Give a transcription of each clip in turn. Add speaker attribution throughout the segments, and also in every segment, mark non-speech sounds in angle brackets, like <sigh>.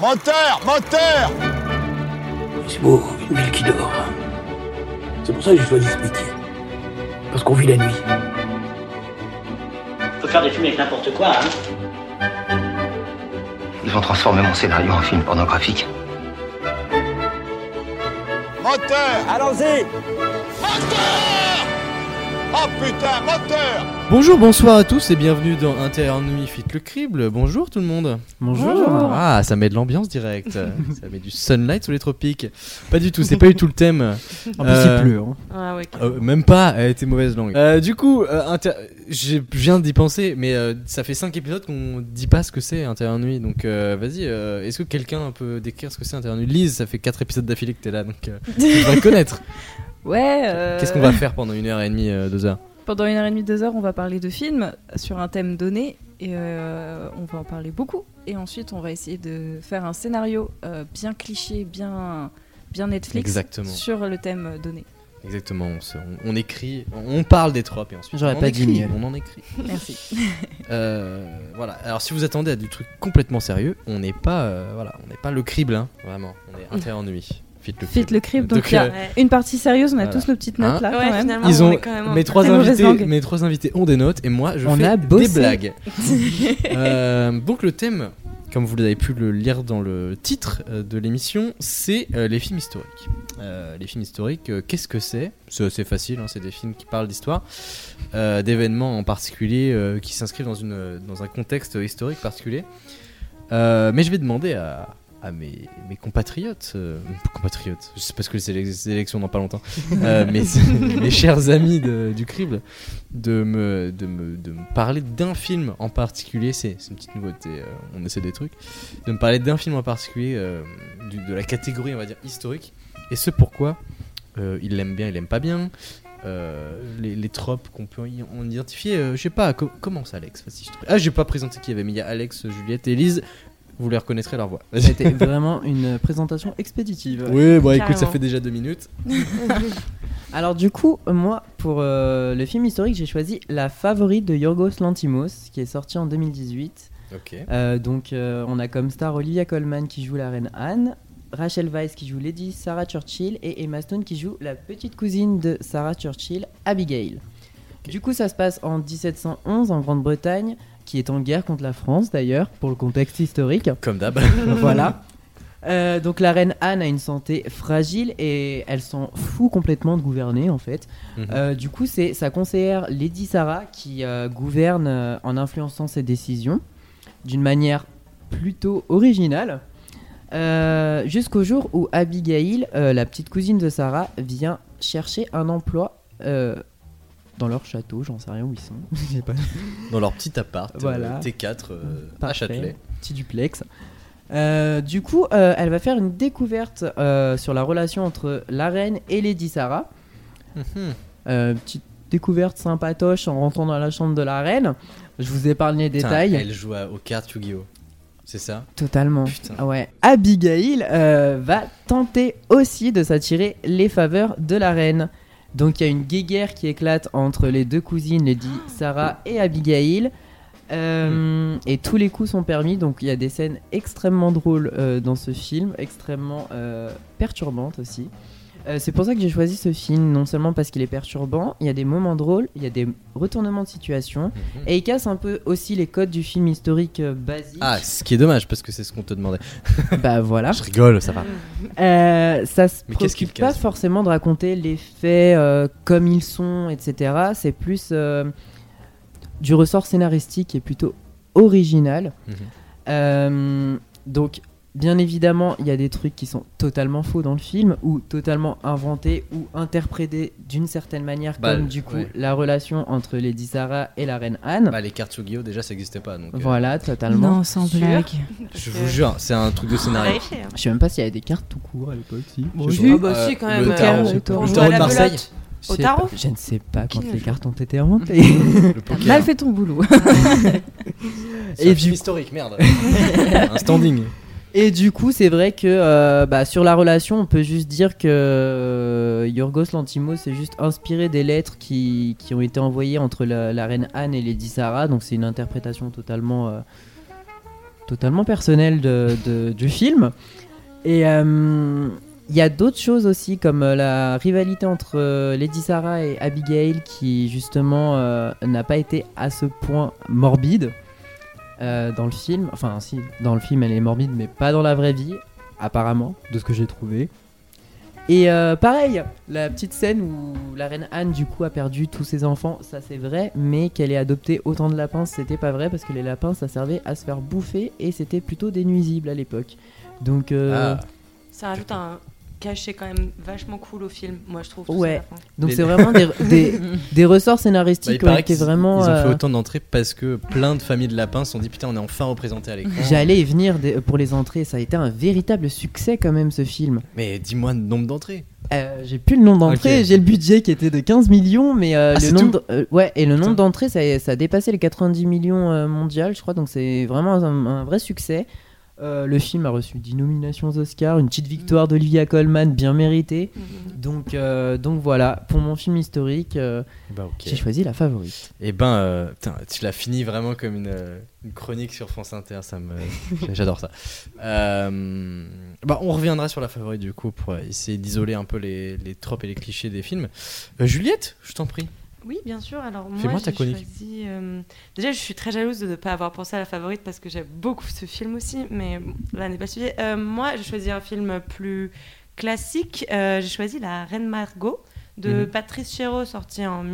Speaker 1: Moteur Moteur
Speaker 2: C'est beau, une ville qui dort. C'est pour ça que j'ai choisi ce métier. Parce qu'on vit la nuit.
Speaker 3: On peut faire des films avec n'importe quoi, hein.
Speaker 4: Ils ont transformé mon scénario en film pornographique.
Speaker 1: Moteur
Speaker 2: Allons-y
Speaker 1: Moteur Oh putain, moteur
Speaker 5: Bonjour, bonsoir à tous et bienvenue dans Intérieur Nuit Fit le Crible. Bonjour tout le monde.
Speaker 6: Bonjour.
Speaker 5: Ah, ça met de l'ambiance
Speaker 6: <laughs>
Speaker 5: directe. ça met du sunlight sous les tropiques. Pas du tout, c'est pas du tout le thème.
Speaker 6: En plus,
Speaker 5: Euh,
Speaker 6: il pleut. hein.
Speaker 7: Ah ouais.
Speaker 5: Euh, même pas, elle était mauvaise langue. Euh, du coup, euh, inter- j'ai- je viens d'y penser, mais euh, ça fait 5 épisodes qu'on dit pas ce que c'est Intérieur Nuit. Donc euh, vas-y, euh, est-ce que quelqu'un peut décrire ce que c'est Intérieur Nuit Lise, ça fait 4 épisodes d'affilée que t'es là,
Speaker 6: <laughs>
Speaker 5: donc euh, tu vas connaître.
Speaker 7: Ouais. euh,
Speaker 5: Qu'est-ce qu'on va faire pendant une heure et demie, euh, deux heures
Speaker 7: Pendant une heure et demie, deux heures, on va parler de films sur un thème donné et euh, on va en parler beaucoup. Et ensuite, on va essayer de faire un scénario euh, bien cliché, bien bien Netflix
Speaker 5: Exactement.
Speaker 7: sur le thème donné.
Speaker 5: Exactement, on, se- on- on écrit, on parle des tropes et ensuite
Speaker 6: J'aurais
Speaker 5: on en
Speaker 6: pas dit
Speaker 5: écrit,
Speaker 6: mieux.
Speaker 5: On en écrit.
Speaker 7: Merci.
Speaker 5: Euh, voilà. Alors si vous attendez à du truc complètement sérieux, on n'est pas, euh, voilà, on n'est pas le crible, hein, vraiment. On
Speaker 7: <laughs>
Speaker 5: est intérieur nuit. Fit le
Speaker 7: Fit le crible. Donc il y
Speaker 5: euh,
Speaker 7: a <laughs> une partie sérieuse, on a
Speaker 5: Voilà.
Speaker 7: tous nos petites notes
Speaker 5: Hein
Speaker 7: là
Speaker 8: Ouais,
Speaker 7: Ah, quand même.
Speaker 8: finalement,
Speaker 5: Ils
Speaker 8: on
Speaker 5: ont
Speaker 8: est quand même
Speaker 5: mes
Speaker 8: un-
Speaker 5: trois
Speaker 7: très mauvaise
Speaker 5: invités,
Speaker 7: langue.
Speaker 5: mes trois invités ont des notes et moi je
Speaker 6: On
Speaker 5: fais
Speaker 6: a
Speaker 5: des
Speaker 6: bossé.
Speaker 8: <laughs>
Speaker 5: blagues. Euh, donc le thème, comme vous l'avez pu le lire dans le titre euh, de l'émission, c'est euh, les films historiques. Euh, les films historiques, euh, qu'est-ce que c'est C'est assez facile, hein, c'est des films qui parlent d'histoire, euh, d'événements en particulier euh, qui s'inscrivent dans, une, euh, dans un contexte historique particulier. Euh, mais je vais demander à, à mes, mes compatriotes, euh, compatriotes, je sais pas ce que c'est les élections dans pas longtemps, <laughs> euh, mes, mes chers amis de- du crible, de me, de me, de me parler d'un film en particulier, c'est c'est une petite nouveauté, euh, on essaie des trucs, de me parler d'un film en particulier, euh, du- de la catégorie, on va dire, historique, et ce pourquoi euh, il l'aime bien, il l'aime pas bien, euh, les, les tropes qu'on peut y- en identifier, euh, je sais pas, co- commence Alex, vas-y, je te prie. Ah, j'ai pas présenté qui y avait, mais il y a Alex, Juliette et Elise, vous les reconnaîtrez leur voix. Vas-y.
Speaker 6: C'était vraiment une présentation expéditive.
Speaker 5: Oui, bon bah, écoute, ça
Speaker 8: Carrément.
Speaker 5: fait déjà deux minutes.
Speaker 6: Alors du coup, moi, pour euh, le film historique, j'ai choisi La Favorite de Yorgos Lantimos, qui est sorti en 2018.
Speaker 5: Ok.
Speaker 6: Euh, donc euh, on a comme star Olivia Colman qui joue la reine Anne, Rachel Weisz qui joue Lady Sarah Churchill et Emma Stone qui joue la petite cousine de Sarah Churchill, Abigail. Du coup ça se passe en 1711 en Grande-Bretagne, qui est en guerre contre la France d'ailleurs, pour le contexte historique.
Speaker 5: Comme d'hab.
Speaker 6: <laughs> voilà. Euh, donc la reine Anne a une santé fragile et elle s'en fout complètement de gouverner en fait.
Speaker 5: Mhm.
Speaker 6: Euh, du coup c'est sa conseillère Lady Sarah qui euh, gouverne euh, en influençant ses décisions d'une manière plutôt originale. Euh, Jusqu'au jour où Abigail, euh, la petite cousine de Sarah, vient chercher un emploi euh, dans leur château, j'en sais rien où ils sont. J'ai pas-
Speaker 5: Dans leur petit appart, euh,
Speaker 6: Voilà.
Speaker 5: T4 euh, à
Speaker 6: Parfait.
Speaker 5: Châtelet.
Speaker 6: Petit duplex. Euh, du coup, euh, elle va faire une découverte euh, sur la relation entre la reine et Lady Sarah.
Speaker 5: Mhm.
Speaker 6: Euh, petite découverte sympatoche en rentrant dans la chambre de la reine. Je vous épargne les
Speaker 5: Putain,
Speaker 6: détails.
Speaker 5: Elle joue à- aux cartes Yu-Gi-Oh! C'est ça
Speaker 6: Totalement.
Speaker 5: Putain.
Speaker 6: Ah ouais. Abigail euh, va tenter aussi de s'attirer les faveurs de la reine. Donc il y a une guéguerre qui éclate entre les deux cousines, Lady Sarah et Abigail. Euh, et tous les coups sont permis, donc il y a des scènes extrêmement drôles euh, dans ce film, extrêmement euh, perturbantes aussi. Euh, c'est pour ça que j'ai choisi ce film, non seulement parce qu'il est perturbant, il y a des moments drôles, il y a des retournements de situation,
Speaker 5: Mhm.
Speaker 6: et il casse un peu aussi les codes du film historique euh, basique.
Speaker 5: Ah, ce qui est dommage parce que c'est ce qu'on te demandait.
Speaker 6: <laughs> bah
Speaker 8: Ah.
Speaker 6: voilà.
Speaker 5: Je rigole, ça va.
Speaker 6: Euh, ça se
Speaker 5: Mais qu'est-ce qu'il
Speaker 6: préoccupe pas
Speaker 5: casse
Speaker 6: forcément de raconter les faits euh, comme ils sont, etc. C'est plus euh, du ressort scénaristique et plutôt original.
Speaker 5: Mhm.
Speaker 6: Euh, donc, bien évidemment, il y a des trucs qui sont totalement faux dans le film, ou totalement inventés, ou interprétés d'une certaine manière,
Speaker 5: Bah,
Speaker 6: comme du coup
Speaker 5: ouais.
Speaker 6: la relation entre Lady Sarah et la reine Anne.
Speaker 5: Bah, les cartes Yu-Gi-Oh! déjà ça n'existait pas. Donc, euh,
Speaker 6: voilà, totalement.
Speaker 7: sans
Speaker 8: Sûr. blague.
Speaker 5: je vous jure, c'est un truc de scénario.
Speaker 8: Vérifier, hein.
Speaker 6: Je sais même pas s'il y avait des cartes tout court à l'époque. Si.
Speaker 5: Je
Speaker 8: Ah
Speaker 5: vois,
Speaker 8: bah
Speaker 5: euh,
Speaker 8: si, quand même,
Speaker 5: Le
Speaker 8: euh,
Speaker 5: tarot,
Speaker 7: le
Speaker 5: le
Speaker 7: tarot.
Speaker 8: On
Speaker 5: tarot
Speaker 8: joue à
Speaker 5: de
Speaker 8: la
Speaker 5: Marseille.
Speaker 8: belote.
Speaker 6: Je
Speaker 8: Au
Speaker 6: sais
Speaker 8: tarot
Speaker 6: pas- Je ne sais pas quand
Speaker 8: Qui ne
Speaker 6: les
Speaker 8: joue
Speaker 6: cartes ont été
Speaker 8: <laughs>
Speaker 6: inventées.
Speaker 5: Le poker.
Speaker 7: Mal fait ton boulot.
Speaker 5: C'est un
Speaker 6: Et
Speaker 5: film
Speaker 6: du-
Speaker 5: historique, merde. un
Speaker 8: <laughs>
Speaker 5: standing.
Speaker 6: Et du coup, c'est vrai que euh, bah, sur la relation, on peut juste dire que euh, Yorgos Lantimos s'est juste inspiré des lettres qui, qui ont été envoyées entre la, la reine Anne et Lady Sarah. Donc c'est une interprétation totalement euh, totalement personnel de, de- du film. Et euh, il y a d'autres choses aussi, comme euh, la rivalité entre euh, Lady Sarah et Abigail, qui justement euh, n'a pas été à ce point morbide euh, dans le film. Enfin, si, dans le film, elle est morbide, mais pas dans la vraie vie, apparemment, de ce que j'ai trouvé. Et euh, pareil, la petite scène où la reine Anne, du coup, a perdu tous ses enfants, ça c'est vrai, mais qu'elle ait adopté autant de lapins, c'était pas vrai, parce que les lapins, ça servait à se faire bouffer, et c'était plutôt des nuisibles à l'époque. Donc, euh,
Speaker 5: Ah.
Speaker 8: Ça rajoute un cachet quand même vachement cool au film, moi je trouve. tout
Speaker 6: Ouais.
Speaker 8: ça, par contre.
Speaker 6: donc
Speaker 5: les-
Speaker 6: c'est vraiment des, des, des ressorts
Speaker 5: Bah, il
Speaker 6: scénaristiques ouais,
Speaker 5: paraît
Speaker 6: qui est
Speaker 5: qu'ils
Speaker 6: vraiment.
Speaker 5: ils ont fait
Speaker 6: euh,
Speaker 5: autant d'entrées parce que plein de familles de lapins se sont dit putain on est enfin représenté à
Speaker 8: <laughs>
Speaker 5: l'écran.
Speaker 6: J'allais y venir des- pour les entrées, ça a été un véritable succès quand même ce film.
Speaker 5: Mais dis-moi le nombre d'entrées.
Speaker 6: Euh, j'ai plus le nombre d'entrées,
Speaker 5: Ok.
Speaker 6: j'ai le budget qui était de 15 millions, mais euh,
Speaker 5: Ah,
Speaker 6: le
Speaker 5: c'est tout
Speaker 6: nombre d- euh, ouais et le
Speaker 5: Putain.
Speaker 6: nombre d'entrées ça, ça a dépassé les 90 millions euh, mondial, je crois, donc c'est vraiment un, un vrai succès. Euh, le film a reçu 10 nominations aux Oscars, une petite victoire d'Olivia Colman bien méritée. Donc euh, donc voilà pour mon film historique, euh,
Speaker 5: Bah ok.
Speaker 6: j'ai choisi la favorite.
Speaker 5: Et ben, euh, putain, tu l'as fini vraiment comme une, euh, une chronique sur France Inter, ça me, j'adore ça. Euh, bah, on reviendra sur la favorite du coup pour essayer d'isoler un peu les, les tropes et les clichés des films. Euh, Juliette, je t'en prie.
Speaker 8: Oui, bien sûr. Alors
Speaker 5: Fais-moi
Speaker 8: moi,
Speaker 5: ta
Speaker 8: j'ai
Speaker 5: chronique.
Speaker 8: choisi. euh, Déjà, je suis très jalouse de ne pas avoir pensé à la favorite parce que j'aime beaucoup ce film aussi, mais bon, là n'est pas le sujet. Euh, moi, j'ai choisi un film plus classique. Euh, j'ai choisi La Reine Margot de
Speaker 5: Mhm.
Speaker 8: Patrice Chéreau, sorti en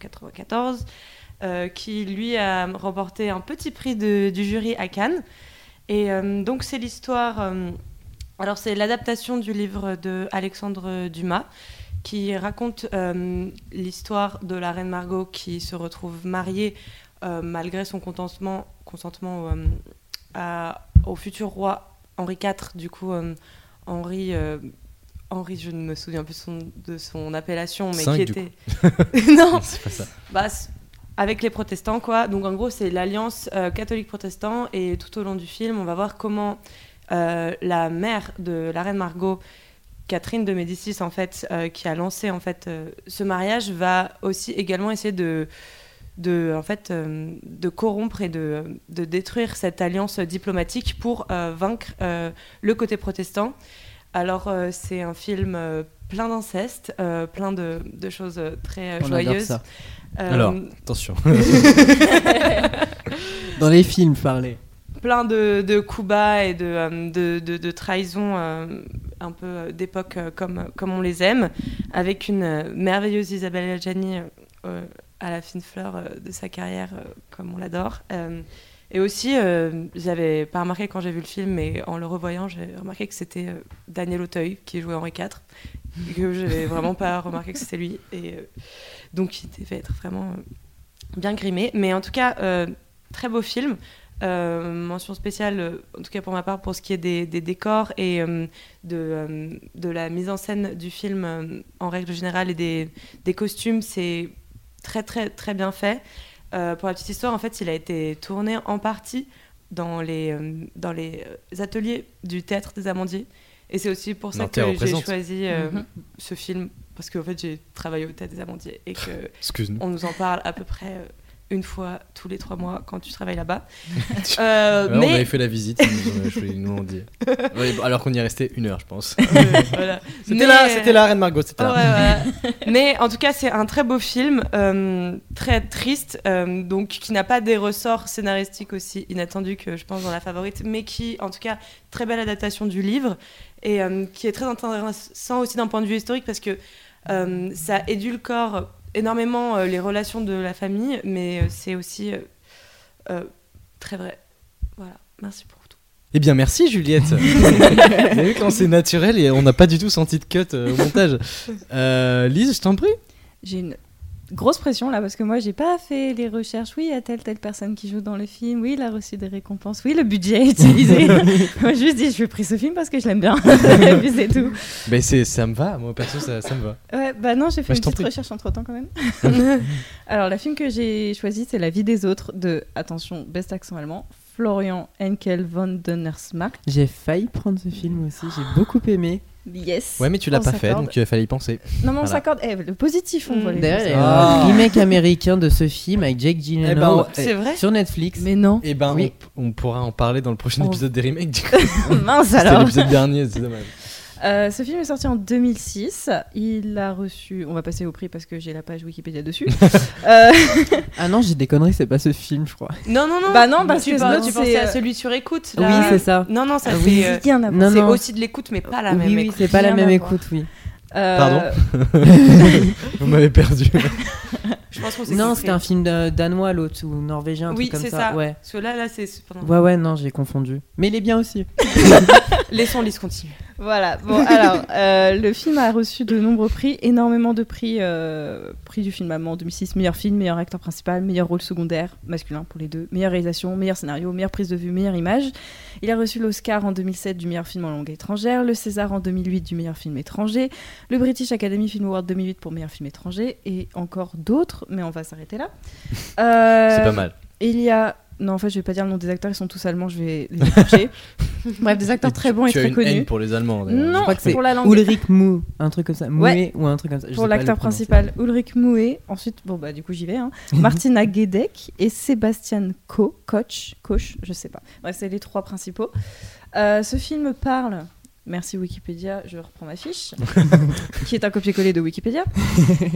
Speaker 8: 1994, euh, qui lui a remporté un petit prix de- du jury à Cannes. Et euh, donc c'est l'histoire. euh, alors c'est l'adaptation du livre de Alexandre Dumas qui raconte euh, l'histoire de la reine Margot qui se retrouve mariée euh, malgré son contentement- consentement, euh, à- au futur roi Henri IV. Du coup, euh, Henri, euh, Henri, je ne me souviens plus de son, de son appellation, mais
Speaker 5: Cinq,
Speaker 8: qui
Speaker 5: du
Speaker 8: était
Speaker 5: <laughs>
Speaker 8: <laughs> non,
Speaker 5: C'est pas ça.
Speaker 8: bah, c- avec les protestants, quoi. Donc, en gros, c'est l'alliance euh, catholique-protestant. Et tout au long du film, on va voir comment euh, la mère de la reine Margot, Catherine de Médicis, en fait, euh, qui a lancé en fait euh, ce mariage, va aussi également essayer de de, en fait, euh, de corrompre et de, de détruire cette alliance diplomatique pour euh, vaincre euh, le côté protestant. Alors, euh, c'est un film euh, plein d'inceste, euh, plein de, de choses euh, très euh,
Speaker 6: On adore
Speaker 8: joyeuses.
Speaker 6: ça.
Speaker 8: Euh,
Speaker 5: Alors, attention.
Speaker 6: Dans les films parler.
Speaker 8: plein de, de coups bas et de, euh, de, de, de trahisons euh, un peu euh, d'époque euh, comme, comme on les aime, avec une euh, merveilleuse Isabelle Adjani euh, euh, à la fine fleur euh, de sa carrière, euh, comme on l'adore. Euh, et aussi, euh, j'avais pas remarqué quand j'ai vu le film, mais en le revoyant, j'ai remarqué que c'était euh, Daniel Auteuil qui jouait Henri IV, et que j'avais vraiment pas remarqué que c'était lui. Et euh, donc, il devait être vraiment euh, bien grimé. Mais en tout cas, euh, très beau film. Euh, mention spéciale, euh, en tout cas pour ma part, pour ce qui est des, des décors et euh, de, euh, de la mise en scène du film euh, en règle générale et des, des costumes, c'est très très très bien fait. Euh, pour la petite histoire, en fait, il a été tourné en partie dans les, euh, dans les ateliers du Théâtre des Amandiers. Et c'est aussi pour ça
Speaker 5: Non,
Speaker 8: que
Speaker 5: t'es
Speaker 8: j'ai
Speaker 5: représente.
Speaker 8: choisi euh,
Speaker 7: Mhm.
Speaker 8: ce film, parce qu'en fait, j'ai travaillé au Théâtre des Amandiers et que <laughs>
Speaker 5: Excuse-nous.
Speaker 8: on nous en parle à peu près euh, une fois tous les trois mois quand tu travailles là-bas. Euh,
Speaker 5: Ouais, On
Speaker 8: mais <laughs>
Speaker 5: avait fait la visite, ils nous en avaient- ils nous l'ont dit. Ouais, bon, alors qu'on y est resté une heure, je
Speaker 8: <laughs>
Speaker 5: pense.
Speaker 8: euh, Voilà.
Speaker 5: C'était
Speaker 8: Mais- Ah
Speaker 5: là, c'était là, Reine Margot, c'était là.
Speaker 8: Ouais, ouais. <laughs> Mais en tout cas, c'est un très beau film, euh, très triste, euh, donc qui n'a pas des ressorts scénaristiques aussi inattendus que je pense dans La Favorite, mais qui, en tout cas, très belle adaptation du livre et euh, qui est très intéressant aussi d'un point de vue historique parce que euh, ça édulcore énormément euh, les relations de la famille, mais euh, c'est aussi euh, euh, très vrai. Voilà, merci pour tout.
Speaker 5: Eh bien, merci
Speaker 8: <laughs>
Speaker 5: Juliette. Vous avez vu quand c'est naturel et on n'a pas du tout senti de cut euh, au montage. Euh, Lise, je t'en prie.
Speaker 7: J'ai une grosse pression là parce que moi j'ai pas fait les recherches. Oui, il y a telle telle personne qui joue dans le film. Oui, il a reçu des récompenses. Oui, le budget
Speaker 5: <laughs>
Speaker 7: utilisé. moi je me dis, je vais pris ce film parce que je l'aime bien. Et puis c'est tout.
Speaker 5: Ben c'est, ça me va. Moi perso, ça, ça me va.
Speaker 7: Ouais, bah non, j'ai fait
Speaker 5: Bah, je
Speaker 7: une
Speaker 5: t'en
Speaker 7: petite
Speaker 5: prie.
Speaker 7: recherche entre temps quand même.
Speaker 5: <laughs>
Speaker 7: <laughs> Alors, la film que j'ai choisi, c'est La vie des autres de, attention, best accent allemand, Florian Henkel von Donnersmack.
Speaker 6: J'ai failli prendre ce film aussi, j'ai beaucoup aimé.
Speaker 7: Yes.
Speaker 5: Ouais, mais tu l'as
Speaker 7: On
Speaker 5: pas fait,
Speaker 7: s'accorde.
Speaker 5: donc il fallait y penser.
Speaker 7: Non, mais on
Speaker 5: Voilà.
Speaker 7: s'accorde. Eh, le positif, on
Speaker 8: Mm.
Speaker 7: voit les
Speaker 6: Ah. D'ailleurs, il y
Speaker 7: choses.
Speaker 6: a un remake américain de ce film avec Jake Gyllenhaal
Speaker 5: ben,
Speaker 6: euh,
Speaker 8: c'est vrai
Speaker 6: sur Netflix.
Speaker 7: Mais non.
Speaker 5: Et ben,
Speaker 6: Oui.
Speaker 5: on, on pourra en parler dans le prochain
Speaker 7: On-
Speaker 5: épisode des remakes. Du coup,
Speaker 7: <laughs> Mince
Speaker 5: c'était
Speaker 7: <laughs> alors.
Speaker 5: l'épisode dernier, c'est
Speaker 7: <laughs>
Speaker 5: dommage.
Speaker 7: Euh, ce film est sorti en 2006. Il a reçu. On va passer au prix parce que j'ai la page
Speaker 5: <laughs>
Speaker 7: Wikipédia dessus. Euh,
Speaker 6: Ah non, j'ai des conneries, c'est pas ce film, je crois.
Speaker 8: Non, non, non.
Speaker 7: Bah non, parce
Speaker 8: tu
Speaker 7: que
Speaker 8: parles-
Speaker 7: non,
Speaker 8: tu
Speaker 7: c'est,
Speaker 8: pensais à
Speaker 7: euh,
Speaker 8: celui sur écoute.
Speaker 6: Oui,
Speaker 8: Là.
Speaker 6: c'est ça.
Speaker 8: Non, non, Ah. ça
Speaker 6: Oui.
Speaker 8: fait. euh,
Speaker 7: rien à voir.
Speaker 6: Non,
Speaker 8: c'est
Speaker 6: non.
Speaker 8: aussi de l'écoute, Ah, mais pas la
Speaker 6: oui,
Speaker 8: même
Speaker 6: oui,
Speaker 8: écoute.
Speaker 6: c'est pas la
Speaker 7: Rien
Speaker 6: même
Speaker 7: à
Speaker 6: écoute, oui.
Speaker 7: Euh,
Speaker 5: Pardon Vous m'avez perdu.
Speaker 8: Je pense qu'on s'est
Speaker 6: Non,
Speaker 8: compris.
Speaker 6: c'était un film de- danois, l'autre, ou norvégien, un
Speaker 8: Oui,
Speaker 6: truc
Speaker 8: c'est
Speaker 6: comme
Speaker 8: ça.
Speaker 6: Ouais.
Speaker 8: Parce que là, là c'est. pardon.
Speaker 6: Ouais, ouais, non, j'ai confondu. Mais il est bien aussi.
Speaker 8: Laissons Lise continuer.
Speaker 7: Voilà, bon alors, euh, le film a reçu de nombreux prix, énormément de prix, euh, prix du film allemand en 2006, meilleur film, meilleur acteur principal, meilleur rôle secondaire, masculin pour les deux, meilleure réalisation, meilleur scénario, meilleure prise de vue, meilleure image. Il a reçu l'Oscar en 2007 du meilleur film en langue étrangère, le César en 2008 du meilleur film étranger, le British Academy Film Award 2008 pour meilleur film étranger, et encore d'autres, mais on va s'arrêter là.
Speaker 5: <laughs>
Speaker 7: Euh,
Speaker 5: C'est pas mal.
Speaker 7: il y a... Non, en fait, je vais pas dire le nom des acteurs, ils sont tous allemands, je vais les chercher.
Speaker 5: <laughs>
Speaker 7: Bref, des acteurs très bons et
Speaker 5: tu as
Speaker 7: très
Speaker 5: une
Speaker 7: connus.
Speaker 5: haine pour les Allemands. d'ailleurs.
Speaker 7: Non,
Speaker 6: hein. crois que c'est
Speaker 7: pour la langue.
Speaker 6: Ulrich Mou, un truc comme ça. Moué
Speaker 7: Ouais.
Speaker 6: ou un truc comme ça. je
Speaker 7: pour
Speaker 6: sais pas
Speaker 7: l'acteur
Speaker 6: le prononcer.
Speaker 7: principal Ulrich Mouet. Ensuite, bon bah du coup j'y vais. hein. Martina Gedeck et Sébastien Coe, coach, coach, je sais pas. Bref, c'est les trois principaux. Euh, ce film parle. Merci Wikipédia, je reprends ma fiche, qui est un copier-coller de Wikipédia.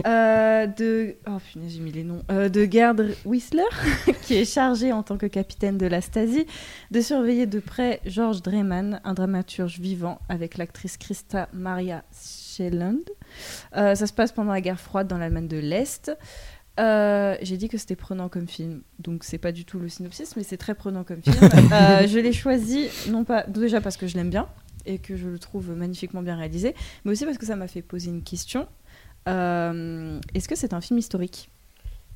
Speaker 7: Euh, de oh punaise, j'ai mis les noms. Euh, de garde Whistler, <laughs> qui est chargé en tant que capitaine de la Stasi de surveiller de près George Dreyman, un dramaturge vivant, avec l'actrice Christa Maria Schelland. Euh, ça se passe pendant la guerre froide dans l'Allemagne de l'Est. Euh, J'ai dit que c'était prenant comme film, donc c'est pas du tout le synopsis, mais c'est très prenant comme <laughs> film. Euh, je l'ai choisi, non pas déjà parce que je l'aime bien et que je le trouve magnifiquement bien réalisé, mais aussi parce que ça m'a fait poser une question. Euh, Est-ce que c'est un film historique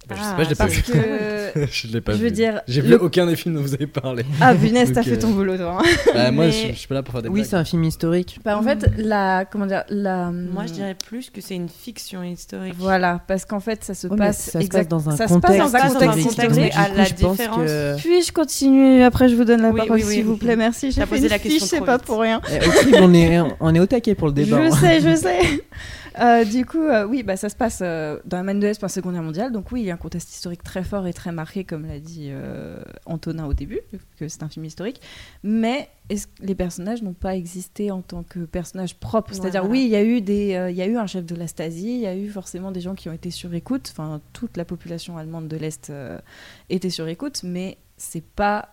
Speaker 5: Bah, je sais pas, je l'ai pas
Speaker 7: Ah, Parce
Speaker 5: vu.
Speaker 7: que.
Speaker 5: <laughs> je l'ai pas
Speaker 7: Je
Speaker 5: vu.
Speaker 7: veux dire,
Speaker 5: J'ai vu
Speaker 7: le-
Speaker 5: aucun des films dont vous avez parlé.
Speaker 7: Ah, punaise, t'as
Speaker 5: Ok.
Speaker 7: fait ton boulot, toi. hein.
Speaker 5: Bah, Moi,
Speaker 7: Mais-
Speaker 5: je je suis pas là pour faire des
Speaker 6: Oui,
Speaker 5: blagues.
Speaker 6: c'est un film historique.
Speaker 7: Bah, en fait, la. Comment dire la, hum,
Speaker 8: Moi,
Speaker 6: Mm.
Speaker 8: je dirais plus que c'est une fiction historique.
Speaker 7: Voilà, parce qu'en fait, ça se
Speaker 6: Ouais, mais
Speaker 7: passe.
Speaker 6: ça se passe
Speaker 7: exact-
Speaker 6: dans un
Speaker 7: ça se passe
Speaker 6: contexte.
Speaker 7: dans un
Speaker 8: Ça se passe dans un
Speaker 7: contexte
Speaker 8: contexte
Speaker 7: historique.
Speaker 8: historique. à la différence.
Speaker 7: Puis-je continuer Après, je vous donne la
Speaker 8: Oui,
Speaker 7: parole,
Speaker 8: oui, oui.
Speaker 7: s'il vous plaît. Merci. J'ai
Speaker 8: T'as
Speaker 7: posé
Speaker 8: posé
Speaker 7: une
Speaker 8: la
Speaker 7: la
Speaker 8: question
Speaker 7: fiche, c'est
Speaker 8: trop
Speaker 7: pas
Speaker 8: vite.
Speaker 7: pour rien.
Speaker 6: Eh, au trip, on est, on est au taquet pour le débat.
Speaker 7: Je
Speaker 6: hein.
Speaker 7: sais, je sais. <laughs> Euh, du coup, euh, oui, bah, ça se passe euh, dans la Mandes pendant la Seconde Guerre mondiale. Donc oui, il y a un contexte historique très fort et très marqué, comme l'a dit euh, Antonin au début, que c'est un film historique. Mais est-ce que les personnages n'ont pas existé en tant que personnages propres C'est-à-dire,
Speaker 8: voilà.
Speaker 7: oui, il y, a eu des, euh, il y a eu un chef de la Stasi, il y a eu forcément des gens qui ont été sur écoute. Enfin, toute la population allemande de l'Est euh, était sur écoute, mais c'est pas...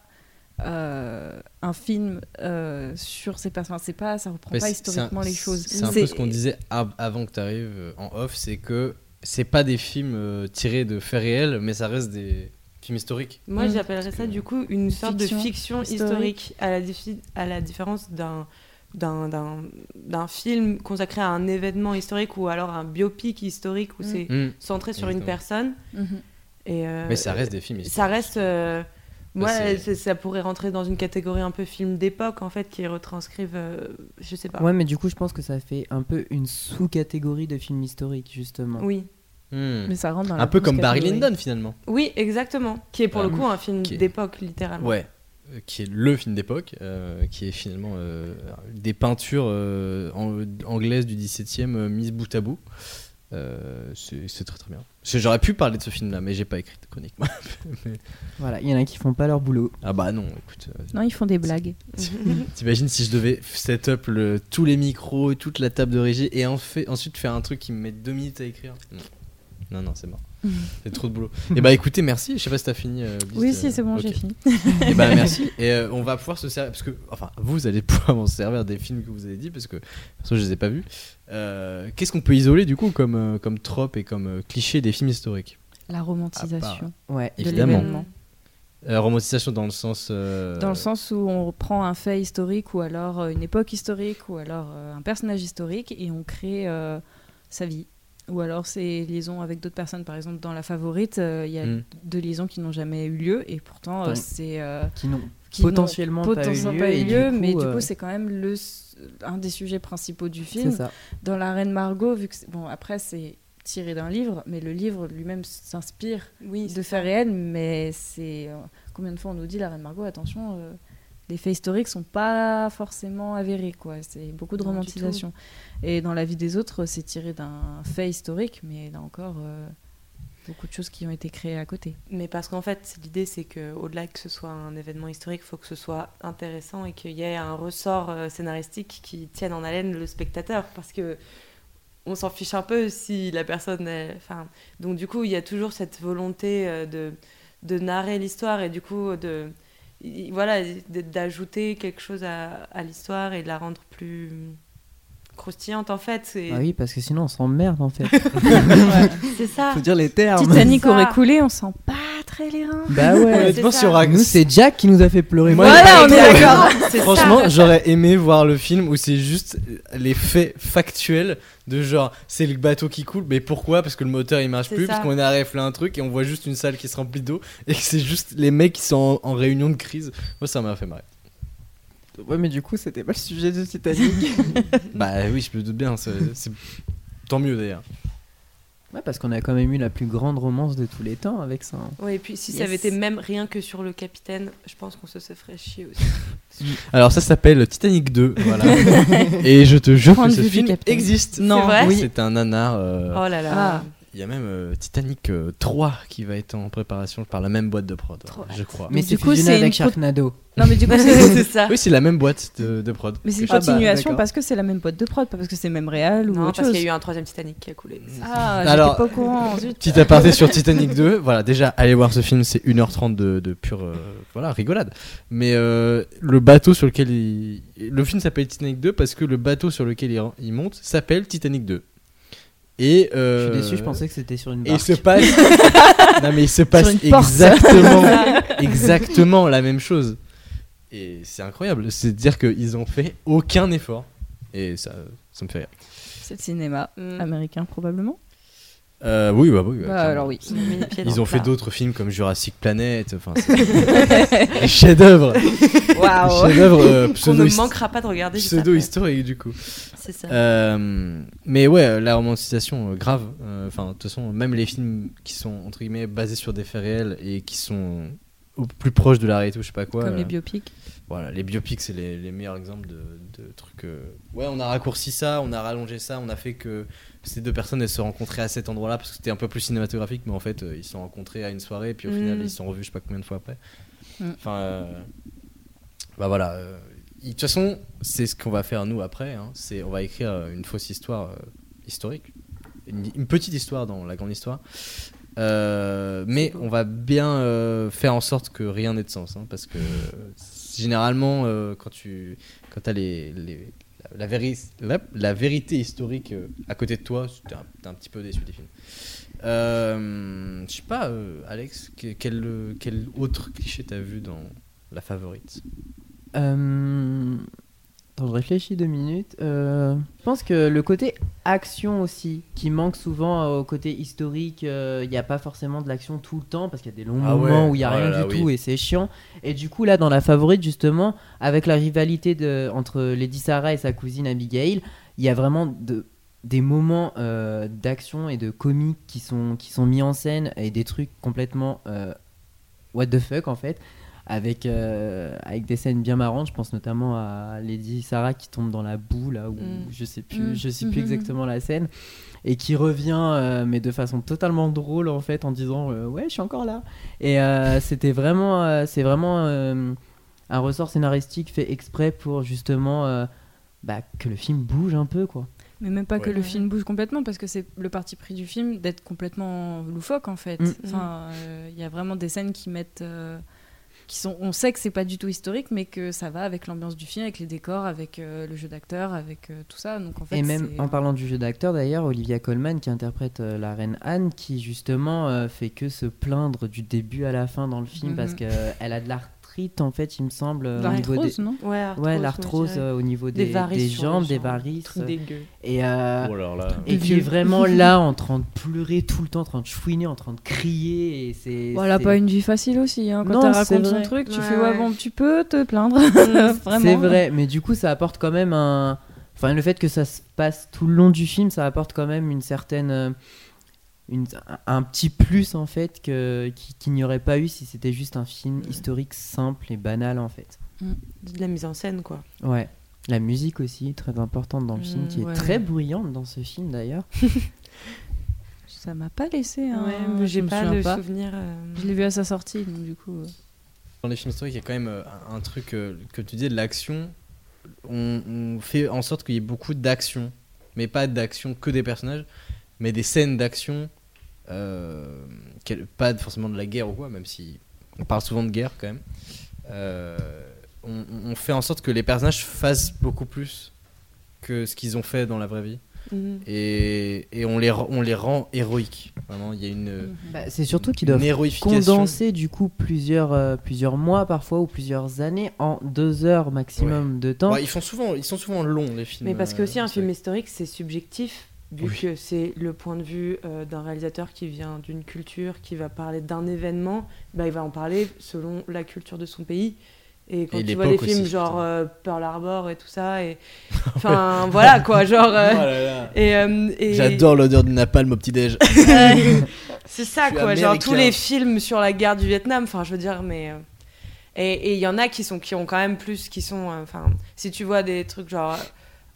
Speaker 7: euh, un film euh, sur ces personnages, c'est pas, ça reprend
Speaker 5: Mais
Speaker 7: pas
Speaker 5: c'est-
Speaker 7: historiquement
Speaker 5: c'est un-
Speaker 7: les choses.
Speaker 5: C'est un peu ce qu'on disait av- avant que tu arrives en off, c'est que c'est pas des films euh, tirés de faits réels, mais ça reste des films historiques.
Speaker 8: Moi,
Speaker 7: Mm.
Speaker 8: j'appellerais ça du coup une sorte
Speaker 7: Fiction
Speaker 8: de fiction
Speaker 7: historique.
Speaker 8: historique, à, la diffi- à la différence d'un d'un- d'un d'un film consacré à un événement historique ou alors un biopic historique où
Speaker 7: Mm.
Speaker 8: c'est centré sur une
Speaker 5: Exactement.
Speaker 8: personne.
Speaker 5: Mm.
Speaker 7: Mhm.
Speaker 8: Et, euh,
Speaker 5: Mais ça reste des films historiques.
Speaker 8: Ça reste. euh, moi,
Speaker 5: c'est-
Speaker 8: c'est- ça pourrait rentrer dans une catégorie un peu film d'époque en fait qui retranscrivent. euh, je sais pas.
Speaker 6: Ouais, mais du coup, je pense que ça fait un peu une sous-catégorie de films historiques, justement.
Speaker 8: Oui,
Speaker 5: Hmm.
Speaker 7: Mais ça rentre dans la
Speaker 5: Un peu
Speaker 7: grosse
Speaker 5: comme Barry
Speaker 7: catégorie.
Speaker 5: Lyndon finalement.
Speaker 8: oui, exactement. Qui est pour
Speaker 5: Ah,
Speaker 8: le coup un film
Speaker 5: ok.
Speaker 8: d'époque
Speaker 7: Ah.
Speaker 8: littéralement.
Speaker 5: Ouais. Euh, Qui est le film d'époque, euh, qui est finalement euh, des peintures euh, an- anglaises du 17 e mises bout à bout. Euh, c'est c'est très très bien. Parce que J'aurais pu parler de ce film là, mais j'ai pas écrit de chronique. moi. Mais-
Speaker 6: Voilà, il y en a qui font pas leur boulot.
Speaker 5: ah bah non, écoute, euh,
Speaker 7: Non, ils font des blagues.
Speaker 5: T'imagines si je devais set up le- tous les micros, toute la table de régie et en fait, ensuite faire un truc qui me met deux minutes à écrire Non, non, non,
Speaker 7: <laughs>
Speaker 5: c'est mort. C'est trop de boulot. Et bah écoutez, merci. Je sais pas si t'as fini. euh, Bliss,
Speaker 7: Oui,
Speaker 5: euh,
Speaker 7: si, c'est bon,
Speaker 5: ok.
Speaker 7: j'ai fini.
Speaker 5: Et bah merci. Et euh, on va pouvoir se servir. Parce que, enfin, vous allez pouvoir vous servir des films que vous avez dit parce que, perso, je les ai pas vus. Euh, Qu'est-ce qu'on peut isoler du coup comme, euh, comme trope et comme euh, cliché des films historiques
Speaker 7: La romantisation
Speaker 6: Ouais.
Speaker 7: de
Speaker 5: évidemment.
Speaker 7: l'événement.
Speaker 5: Euh, Romantisation dans le sens. euh,
Speaker 7: Dans le sens où on reprend un fait historique ou alors euh, une époque historique ou alors euh, un personnage historique et on crée euh, sa vie. Ou alors ses liaisons avec d'autres personnes. Par exemple, dans La Favorite, euh, il y a
Speaker 5: Mm.
Speaker 7: deux liaisons qui n'ont jamais eu lieu et pourtant euh,
Speaker 6: Ouais.
Speaker 7: c'est. euh,
Speaker 6: Qui n'ont
Speaker 7: qui n'ont
Speaker 6: potentiellement,
Speaker 7: potentiellement
Speaker 6: pas eu lieu. et du coup,
Speaker 7: mais du
Speaker 6: euh,
Speaker 7: coup, c'est quand même le, un des sujets principaux du
Speaker 6: c'est
Speaker 7: film.
Speaker 6: ça.
Speaker 7: dans la reine Margot vu que c'est- bon après c'est tiré d'un livre, mais le livre lui-même s'inspire
Speaker 8: Oui,
Speaker 7: de faits réels, mais c'est... euh, Combien de fois on nous dit, la Reine Margot, attention, euh, les faits historiques sont pas forcément avérés, quoi. C'est beaucoup de
Speaker 8: Non, du
Speaker 7: romantisation. Et dans la vie des autres, c'est tiré d'un fait historique, mais là encore, euh, beaucoup de choses qui ont été créées à côté.
Speaker 8: Mais parce qu'en fait, l'idée c'est que au-delà que ce soit un événement historique, il faut que ce soit intéressant et qu'il y ait un ressort euh, scénaristique qui tienne en haleine le spectateur parce que on s'en fiche un peu si la personne est- enfin donc du coup, il y a toujours cette volonté euh, de de narrer l'histoire et du coup de i- voilà, d- d'ajouter quelque chose à, à l'histoire et de la rendre plus croustillante en fait, c'est
Speaker 6: Ah oui, parce que sinon on s'emmerde en fait. <laughs>
Speaker 8: <laughs> c'est ça.
Speaker 6: Faut dire les termes.
Speaker 7: Titanic
Speaker 8: Ça.
Speaker 7: aurait coulé, on sent pas très les reins.
Speaker 6: Bah ouais.
Speaker 8: Honnêtement,
Speaker 6: C'est
Speaker 8: si on
Speaker 5: Ah,
Speaker 6: ça. Nous, c'est Jack qui nous a fait pleurer.
Speaker 5: Moi,
Speaker 7: Voilà, on est d'accord.
Speaker 8: C'est ça.
Speaker 5: Franchement, j'aurais aimé voir le film où c'est juste euh, les faits factuels de genre c'est le bateau qui coule, mais pourquoi Parce que le moteur il marche
Speaker 8: C'est
Speaker 5: plus,
Speaker 8: ça.
Speaker 5: parce qu'on a réflé un truc et on voit juste une salle qui se remplit d'eau et que c'est juste les mecs qui sont en, en réunion de crise. Moi ça m'a fait marrer.
Speaker 6: Ouais, mais du coup, c'était pas le sujet de Titanic.
Speaker 5: Bah oui, je me doute bien, c'est <laughs> c'est- tant mieux d'ailleurs.
Speaker 6: <laughs> ouais, parce qu'on a quand même eu la plus grande romance de tous les temps avec ça. hein.
Speaker 8: Oui, et puis si ça
Speaker 7: Yes.
Speaker 8: avait été même rien que sur le capitaine, je pense qu'on se serait chier aussi.
Speaker 5: Alors ça s'appelle Titanic 2, voilà.
Speaker 7: <laughs>
Speaker 5: et je te jure
Speaker 7: Point
Speaker 5: que
Speaker 7: de
Speaker 5: ce
Speaker 7: vue du
Speaker 5: film
Speaker 7: capitaine.
Speaker 5: existe.
Speaker 8: Non. C'est vrai
Speaker 5: Oui. c'est un nanar. euh,
Speaker 8: Oh là là.
Speaker 7: Ah.
Speaker 5: Il y a même euh, Titanic euh, 3 qui va être en préparation par la même boîte de prod,
Speaker 7: Trop
Speaker 5: je crois.
Speaker 6: Mais
Speaker 7: du
Speaker 6: c'est
Speaker 7: coup,
Speaker 6: fusionné
Speaker 7: c'est
Speaker 6: avec
Speaker 7: une pro-
Speaker 6: Sharknado.
Speaker 7: Non, mais du coup,
Speaker 5: <laughs>
Speaker 7: c'est-
Speaker 8: <laughs> c'est ça.
Speaker 5: Oui, c'est la même boîte de, de prod.
Speaker 7: Ah. Mais c'est une
Speaker 6: Ah bah,
Speaker 7: continuation
Speaker 6: d'accord.
Speaker 7: parce que c'est la même boîte de prod, pas parce que c'est même réel ou
Speaker 8: Non,
Speaker 7: autre chose.
Speaker 8: parce qu'il y a eu un troisième Titanic qui a coulé.
Speaker 7: Ah,
Speaker 5: Alors-
Speaker 7: j'étais pas au courant. zut.
Speaker 5: Petit aparté sur Titanic 2. Voilà, déjà, allez voir ce film, c'est 1h30 de, de pure euh, voilà, rigolade. Mais euh, le bateau sur lequel il. Le film s'appelle Titanic 2 parce que le bateau sur lequel il, il monte s'appelle Titanic 2. Et.
Speaker 6: Je
Speaker 5: euh,
Speaker 6: suis déçu, je pensais que c'était sur une
Speaker 5: Et il
Speaker 6: barque.
Speaker 5: se passe.
Speaker 6: <laughs>
Speaker 5: non, mais il se passe
Speaker 7: une porte.
Speaker 5: exactement, exactement la même chose. Et c'est incroyable. C'est de dire qu'ils ont fait aucun effort. Et ça, ça me fait rire.
Speaker 7: C'est le cinéma
Speaker 8: Mm.
Speaker 7: américain, probablement.
Speaker 5: Euh, oui, bah oui. ouais,
Speaker 7: Bah,
Speaker 5: clairement.
Speaker 7: alors <laughs> oui.
Speaker 5: Ils ont fait d'autres films comme Jurassic Planet,
Speaker 8: <laughs>
Speaker 5: enfin, c'est des chefs-d'œuvre, des
Speaker 7: Waouw.
Speaker 5: chefs-d'œuvre euh,
Speaker 8: On
Speaker 5: pseudo,
Speaker 8: ne manquera pas de regarder. juste après.
Speaker 5: historique du coup.
Speaker 8: C'est ça.
Speaker 5: Euh, mais ouais, la romantisation euh, grave. euh, Enfin, de toute façon, même les films qui sont entre guillemets basés sur des faits réels et qui sont au plus proche de la réalité ou je sais pas quoi.
Speaker 7: Comme
Speaker 5: euh,
Speaker 7: les biopics.
Speaker 5: Voilà, les biopics, c'est les, les meilleurs exemples de, de trucs. euh, Ouais, on a raccourci ça, on a rallongé ça, on a fait que ces deux personnes elles se rencontraient à cet endroit-là parce que c'était un peu plus cinématographique, mais en fait euh, ils se sont rencontrés à une soirée, puis au
Speaker 8: Mm.
Speaker 5: final ils se sont revus je sais pas combien de fois après.
Speaker 7: Mm.
Speaker 5: Enfin, euh, bah voilà. euh, y- De toute façon, c'est ce qu'on va faire nous après. hein, c'est on va écrire euh, une fausse histoire euh, historique, une, une petite histoire dans la grande histoire. Euh, mais on va bien euh, faire en sorte que rien n'ait de sens, hein, parce que euh, généralement euh, quand tu quand t'as les, les- la, la véri- la- la vérité historique euh, à côté de toi, t'es un, t'es un petit peu déçu des films. Euh, Je sais pas, euh, Alex, que- quel, euh, quel autre cliché t'as vu dans la favorite
Speaker 6: Euh, Attends, je réfléchis deux minutes. Euh, Je pense que le côté action aussi, qui manque souvent au côté historique, euh, il n'y a pas forcément de l'action tout le temps, parce qu'il y a des longs
Speaker 5: Ah
Speaker 6: moments
Speaker 5: ouais,
Speaker 6: où il n'y a
Speaker 5: oh là
Speaker 6: rien
Speaker 5: là,
Speaker 6: du
Speaker 5: oui.
Speaker 6: tout et c'est chiant. Et du coup, là, dans la favorite, justement, avec la rivalité de, entre Lady Sarah et sa cousine Abigail, il y a vraiment de, des moments euh, d'action et de comique qui sont, qui sont mis en scène et des trucs complètement euh, what the fuck en fait. Avec, euh, avec des scènes bien marrantes, je pense notamment à Lady Sarah qui tombe dans la boue là où
Speaker 8: Mm.
Speaker 6: je sais plus,
Speaker 7: Mm.
Speaker 6: je sais plus
Speaker 7: Mhm.
Speaker 6: exactement la scène et qui revient euh, mais de façon totalement drôle en fait en disant euh, ouais je suis encore là et euh, <laughs> c'était vraiment euh, c'est vraiment euh, un ressort scénaristique fait exprès pour justement euh, bah, que le film bouge un peu quoi.
Speaker 7: Mais même pas que
Speaker 5: Ouais.
Speaker 7: le film bouge complètement, parce que c'est le parti pris du film d'être complètement loufoque, en fait.
Speaker 6: Mm.
Speaker 7: Enfin, euh, il y a vraiment des scènes qui mettent. euh, qui sont, on sait que c'est pas du tout historique, mais que ça va avec l'ambiance du film, avec les décors, avec euh, le jeu d'acteur, avec euh, tout ça. Donc en fait,
Speaker 6: Et même
Speaker 7: c'est-
Speaker 6: en parlant du jeu d'acteur d'ailleurs, Olivia Colman qui interprète euh, la reine Anne qui justement euh, fait que se plaindre du début à la fin dans le film
Speaker 7: Mhm.
Speaker 6: parce qu'elle a de l'arthrite en fait il me semble euh, au niveau des
Speaker 7: l'arthrose, non
Speaker 8: Ouais,
Speaker 6: ouais
Speaker 8: ouais,
Speaker 6: l'arthrose
Speaker 8: je dirais.
Speaker 6: euh, au niveau des,
Speaker 8: Des varices
Speaker 6: des
Speaker 8: sur les
Speaker 6: jambes, des
Speaker 8: jambes,
Speaker 6: varices
Speaker 8: Truc dégueu.
Speaker 6: et euh,
Speaker 5: alors Oh là.
Speaker 6: et
Speaker 7: De
Speaker 6: qui est
Speaker 7: vieux. <laughs>
Speaker 6: vraiment là en train de pleurer tout le temps, en train de chouiner, en train de crier et c'est
Speaker 7: Voilà,
Speaker 6: c'est-
Speaker 7: pas une vie facile aussi. Hein. Quand
Speaker 6: Non,
Speaker 7: tu
Speaker 6: c'est
Speaker 7: racontes
Speaker 6: vrai. Mm,
Speaker 7: son truc, tu
Speaker 8: Ouais,
Speaker 7: fais
Speaker 8: ouais.
Speaker 7: ouais, bon, tu peux te plaindre. <laughs> Vraiment.
Speaker 6: C'est vrai, mais du coup, ça apporte quand même un. Enfin, le fait que ça se passe tout le long du film, ça apporte quand même une certaine. euh, une- un petit plus en fait que qui- qu'il n'y aurait pas eu si c'était juste un film historique simple et banal en fait.
Speaker 8: de la mise en scène, quoi.
Speaker 6: Ouais. La musique aussi très importante dans le film
Speaker 7: Mmh,
Speaker 8: Mm,
Speaker 6: qui
Speaker 8: ouais.
Speaker 6: est très bruyante dans ce film d'ailleurs.
Speaker 7: Ça m'a pas laissé. hein,
Speaker 8: Ouais, mais
Speaker 7: je
Speaker 8: Ah, j'ai
Speaker 7: me
Speaker 8: pas
Speaker 7: souviens
Speaker 8: le souvenir. euh,
Speaker 7: Je l'ai vu à sa sortie, donc du coup. euh,
Speaker 5: Dans les films historiques, il y a quand même euh, un un truc euh, que tu dis de l'action. On, on fait en sorte qu'il y ait beaucoup d'action, mais pas d'action que des personnages, mais des scènes d'action, euh, quel- pas forcément de la guerre ou quoi, même si on parle souvent de guerre quand même. Euh, on, on fait en sorte que les personnages fassent beaucoup plus que ce qu'ils ont fait dans la vraie vie,
Speaker 7: euh,
Speaker 8: mhm.
Speaker 5: et, et on, les, re- on les rend héroïques. Vraiment, il y a une,
Speaker 6: Bah, c'est surtout qu'ils
Speaker 5: une
Speaker 6: doivent
Speaker 5: héroïfication.
Speaker 6: condenser du coup plusieurs euh, plusieurs mois parfois ou plusieurs années en deux heures maximum de temps.
Speaker 5: Ouais, Bah, ils, font souvent, ils sont souvent longs les films.
Speaker 8: Mais parce que
Speaker 5: euh,
Speaker 8: aussi un
Speaker 5: historiques.
Speaker 8: film historique, c'est subjectif, vu
Speaker 5: Oui.
Speaker 8: que c'est le point de vue euh, d'un réalisateur qui vient d'une culture, qui va parler d'un événement, bah, il va en parler selon la culture de son pays. Et quand
Speaker 5: Et
Speaker 8: tu vois des
Speaker 5: l'époque
Speaker 8: films
Speaker 5: aussi,
Speaker 8: genre
Speaker 5: putain. Ah
Speaker 8: euh, Pearl Harbor et tout ça,
Speaker 5: <laughs>
Speaker 8: et enfin voilà quoi, genre. euh, et, euh, et-
Speaker 5: Oh J'adore l'odeur du napalm au petit-déj.
Speaker 8: <laughs>
Speaker 5: Oh, <laughs>
Speaker 8: Ouais. c'est ça
Speaker 5: Je suis
Speaker 8: quoi, genre tous
Speaker 5: américain.
Speaker 8: les films sur la guerre du Vietnam, enfin je veux dire, mais. euh, Et et il y en a qui, sont, qui ont quand même plus, qui sont. euh, Enfin, si tu vois des trucs genre euh,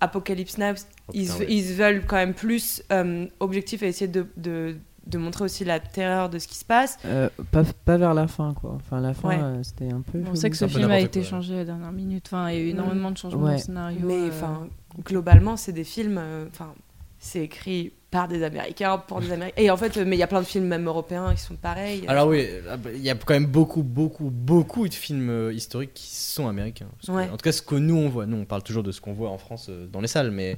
Speaker 8: Apocalypse Now, ils, se- ils se veulent quand même plus euh, objectif et essayer de, de, de montrer aussi la terreur de ce qui se passe.
Speaker 6: Euh, pas, pas vers la fin quoi. Enfin la fin
Speaker 8: Ouais.
Speaker 6: euh, c'était un peu.
Speaker 7: On
Speaker 6: chelou.
Speaker 7: sait que ce
Speaker 5: un peu
Speaker 7: film a
Speaker 5: n'importe
Speaker 7: été
Speaker 5: quoi.
Speaker 7: changé à la dernière minute. Enfin, il y a eu énormément de changements
Speaker 6: Mm. Ouais.
Speaker 7: de scénario.
Speaker 8: Mais
Speaker 7: euh,
Speaker 8: enfin, globalement, c'est des films. euh, Enfin, c'est écrit par des Américains, pour des Américains. Et en fait, euh, mais il y a plein de films, même européens, qui sont pareils.
Speaker 5: Alors oui, là, bah, il y a quand même beaucoup, beaucoup, beaucoup de films euh, historiques qui sont américains. Parce que,
Speaker 8: Ouais.
Speaker 5: En tout cas, ce que nous on voit. Nous, on parle toujours de ce qu'on voit en France euh, dans les salles, mais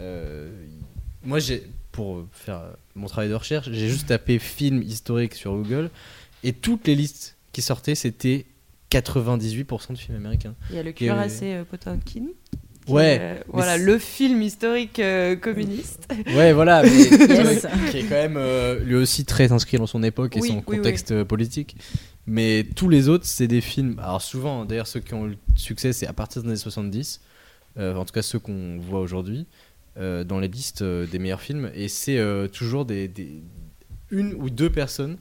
Speaker 5: euh, moi, j'ai pour euh, faire euh, mon travail de recherche, j'ai juste tapé film historique sur Google et toutes les listes qui sortaient, c'était 98% de films américains.
Speaker 8: Il y a
Speaker 5: Il
Speaker 8: le
Speaker 5: y a-
Speaker 8: cuirassé euh, Potemkin. qui
Speaker 5: Ouais,
Speaker 8: est, euh, voilà,
Speaker 5: c'est-
Speaker 8: le film historique euh, communiste.
Speaker 5: <laughs> Ouais, voilà. mais-
Speaker 7: Yes.
Speaker 5: Qui est quand même euh, lui aussi très inscrit dans son époque et
Speaker 8: Oui,
Speaker 5: son
Speaker 8: oui, oui.
Speaker 5: contexte euh, politique. Mais tous les autres, c'est des films. Alors souvent, hein, d'ailleurs, ceux qui ont eu le succès, c'est à partir des années 70. euh, en tout cas, ceux qu'on voit aujourd'hui euh, dans les listes euh, des meilleurs films. Et c'est euh, toujours des, des- une ou deux personnes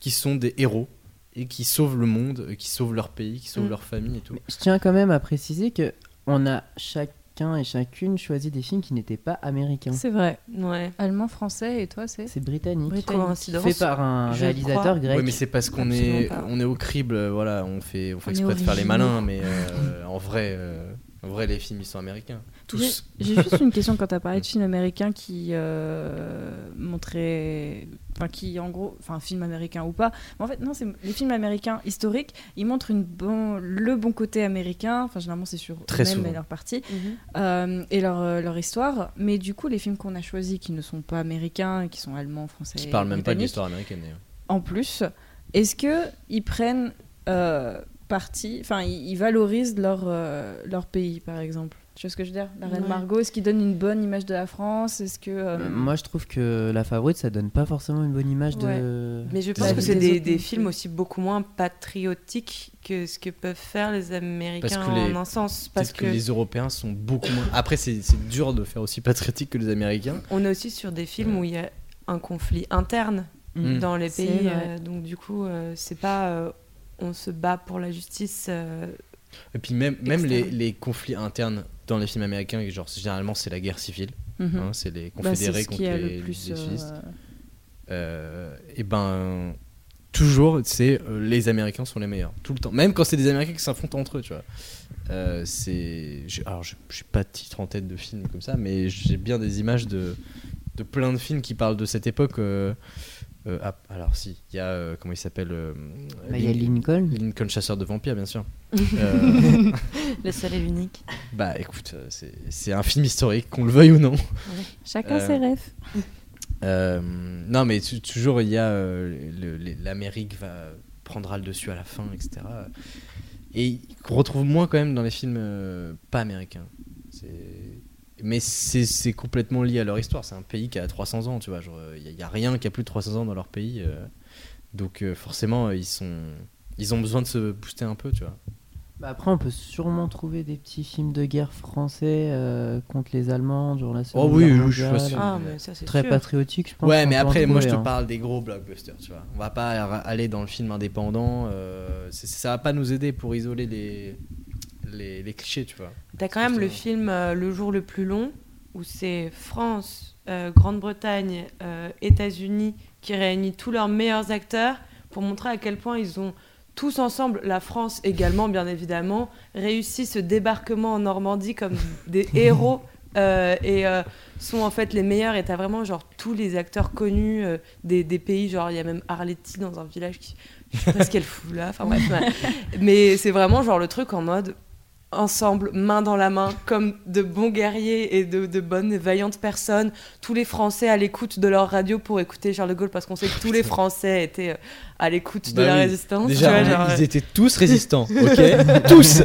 Speaker 5: qui sont des héros et qui sauvent le monde, euh, qui sauvent leur pays, qui sauvent
Speaker 8: Mm.
Speaker 5: leur famille et tout.
Speaker 6: Je tiens quand même à préciser que on a chacun et chacune choisi des films qui n'étaient pas américains.
Speaker 7: C'est vrai.
Speaker 8: Ouais.
Speaker 7: Allemand, français, et toi, c'est
Speaker 6: C'est britannique,
Speaker 7: Britannique.
Speaker 8: Coïncidence.
Speaker 6: fait par un
Speaker 8: je
Speaker 6: réalisateur
Speaker 8: crois.
Speaker 6: grec.
Speaker 5: Ouais, mais c'est parce qu'on
Speaker 8: Absolument
Speaker 5: est,
Speaker 8: pas.
Speaker 5: on est au crible, euh, voilà, on fait, on fait
Speaker 7: On est
Speaker 5: exprès de faire les
Speaker 7: originaux.
Speaker 5: malins, mais euh, en vrai, euh, en vrai, les films ils sont américains, tous.
Speaker 7: J'ai juste une question quand tu
Speaker 5: <laughs>
Speaker 7: as parlé de films américains qui euh, montraient. Enfin, qui en gros. Enfin, film américain ou pas. Mais en fait, non, c'est les films américains historiques, ils montrent une bon, le bon côté américain. Enfin, généralement, c'est sur
Speaker 5: Très
Speaker 7: eux-mêmes
Speaker 5: souvent.
Speaker 7: et leur partie. euh, et leur, euh, leur histoire. Mais du coup, les films qu'on a choisis qui ne sont pas américains, et qui sont allemands, français.
Speaker 5: Qui parlent même pas de
Speaker 7: britanniques,
Speaker 5: l'histoire américaine. d'ailleurs.
Speaker 7: en plus, est-ce que ils prennent euh, parti, enfin ils, ils valorisent leur euh, leur pays par exemple. Tu vois ce que je veux dire La reine
Speaker 8: Ouais.
Speaker 7: Margot, est-ce qu'ils donnent une bonne image de la France Est-ce que euh,
Speaker 6: Euh, Moi, je trouve que La Favorite, ça donne pas forcément une bonne image de.
Speaker 8: Mais je
Speaker 6: de
Speaker 8: pense
Speaker 6: la
Speaker 8: que
Speaker 6: vie
Speaker 8: c'est
Speaker 7: des
Speaker 8: des,
Speaker 7: autres
Speaker 8: des
Speaker 7: non
Speaker 8: films
Speaker 7: plus.
Speaker 8: aussi beaucoup moins patriotiques que ce que peuvent faire les Américains
Speaker 5: que les-
Speaker 8: en un sens. Parce
Speaker 5: Parce que,
Speaker 8: que,
Speaker 5: les Européens sont beaucoup moins. Après, c'est c'est dur de faire aussi patriotique que les Américains.
Speaker 8: on est aussi sur des films où il y a un conflit interne
Speaker 5: Mm.
Speaker 8: dans les
Speaker 7: C'est
Speaker 8: pays.
Speaker 7: vrai.
Speaker 8: euh, donc du coup, euh, c'est pas euh, on se bat pour la justice. euh,
Speaker 5: Et puis même, même les,
Speaker 8: Externe.
Speaker 5: les conflits internes dans les films américains, genre généralement c'est la guerre civile,
Speaker 7: mhm.
Speaker 5: hein, c'est les
Speaker 7: Bah, c'est
Speaker 5: confédérés
Speaker 7: ce
Speaker 5: contre
Speaker 7: qui a
Speaker 5: les,
Speaker 7: le plus
Speaker 5: les
Speaker 7: euh,
Speaker 5: fascistes. euh, et ben euh, toujours c'est euh, les Américains sont les meilleurs tout le temps même quand c'est des Américains qui s'affrontent entre eux tu vois Euh, c'est j'ai- alors je j'ai pas de titre en tête de film comme ça mais j'ai bien des images de de plein de films qui parlent de cette époque euh, euh, ah, alors si il y a euh, comment il s'appelle euh,
Speaker 6: Bah, il y a Lincoln.
Speaker 5: Lincoln chasseur de vampires bien sûr Euh,
Speaker 8: Le seul et l'unique.
Speaker 5: bah écoute euh, c'est c'est un film historique qu'on le veuille ou non
Speaker 7: Chacun
Speaker 5: Euh,
Speaker 7: ses rêves.
Speaker 5: Euh, non, mais tu- toujours, il y a euh, le- le- l'Amérique va prendra le dessus à la fin, etc. Et qu'on retrouve moins quand même dans les films euh, pas américains. C'est- Mais c'est c'est complètement lié à leur histoire. C'est un pays qui a 300 ans, tu vois. genre, euh, Il n'y a, rien qui a plus de 300 ans dans leur pays. euh. donc euh, forcément, euh, ils, sont, ils ont besoin de se booster un peu, tu vois.
Speaker 6: Bah après, on peut sûrement trouver des petits films de guerre français euh, contre les Allemands durant la Seconde
Speaker 5: Oh oui,
Speaker 6: Guerre
Speaker 5: oui, je suis
Speaker 6: mondiale.
Speaker 5: facile.
Speaker 8: Ah, mais ça, c'est
Speaker 6: Très
Speaker 8: sûr.
Speaker 6: patriotique, je pense.
Speaker 5: Ouais,
Speaker 6: qu'on
Speaker 5: mais
Speaker 6: peut en
Speaker 5: après, moi, je te
Speaker 6: trouver, hein.
Speaker 5: parle des gros blockbusters, tu vois. On va pas ar- aller dans le film indépendant. euh, c'est- ça va pas nous aider pour isoler les, les, les clichés, tu vois.
Speaker 8: T'as quand même le
Speaker 5: Justement.
Speaker 8: film euh, Le jour le plus long, où c'est France, euh, Grande-Bretagne, euh, États-Unis qui réunit tous leurs meilleurs acteurs pour montrer à quel point ils ont tous ensemble, la France également bien évidemment, réussi ce débarquement en Normandie comme des héros euh, et euh, sont en fait les meilleurs. Et t'as vraiment genre tous les acteurs connus euh, des, des pays, genre il y a même Arletty dans un village qui. Je sais pas ce qu'elle fout là, enfin bref. mais- Mais c'est vraiment genre le truc en mode ensemble, main dans la main, comme de bons guerriers et de, de bonnes et vaillantes personnes, tous les Français à l'écoute de leur radio pour écouter Charles de Gaulle, parce qu'on sait que tous les Français étaient euh, à l'écoute
Speaker 5: Bah
Speaker 8: de la
Speaker 5: oui.
Speaker 8: résistance. tu
Speaker 5: Déjà,
Speaker 8: vois,
Speaker 7: euh,
Speaker 8: genre, euh,
Speaker 5: ils étaient tous
Speaker 7: <laughs>
Speaker 5: résistants, ok Tous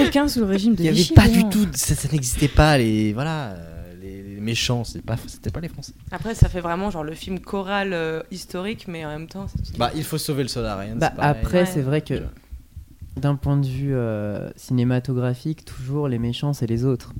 Speaker 7: Aucun sous le régime de
Speaker 5: Il n'y avait
Speaker 7: Vichy,
Speaker 5: pas du
Speaker 7: non.
Speaker 5: tout, ça, ça n'existait pas, les, voilà, euh, les, les méchants, c'était pas, c'était pas les Français.
Speaker 8: Après, ça fait vraiment genre le film choral euh, historique, mais en même temps, c'est-
Speaker 5: Bah, il faut sauver le Solarien.
Speaker 6: Bah,
Speaker 5: c'est pareil.
Speaker 6: après,
Speaker 8: Ouais.
Speaker 6: c'est vrai que d'un point de vue euh, cinématographique, toujours les méchants, c'est les autres.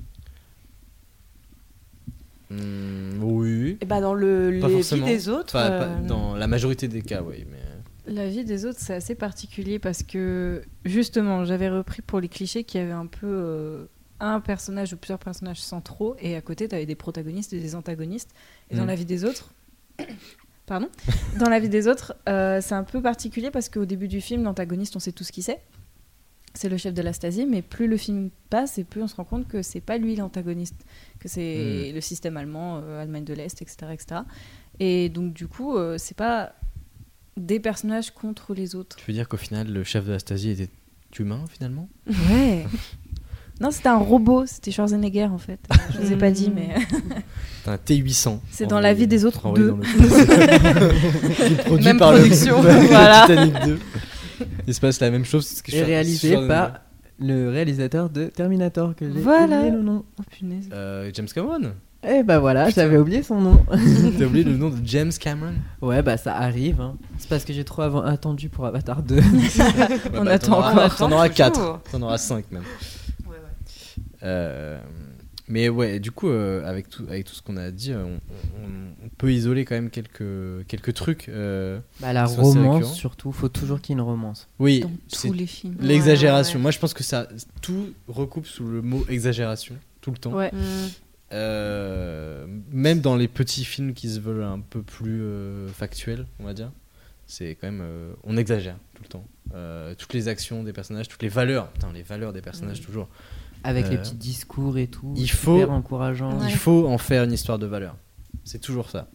Speaker 5: Hmm, oui.
Speaker 8: Eh bah, dans le,
Speaker 5: Pas
Speaker 8: les vies
Speaker 5: forcément.
Speaker 8: des autres,
Speaker 5: Enfin, pas-
Speaker 8: euh,
Speaker 5: dans la majorité des cas, oui. Mais...
Speaker 7: La vie des autres, c'est assez particulier parce que justement, j'avais repris pour les clichés qu'il y avait un peu euh, un personnage ou plusieurs personnages centraux et à côté, tu avais des protagonistes et des antagonistes. Et dans
Speaker 5: Mm.
Speaker 7: la vie des autres, <coughs> pardon, <coughs> dans la vie des autres, euh, c'est un peu particulier parce qu'au début du film, l'antagoniste, on sait tout ce qu'il sait. C'est le chef de la Stasi, mais plus le film passe et plus on se rend compte que c'est pas lui l'antagoniste, que c'est le système allemand, euh, Allemagne de l'Est, etc., etc. Et donc du coup, euh, c'est pas des personnages contre les autres.
Speaker 5: Tu veux dire qu'au final, le chef de la Stasi était humain, finalement
Speaker 7: Ouais. <laughs> non, c'était un robot, c'était Schwarzenegger en fait. Je vous ai pas dit, mais
Speaker 5: T'as un T800.
Speaker 7: C'est dans la vie des autres
Speaker 5: envoyé
Speaker 7: deux.
Speaker 5: dans
Speaker 7: <laughs>
Speaker 5: le- Qui est produit
Speaker 8: Même
Speaker 5: par le- <laughs>
Speaker 8: production,
Speaker 5: par le
Speaker 8: voilà.
Speaker 5: Titanic 2. Il se passe la même chose. c'est ce que je
Speaker 6: Et
Speaker 5: suis-
Speaker 6: réalisé
Speaker 5: sur le-
Speaker 6: par le réalisateur de Terminator, que j'ai
Speaker 7: Voilà.
Speaker 6: oublié le nom.
Speaker 7: oh punaise.
Speaker 5: Euh, James Cameron. <laughs>
Speaker 6: Eh bah voilà, j'avais oublié son nom. <laughs>
Speaker 5: T'as oublié le nom de James Cameron
Speaker 6: ouais, bah ça arrive. hein. C'est parce que j'ai trop avant- attendu pour
Speaker 5: <laughs>
Speaker 6: Avatar 2.
Speaker 5: Ouais,
Speaker 7: On
Speaker 5: bah,
Speaker 7: attend
Speaker 5: t'en auras-
Speaker 7: encore.
Speaker 5: T'en auras
Speaker 8: Toujours.
Speaker 5: 4. T'en auras 5 même.
Speaker 8: Ouais, ouais.
Speaker 5: Euh, mais ouais, du coup, euh, avec, tout, avec tout ce qu'on a dit, euh, on, on- on peut isoler quand même quelques, quelques trucs. euh,
Speaker 6: bah la
Speaker 5: Ça, c'est récurrent.
Speaker 6: romance surtout, faut toujours qu'il y ait une romance.
Speaker 5: oui,
Speaker 7: Dans
Speaker 5: c'est
Speaker 7: tous les films.
Speaker 5: l'exagération.
Speaker 8: Ouais, ouais.
Speaker 5: Moi, je pense que ça tout recoupe sous le mot exagération tout le temps.
Speaker 7: Ouais.
Speaker 8: Hmm.
Speaker 5: Euh, même dans les petits films qui se veulent un peu plus euh, factuels, on va dire, c'est quand même. euh, on exagère tout le temps. Euh, toutes les actions des personnages, toutes les valeurs. Putain, les valeurs des personnages, toujours.
Speaker 6: Avec les
Speaker 5: Euh,
Speaker 6: petits discours et tout.
Speaker 5: il
Speaker 6: super
Speaker 5: faut-
Speaker 6: encourageant.
Speaker 7: Ouais.
Speaker 5: Il faut en faire une histoire de valeur. C'est toujours ça.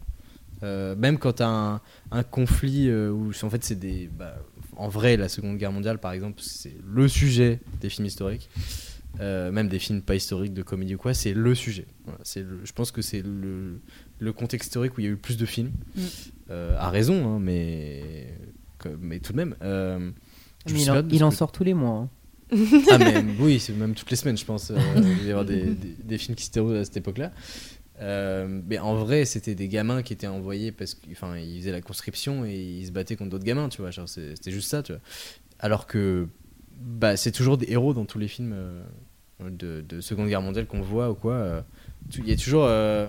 Speaker 5: Euh, même quand tu as un, un conflit euh, où en fait c'est des bah, en vrai la Seconde Guerre mondiale par exemple c'est le sujet des films historiques Euh, même des films pas historiques de comédie ou quoi c'est le sujet Voilà, c'est le- je pense que c'est le, le contexte historique où il y a eu le plus de films
Speaker 7: Mm.
Speaker 5: Euh, à raison hein, mais que- mais tout de même euh, je
Speaker 6: Mais
Speaker 5: sais
Speaker 6: il en,
Speaker 5: pas de
Speaker 6: il
Speaker 5: ce
Speaker 6: en
Speaker 5: que-
Speaker 6: sort tous les mois. hein.
Speaker 5: ah, mais oui, c'est même toutes les semaines, je pense. euh, il va y avoir des, des- des films qui se déroulent à cette époque-là. Euh, mais en vrai, c'était des gamins qui étaient envoyés parce qu'ils enfin, ils faisaient la conscription et ils se battaient contre d'autres gamins, tu vois. genre, c'est- C'était juste ça, tu vois. Alors que bah, c'est toujours des héros dans tous les films euh, de, de Seconde Guerre mondiale qu'on voit ou quoi. euh, tu- Il y a toujours. euh,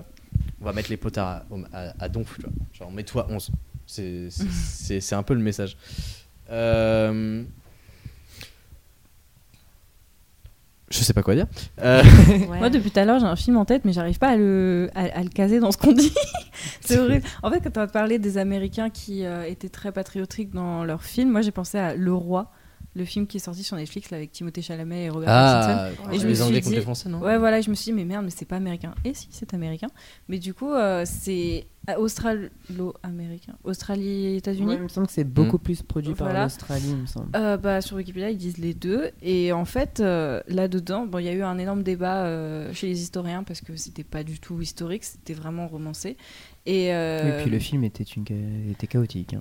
Speaker 5: on va mettre les potards à, au- à- à donf, tu vois. Genre, mets-toi 11. C'est- C'est c'est- c'est un peu le message. Euh, je sais pas quoi dire. Euh,
Speaker 8: Ouais.
Speaker 7: Moi, depuis tout à l'heure, j'ai un film en tête, mais j'arrive pas à le, à, à le caser dans ce qu'on dit. <laughs> c'est horrible. En fait, quand tu as parlé des Américains qui euh, étaient très patriotiques dans leurs films, moi, j'ai pensé à Le Roi, le film qui est sorti sur Netflix là, avec Timothée Chalamet et Robert Pattinson.
Speaker 5: ah,
Speaker 8: Et je me
Speaker 5: les
Speaker 7: suis
Speaker 5: Anglais
Speaker 7: dit-
Speaker 5: contre les Français, non
Speaker 7: Ouais, voilà, je me suis dit, mais merde, mais c'est pas américain. Et si, c'est américain. Mais du coup, euh, c'est australo-américain. Australie, États-Unis
Speaker 6: Ouais, il me semble que c'est beaucoup plus produit par
Speaker 7: Mmh. Voilà.
Speaker 6: l'Australie, il me semble.
Speaker 7: Euh, bah, sur Wikipédia, ils disent les deux. Et en fait, euh, là-dedans, bon, il y a eu un énorme débat euh, chez les historiens parce que c'était pas du tout historique, c'était vraiment romancé. Et, euh,
Speaker 6: Et puis le film était, une... ca- était chaotique. hein.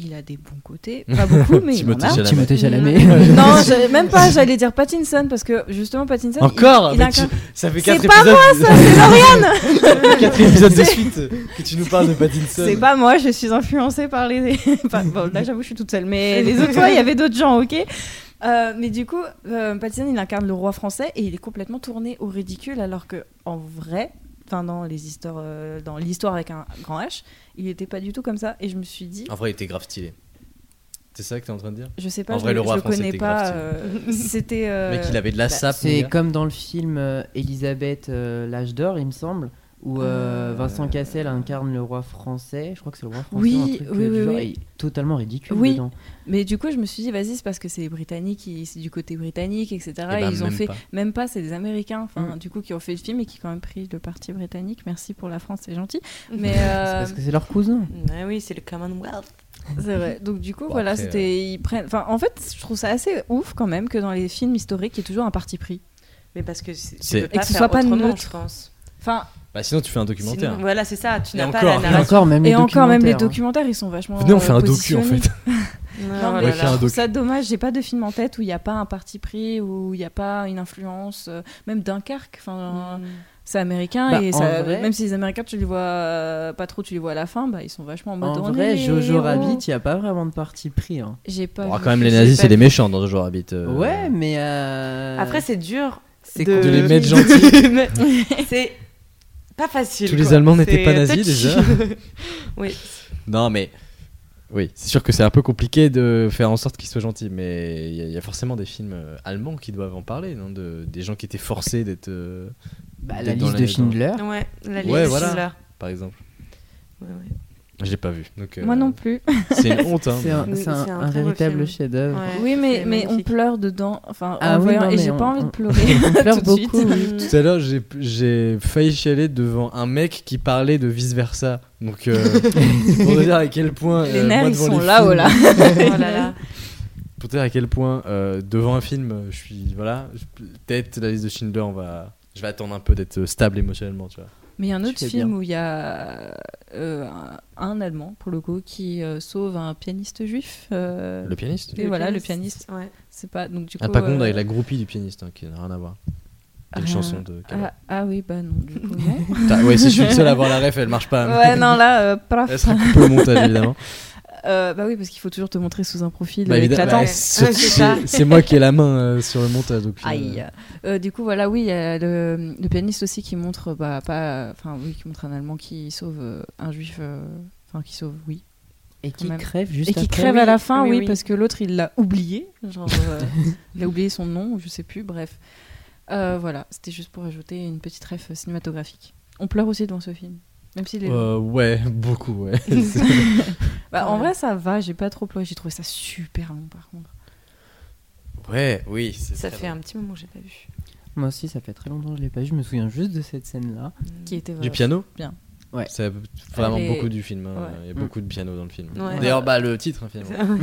Speaker 7: il a des bons côtés, pas
Speaker 6: <laughs>
Speaker 7: beaucoup, mais il en
Speaker 5: Timothée
Speaker 7: a. Mm.
Speaker 5: Chalamet.
Speaker 6: Timothée Chalamet.
Speaker 7: Mmh.
Speaker 6: <laughs>
Speaker 7: Non, j'ai- même pas, j'allais dire Pattinson parce que justement, Pattinson. il-
Speaker 5: Encore
Speaker 7: il,
Speaker 5: Bah, tu-
Speaker 6: <laughs>
Speaker 7: incarne-
Speaker 5: Ça fait
Speaker 7: C'est
Speaker 5: 4
Speaker 7: pas
Speaker 5: épisodes.
Speaker 7: Ça,
Speaker 5: <laughs>
Speaker 7: c'est Lauriane
Speaker 5: quatre épisodes de suite que tu nous parles de Pattinson.
Speaker 7: C'est pas moi, <laughs> je suis influencée par les. par- bon, là, j'avoue, je suis toute seule, mais les autres fois, il y avait d'autres gens, ok Euh, mais du coup, euh, Pattinson, il incarne le roi français et il est complètement tourné au ridicule, alors que en vrai, enfin dans les histoires, euh, dans l'histoire avec un grand H, il n'était pas du tout comme ça. Et je me suis dit,
Speaker 5: En vrai, il était grave stylé. C'est ça que t'es en train de dire
Speaker 7: je sais pas,
Speaker 5: en
Speaker 7: je,
Speaker 5: vrai, le roi
Speaker 7: je
Speaker 5: français
Speaker 7: connais
Speaker 5: était
Speaker 7: pas.
Speaker 5: grave
Speaker 7: euh, C'était. euh,
Speaker 5: Mec, il avait de la
Speaker 6: Bah,
Speaker 5: sape. mon
Speaker 6: C'est
Speaker 5: gars.
Speaker 6: comme dans le film euh, Elisabeth, euh, l'âge d'or, il me semble, où euh, Vincent Cassel incarne le roi français. Je crois que c'est le roi français.
Speaker 7: Oui,
Speaker 6: un truc, euh,
Speaker 7: oui,
Speaker 6: du
Speaker 7: oui,
Speaker 6: genre,
Speaker 7: oui.
Speaker 6: et totalement ridicule
Speaker 7: Oui.
Speaker 6: dedans.
Speaker 7: Mais du coup, je me suis dit, vas-y, c'est parce que c'est les Britanniques, ils- c'est du côté britannique, etc.
Speaker 5: Eh ben,
Speaker 7: ils ont
Speaker 5: même
Speaker 7: fait,
Speaker 5: pas.
Speaker 7: même pas, c'est des Américains, enfin,
Speaker 6: Mm.
Speaker 7: du coup, qui ont fait le film et qui ont quand même pris le parti britannique. Merci pour la France, c'est gentil. Mais
Speaker 6: Mm. <laughs> C'est
Speaker 7: euh,
Speaker 6: parce que c'est leur cousin.
Speaker 8: Ah oui, c'est le Commonwealth.
Speaker 7: c'est vrai. Donc du coup,
Speaker 5: Bon,
Speaker 7: voilà,
Speaker 5: après, euh,
Speaker 7: c'était, ils prennent. Enfin, en fait, je trouve ça assez ouf quand même que dans les films historiques, il y ait toujours un parti pris.
Speaker 8: Mais parce que c'est-
Speaker 5: C'est-
Speaker 8: tu peux
Speaker 7: Et
Speaker 8: pas
Speaker 7: que ce
Speaker 8: faire
Speaker 7: soit pas
Speaker 8: autrement,
Speaker 7: neutre.
Speaker 8: je pense.
Speaker 7: Enfin,
Speaker 5: Bah, sinon, tu fais un documentaire.
Speaker 8: Sinon- voilà, c'est ça. Tu
Speaker 5: Et
Speaker 8: n'as pas
Speaker 5: encore.
Speaker 8: la
Speaker 5: Et
Speaker 6: Et
Speaker 8: narration.
Speaker 6: encore, même
Speaker 7: et
Speaker 6: les
Speaker 7: encore, même les
Speaker 6: documentaires,
Speaker 7: documentaires, ils sont vachement.
Speaker 5: hein. Venez, on fait
Speaker 7: euh,
Speaker 5: un docu en
Speaker 7: positionnés.
Speaker 5: fait.
Speaker 7: <laughs>
Speaker 5: <laughs>
Speaker 7: Non, mais
Speaker 5: Ouais,
Speaker 7: je
Speaker 5: faire un
Speaker 7: trouve
Speaker 5: docu.
Speaker 7: ça dommage, j'ai pas de film en tête où il n'y a pas un parti pris, où il n'y a pas une influence, euh, même Dunkerque, enfin, c'est américain,
Speaker 6: Bah,
Speaker 7: et
Speaker 6: en
Speaker 7: ça-
Speaker 6: vrai-
Speaker 7: même si les Américains, tu les vois euh, pas trop, tu les vois à la fin, bah, ils sont vachement en
Speaker 6: hein.
Speaker 7: mode...
Speaker 6: En
Speaker 7: on est
Speaker 6: vrai,
Speaker 7: les
Speaker 6: Jojo
Speaker 7: héros.
Speaker 6: Rabbit, il n'y a pas vraiment de parti pris. hein.
Speaker 7: J'ai pas...
Speaker 5: Oh,
Speaker 7: vu.
Speaker 5: quand même, les
Speaker 7: J'ai
Speaker 5: nazis,
Speaker 7: pas
Speaker 5: c'est les
Speaker 7: vu.
Speaker 5: méchants dans Jojo Rabbit. euh.
Speaker 6: Ouais, mais. euh,
Speaker 8: Après, c'est dur
Speaker 6: c'est
Speaker 8: de...
Speaker 5: De les mettre <laughs>
Speaker 7: <laughs>
Speaker 8: gentils. <laughs> c'est pas facile.
Speaker 5: Tous les
Speaker 8: quoi.
Speaker 5: Allemands n'étaient pas
Speaker 8: C'est
Speaker 5: nazis,
Speaker 8: touchy.
Speaker 5: déjà.
Speaker 8: <laughs> oui.
Speaker 5: Non, mais. Oui, c'est sûr que c'est un peu compliqué de faire en sorte qu'ils soient gentils, mais il y, a- il y a forcément des films euh, allemands qui doivent en parler, non de, des gens qui étaient forcés d'être. euh,
Speaker 6: bah, la
Speaker 5: d'être dans
Speaker 6: liste de Schindler.
Speaker 8: Ouais, la
Speaker 5: Ouais,
Speaker 8: liste de
Speaker 5: voilà.
Speaker 8: Schindler.
Speaker 5: Par exemple.
Speaker 8: Ouais, ouais.
Speaker 5: Je l'ai pas vu. Donc, euh,
Speaker 7: Moi non plus.
Speaker 5: C'est une honte, hein.
Speaker 6: C'est un,
Speaker 8: Oui,
Speaker 6: c'est un-
Speaker 8: c'est un
Speaker 6: un
Speaker 8: très beau
Speaker 6: véritable
Speaker 8: film.
Speaker 6: chef-d'œuvre.
Speaker 8: Ouais,
Speaker 7: oui, mais,
Speaker 8: c'est
Speaker 7: mais on
Speaker 8: magnifique.
Speaker 7: pleure dedans, enfin,
Speaker 6: Ah
Speaker 7: en
Speaker 6: oui,
Speaker 7: voyant,
Speaker 6: non,
Speaker 7: et
Speaker 6: mais
Speaker 7: j'ai
Speaker 6: on-
Speaker 7: pas envie de
Speaker 6: on- <laughs>
Speaker 7: pleurer.
Speaker 6: On pleure
Speaker 7: Tout de suite.
Speaker 6: beaucoup. oui.
Speaker 5: Tout à l'heure, j'ai- j'ai failli chialer devant un mec qui parlait de vice-versa. Donc, euh, c'est pour te dire à quel point.
Speaker 7: Les
Speaker 5: euh,
Speaker 7: nerfs,
Speaker 5: moi,
Speaker 7: ils
Speaker 5: devant
Speaker 7: sont
Speaker 5: les
Speaker 7: là,
Speaker 5: films-
Speaker 7: oh là. <laughs>
Speaker 8: Oh là là.
Speaker 5: Pour te dire à quel point, euh, devant un film, euh, je suis. Voilà, je- peut-être la liste de Schindler, on va. Je vais attendre un peu d'être stable émotionnellement, tu vois.
Speaker 7: Mais il y a un
Speaker 6: Tu
Speaker 7: autre
Speaker 6: fais
Speaker 7: film
Speaker 6: bien.
Speaker 7: où il y a euh, un, un Allemand, pour le coup, qui euh, sauve un pianiste juif. euh,
Speaker 5: Le pianiste
Speaker 7: Et voilà, le pianiste.
Speaker 8: Ouais.
Speaker 7: C'est pas. Donc, du
Speaker 5: Ah,
Speaker 7: coup,
Speaker 5: par contre,
Speaker 7: euh,
Speaker 5: avec la groupie du pianiste, hein, qui n'a rien à voir. Quelle
Speaker 7: rien.
Speaker 5: chanson de. Cabra.
Speaker 7: Ah, ah oui, bah non, du
Speaker 6: <laughs>
Speaker 7: coup, non.
Speaker 5: Putain, ouais, si je suis le seul à avoir la ref, elle marche pas.
Speaker 7: ouais, non, là, euh, paf.
Speaker 5: Elle sera coupée au montage, évidemment.
Speaker 7: Euh, bah oui, parce qu'il faut toujours te montrer sous un profil
Speaker 5: Bah,
Speaker 7: euh,
Speaker 5: évidemment,
Speaker 7: éclatant.
Speaker 5: bah, c'est-
Speaker 8: Ouais, c'est ça.
Speaker 5: c'est moi qui ai la main euh, sur le montage. donc, euh,
Speaker 7: Aïe. Euh, du coup, voilà, oui, il y a le, le pianiste aussi qui montre, bah, pas, enfin, oui, qui montre un Allemand qui sauve euh, un Juif, euh, enfin, qui sauve, oui,
Speaker 6: Et qui
Speaker 7: même.
Speaker 6: crève juste
Speaker 7: et qui
Speaker 6: après.
Speaker 7: crève
Speaker 8: oui,
Speaker 7: à la fin,
Speaker 8: oui,
Speaker 7: oui,
Speaker 8: oui.
Speaker 7: parce que l'autre il l'a oublié, genre,
Speaker 6: <laughs>
Speaker 7: euh, il a oublié son nom, je sais plus, bref. Euh, voilà, c'était juste pour ajouter une petite ref cinématographique. On pleure aussi devant ce film, même s'il
Speaker 5: <laughs>
Speaker 7: est.
Speaker 5: euh, ouais, beaucoup, ouais.
Speaker 7: <laughs> Bah,
Speaker 8: Ouais.
Speaker 7: En vrai, ça va, j'ai pas trop pleuré, j'ai trouvé ça super long par contre.
Speaker 5: ouais, oui. c'est
Speaker 8: Ça
Speaker 5: très
Speaker 8: fait
Speaker 5: vrai.
Speaker 8: un petit moment que j'ai pas vu.
Speaker 6: Moi aussi, ça fait très longtemps que je l'ai pas vu. Je me souviens juste de cette scène-là.
Speaker 7: Qui était
Speaker 5: Du piano
Speaker 7: Bien.
Speaker 6: Ouais.
Speaker 5: C'est vraiment
Speaker 7: Elle est-
Speaker 5: beaucoup du film. hein.
Speaker 7: Ouais.
Speaker 5: Il y a beaucoup de piano dans le film.
Speaker 8: Ouais.
Speaker 5: D'ailleurs, bah, le titre, hein, finalement.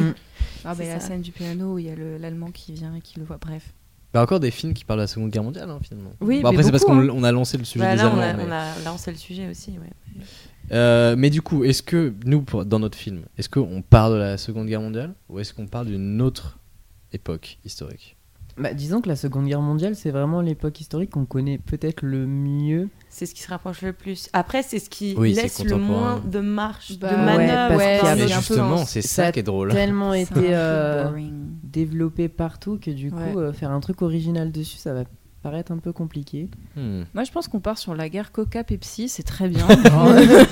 Speaker 7: Ah, bah,
Speaker 8: C'est
Speaker 7: la
Speaker 8: ça.
Speaker 7: scène du piano où il y a le- l'allemand qui vient et qui le voit, bref.
Speaker 5: Bah, encore des films qui parlent de la Seconde Guerre mondiale, hein, finalement.
Speaker 7: Oui,
Speaker 5: Bon,
Speaker 7: mais
Speaker 5: après, c'est parce
Speaker 7: beaucoup,
Speaker 5: qu'on
Speaker 7: hein.
Speaker 5: on a lancé le sujet
Speaker 8: Bah,
Speaker 5: des
Speaker 8: là,
Speaker 5: Allemands.
Speaker 8: on a,
Speaker 5: mais...
Speaker 8: on a- là, on sait le sujet aussi. Ouais.
Speaker 5: Euh, mais du coup, est-ce que nous, pour- dans notre film, est-ce qu'on parle de la Seconde Guerre mondiale ou est-ce qu'on parle d'une autre époque historique
Speaker 6: Bah, disons que la Seconde Guerre mondiale, c'est vraiment l'époque historique qu'on connaît peut-être le mieux.
Speaker 8: C'est ce qui se rapproche le plus. Après, c'est ce qui
Speaker 5: Oui, c'est
Speaker 8: laisse le
Speaker 5: contemporain.
Speaker 8: moins de marche,
Speaker 7: Bah,
Speaker 8: de
Speaker 7: ouais,
Speaker 8: manœuvre.
Speaker 6: parce
Speaker 8: Ouais,
Speaker 6: qu'il y a-
Speaker 8: c'est
Speaker 5: Mais
Speaker 8: Ah, un peu hein.
Speaker 5: justement,
Speaker 8: dans-
Speaker 5: c'est
Speaker 6: ça
Speaker 5: ça qui est drôle.
Speaker 6: Tellement
Speaker 7: C'est un peu
Speaker 6: été euh,
Speaker 7: boring.
Speaker 6: développé partout que du coup,
Speaker 7: Ouais.
Speaker 6: euh, faire un truc original dessus, ça va paraître un peu compliqué.
Speaker 5: Hmm.
Speaker 7: Moi, je pense qu'on part sur la guerre Coca-Pepsi, c'est très
Speaker 6: <laughs>
Speaker 7: bien. Au moins,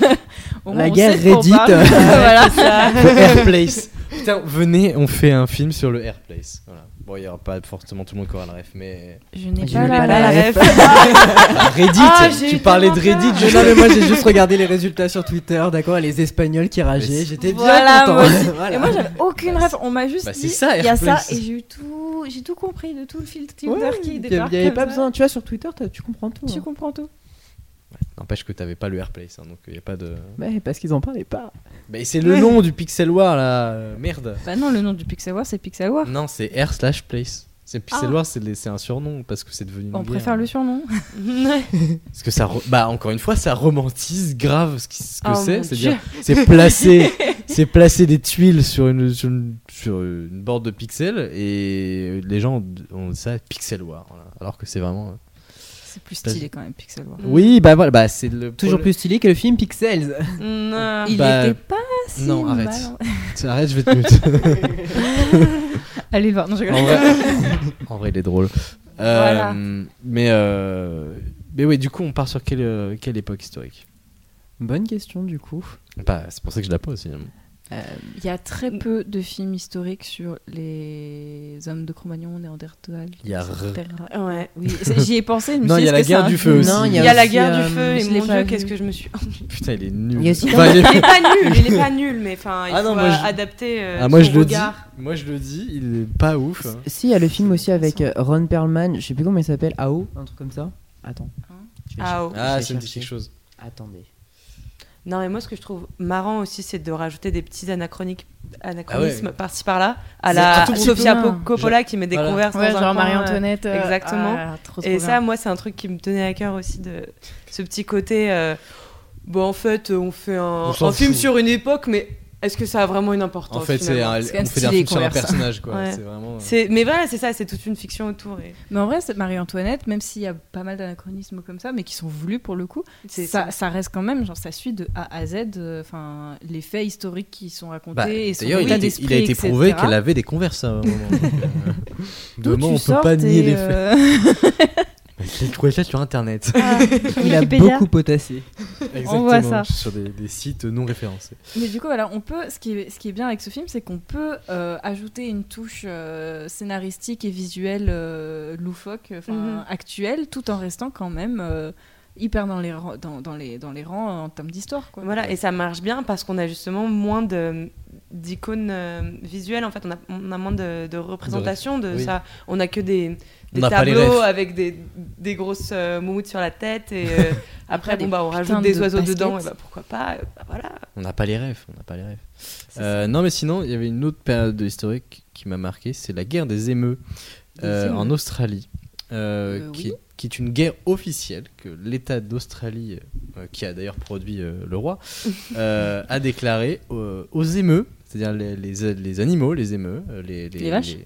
Speaker 6: Oh. La
Speaker 7: on
Speaker 6: guerre
Speaker 7: sait de quoi on
Speaker 6: Reddit. <laughs>
Speaker 7: parle. voilà.
Speaker 5: <laughs> Airplace. Putain, venez, on fait un film sur le Airplace. Voilà. Bon, il n'y aura pas forcément tout le monde qui aura le ref, mais.
Speaker 7: Je n'ai
Speaker 6: Je
Speaker 7: pas
Speaker 6: n'ai
Speaker 7: la,
Speaker 6: pas
Speaker 7: la-
Speaker 6: la
Speaker 7: la-
Speaker 6: ref.
Speaker 5: Bah, Reddit
Speaker 8: Ah, j'ai
Speaker 5: Tu
Speaker 8: eu
Speaker 5: parlais de
Speaker 8: tellement
Speaker 5: Reddit,
Speaker 8: peur.
Speaker 5: je-
Speaker 6: <laughs> non, mais moi j'ai juste regardé les résultats sur Twitter, d'accord, les Espagnols qui
Speaker 5: rageaient, Mais-
Speaker 6: j'étais <laughs>
Speaker 7: Voilà, moi aussi. Et moi, j'avais aucune ref. On m'a juste
Speaker 5: bah, c'est
Speaker 7: dit,
Speaker 5: ça,
Speaker 7: il y a ça,
Speaker 5: Airplace.
Speaker 7: et j'ai eu tout, j'ai tout compris de tout le fil Twitter qui
Speaker 6: Il n'y
Speaker 7: débarque.
Speaker 6: avait
Speaker 7: comme
Speaker 6: pas
Speaker 7: ça.
Speaker 6: besoin, tu vois, sur Twitter, t'as- tu comprends tout.
Speaker 7: Tu
Speaker 6: hein.
Speaker 7: comprends tout.
Speaker 5: N'empêche que t'avais pas le Airplace, hein, donc il n'y a pas de.
Speaker 6: Mais parce qu'ils en parlaient pas.
Speaker 5: Bah, c'est le nom du Pixel War là, euh, merde.
Speaker 7: Bah non, le nom du Pixel War, c'est Pixel War.
Speaker 5: Non, c'est R slash Place. C'est Pixel
Speaker 7: Ah.
Speaker 5: War, c'est les- c'est un surnom parce que c'est devenu. une
Speaker 7: On
Speaker 5: guerre. hein.
Speaker 7: préfère le surnom. <laughs>
Speaker 5: Parce que ça, re- bah encore une fois, ça romantise grave ce, qui- ce que
Speaker 8: Oh
Speaker 5: c'est.
Speaker 8: mon
Speaker 5: C'est-à-dire, c'est placer, c'est placer des tuiles sur une, sur une sur une borde de pixels et les gens ont ça pixel war. voilà. Alors que c'est vraiment. euh,
Speaker 7: C'est plus stylé quand même, Pixel War.
Speaker 8: Mm.
Speaker 5: Oui, bah voilà, bah c'est le.
Speaker 6: Toujours plus stylé que le film Pixels.
Speaker 8: Non.
Speaker 7: Il
Speaker 5: Bah,
Speaker 7: était pas si hein. <laughs>
Speaker 5: non, arrête.
Speaker 7: mal.
Speaker 5: Arrête, je vais te mute.
Speaker 9: Allez le voir. Non, je rigole.
Speaker 5: En vrai, en vrai, il est drôle. Euh,
Speaker 9: Voilà.
Speaker 5: Mais euh, mais oui, du coup, on part sur quelle, euh, quelle époque historique
Speaker 6: Bonne question du coup.
Speaker 5: bah, C'est pour ça que je la pose finalement.
Speaker 7: Il y a très peu de films historiques sur les hommes de Cro-Magnon, Néandertal.
Speaker 5: Il y a
Speaker 7: etc.
Speaker 8: Ouais.
Speaker 7: Oui, c'est- j'y ai pensé. je
Speaker 5: <laughs>
Speaker 7: me
Speaker 5: Non,
Speaker 7: suis
Speaker 5: il y
Speaker 7: dit,
Speaker 5: a la
Speaker 7: est-ce que
Speaker 5: guerre
Speaker 7: c'est un
Speaker 5: du
Speaker 7: film
Speaker 5: feu aussi.
Speaker 6: Non,
Speaker 8: Il y a la
Speaker 6: aussi,
Speaker 8: guerre
Speaker 6: euh,
Speaker 8: du feu et
Speaker 6: je l'ai
Speaker 8: mon
Speaker 6: pas
Speaker 8: dieu,
Speaker 6: vu.
Speaker 8: qu'est-ce que je
Speaker 7: <laughs>
Speaker 8: me suis.
Speaker 5: Putain, il est
Speaker 6: Il y a
Speaker 5: nul.
Speaker 6: aussi-
Speaker 5: Enfin, il est-
Speaker 8: <laughs> Il est pas nul, il est pas nul, mais enfin, il
Speaker 5: Ah
Speaker 8: faut
Speaker 5: non, moi,
Speaker 8: euh,
Speaker 5: je-
Speaker 8: adapter euh,
Speaker 5: Ah, moi
Speaker 8: son
Speaker 5: je le dis.
Speaker 8: regard.
Speaker 5: Moi je le dis, il est pas ouf. hein.
Speaker 6: Si, il y a le film aussi avec euh, Ron Perlman, je sais plus comment il s'appelle, AO, un truc comme ça. Attends. Je vais
Speaker 8: Ah,
Speaker 6: chercher.
Speaker 8: oh.
Speaker 5: Ah,
Speaker 6: Je
Speaker 5: ça
Speaker 6: vais
Speaker 5: me dit
Speaker 6: chercher.
Speaker 5: quelque chose.
Speaker 6: Attendez.
Speaker 8: Non, mais moi, ce que je trouve marrant aussi, c'est de rajouter des petits anachroniques, anachronismes par-ci par-là,
Speaker 5: Ah
Speaker 8: à
Speaker 5: C'est
Speaker 8: la
Speaker 5: un tout petit
Speaker 8: Sofia
Speaker 7: peu.
Speaker 8: Po- Coppola qui met des
Speaker 5: Voilà.
Speaker 8: converses
Speaker 7: Ouais,
Speaker 8: dans un
Speaker 7: genre
Speaker 8: coin,
Speaker 7: Marie-Antoinette. euh,
Speaker 8: exactement.
Speaker 7: ah, trop,
Speaker 8: euh, Et
Speaker 7: trop
Speaker 8: ça,
Speaker 7: bien.
Speaker 8: moi, c'est un truc qui me tenait à cœur aussi de ce petit côté. euh, bon, en fait, euh, on fait un,
Speaker 5: On s'en
Speaker 8: un film
Speaker 5: fout.
Speaker 8: sur une époque, mais est-ce que ça a vraiment une importance
Speaker 5: En fait, c'est
Speaker 8: finalement
Speaker 5: un, on
Speaker 7: C'est quand même
Speaker 5: fait des
Speaker 7: stylé,
Speaker 5: films sur un
Speaker 7: Converse.
Speaker 5: personnage quoi.
Speaker 8: Ouais.
Speaker 5: C'est vraiment. euh,
Speaker 8: C'est- mais voilà, c'est ça, c'est toute une fiction autour. et
Speaker 7: Mais en vrai, cette Marie-Antoinette, même s'il y a pas mal d'anachronismes comme ça, mais qui sont voulus pour le coup,
Speaker 8: c'est-
Speaker 7: ça, ça reste quand même, genre, ça suit de A à Z euh, enfin les faits historiques qui sont racontés
Speaker 5: Bah,
Speaker 7: et son
Speaker 5: D'ailleurs, il,
Speaker 7: état
Speaker 5: a été-
Speaker 7: d'esprit.
Speaker 5: il a été prouvé
Speaker 7: etc.
Speaker 5: qu'elle avait des converses à un moment. donc,
Speaker 7: <laughs>
Speaker 5: euh,
Speaker 7: D'où
Speaker 5: Demain,
Speaker 7: tu
Speaker 5: on peut
Speaker 7: sors
Speaker 5: pas
Speaker 7: tes,
Speaker 5: nier les faits.
Speaker 7: euh,
Speaker 9: <laughs>
Speaker 5: J'ai trouvé ça sur internet.
Speaker 6: Il a
Speaker 9: Ah, Wikipédia.
Speaker 6: beaucoup potassé.
Speaker 5: Exactement.
Speaker 7: <laughs> On voit ça.
Speaker 5: Sur des, des sites non référencés.
Speaker 7: Mais du coup, voilà, on peut. Ce qui est, ce qui est bien avec ce film, c'est qu'on peut euh, ajouter une touche euh, scénaristique et visuelle euh, loufoque, enfin,
Speaker 8: Mhm.
Speaker 7: actuelle, tout en restant quand même euh, hyper dans les, rangs- dans, dans les, dans les rangs euh, en termes d'histoire, quoi.
Speaker 8: Voilà, et ça marche bien parce qu'on a justement moins de d'icônes euh, visuelles en fait on a, on a moins de, de représentation de,
Speaker 5: oui.
Speaker 8: ça on a que des,
Speaker 5: On
Speaker 8: des
Speaker 5: n'a pas les
Speaker 8: tableaux
Speaker 5: refs.
Speaker 8: avec des, des grosses euh, moumoutes sur la tête
Speaker 5: <laughs>
Speaker 8: et euh, après
Speaker 7: Des
Speaker 8: bon bah on
Speaker 7: putains
Speaker 8: rajoute des
Speaker 7: de
Speaker 8: oiseaux
Speaker 7: baskets.
Speaker 8: dedans et bah, pourquoi pas euh, bah, voilà
Speaker 5: On n'a pas les rêves. On n'a pas les rêves. Euh, non, mais sinon, il y avait une autre période historique qui m'a marqué, c'est la guerre des émeux euh, en Australie, euh,
Speaker 7: Euh,
Speaker 5: qui,
Speaker 7: oui.
Speaker 5: qui est une guerre officielle que l'État d'Australie, euh, qui a d'ailleurs produit euh, le
Speaker 6: <laughs>
Speaker 5: roi, euh, a déclaré euh, aux émeux, c'est-à-dire les, les- les animaux, les émeux, euh, les,
Speaker 7: Les vaches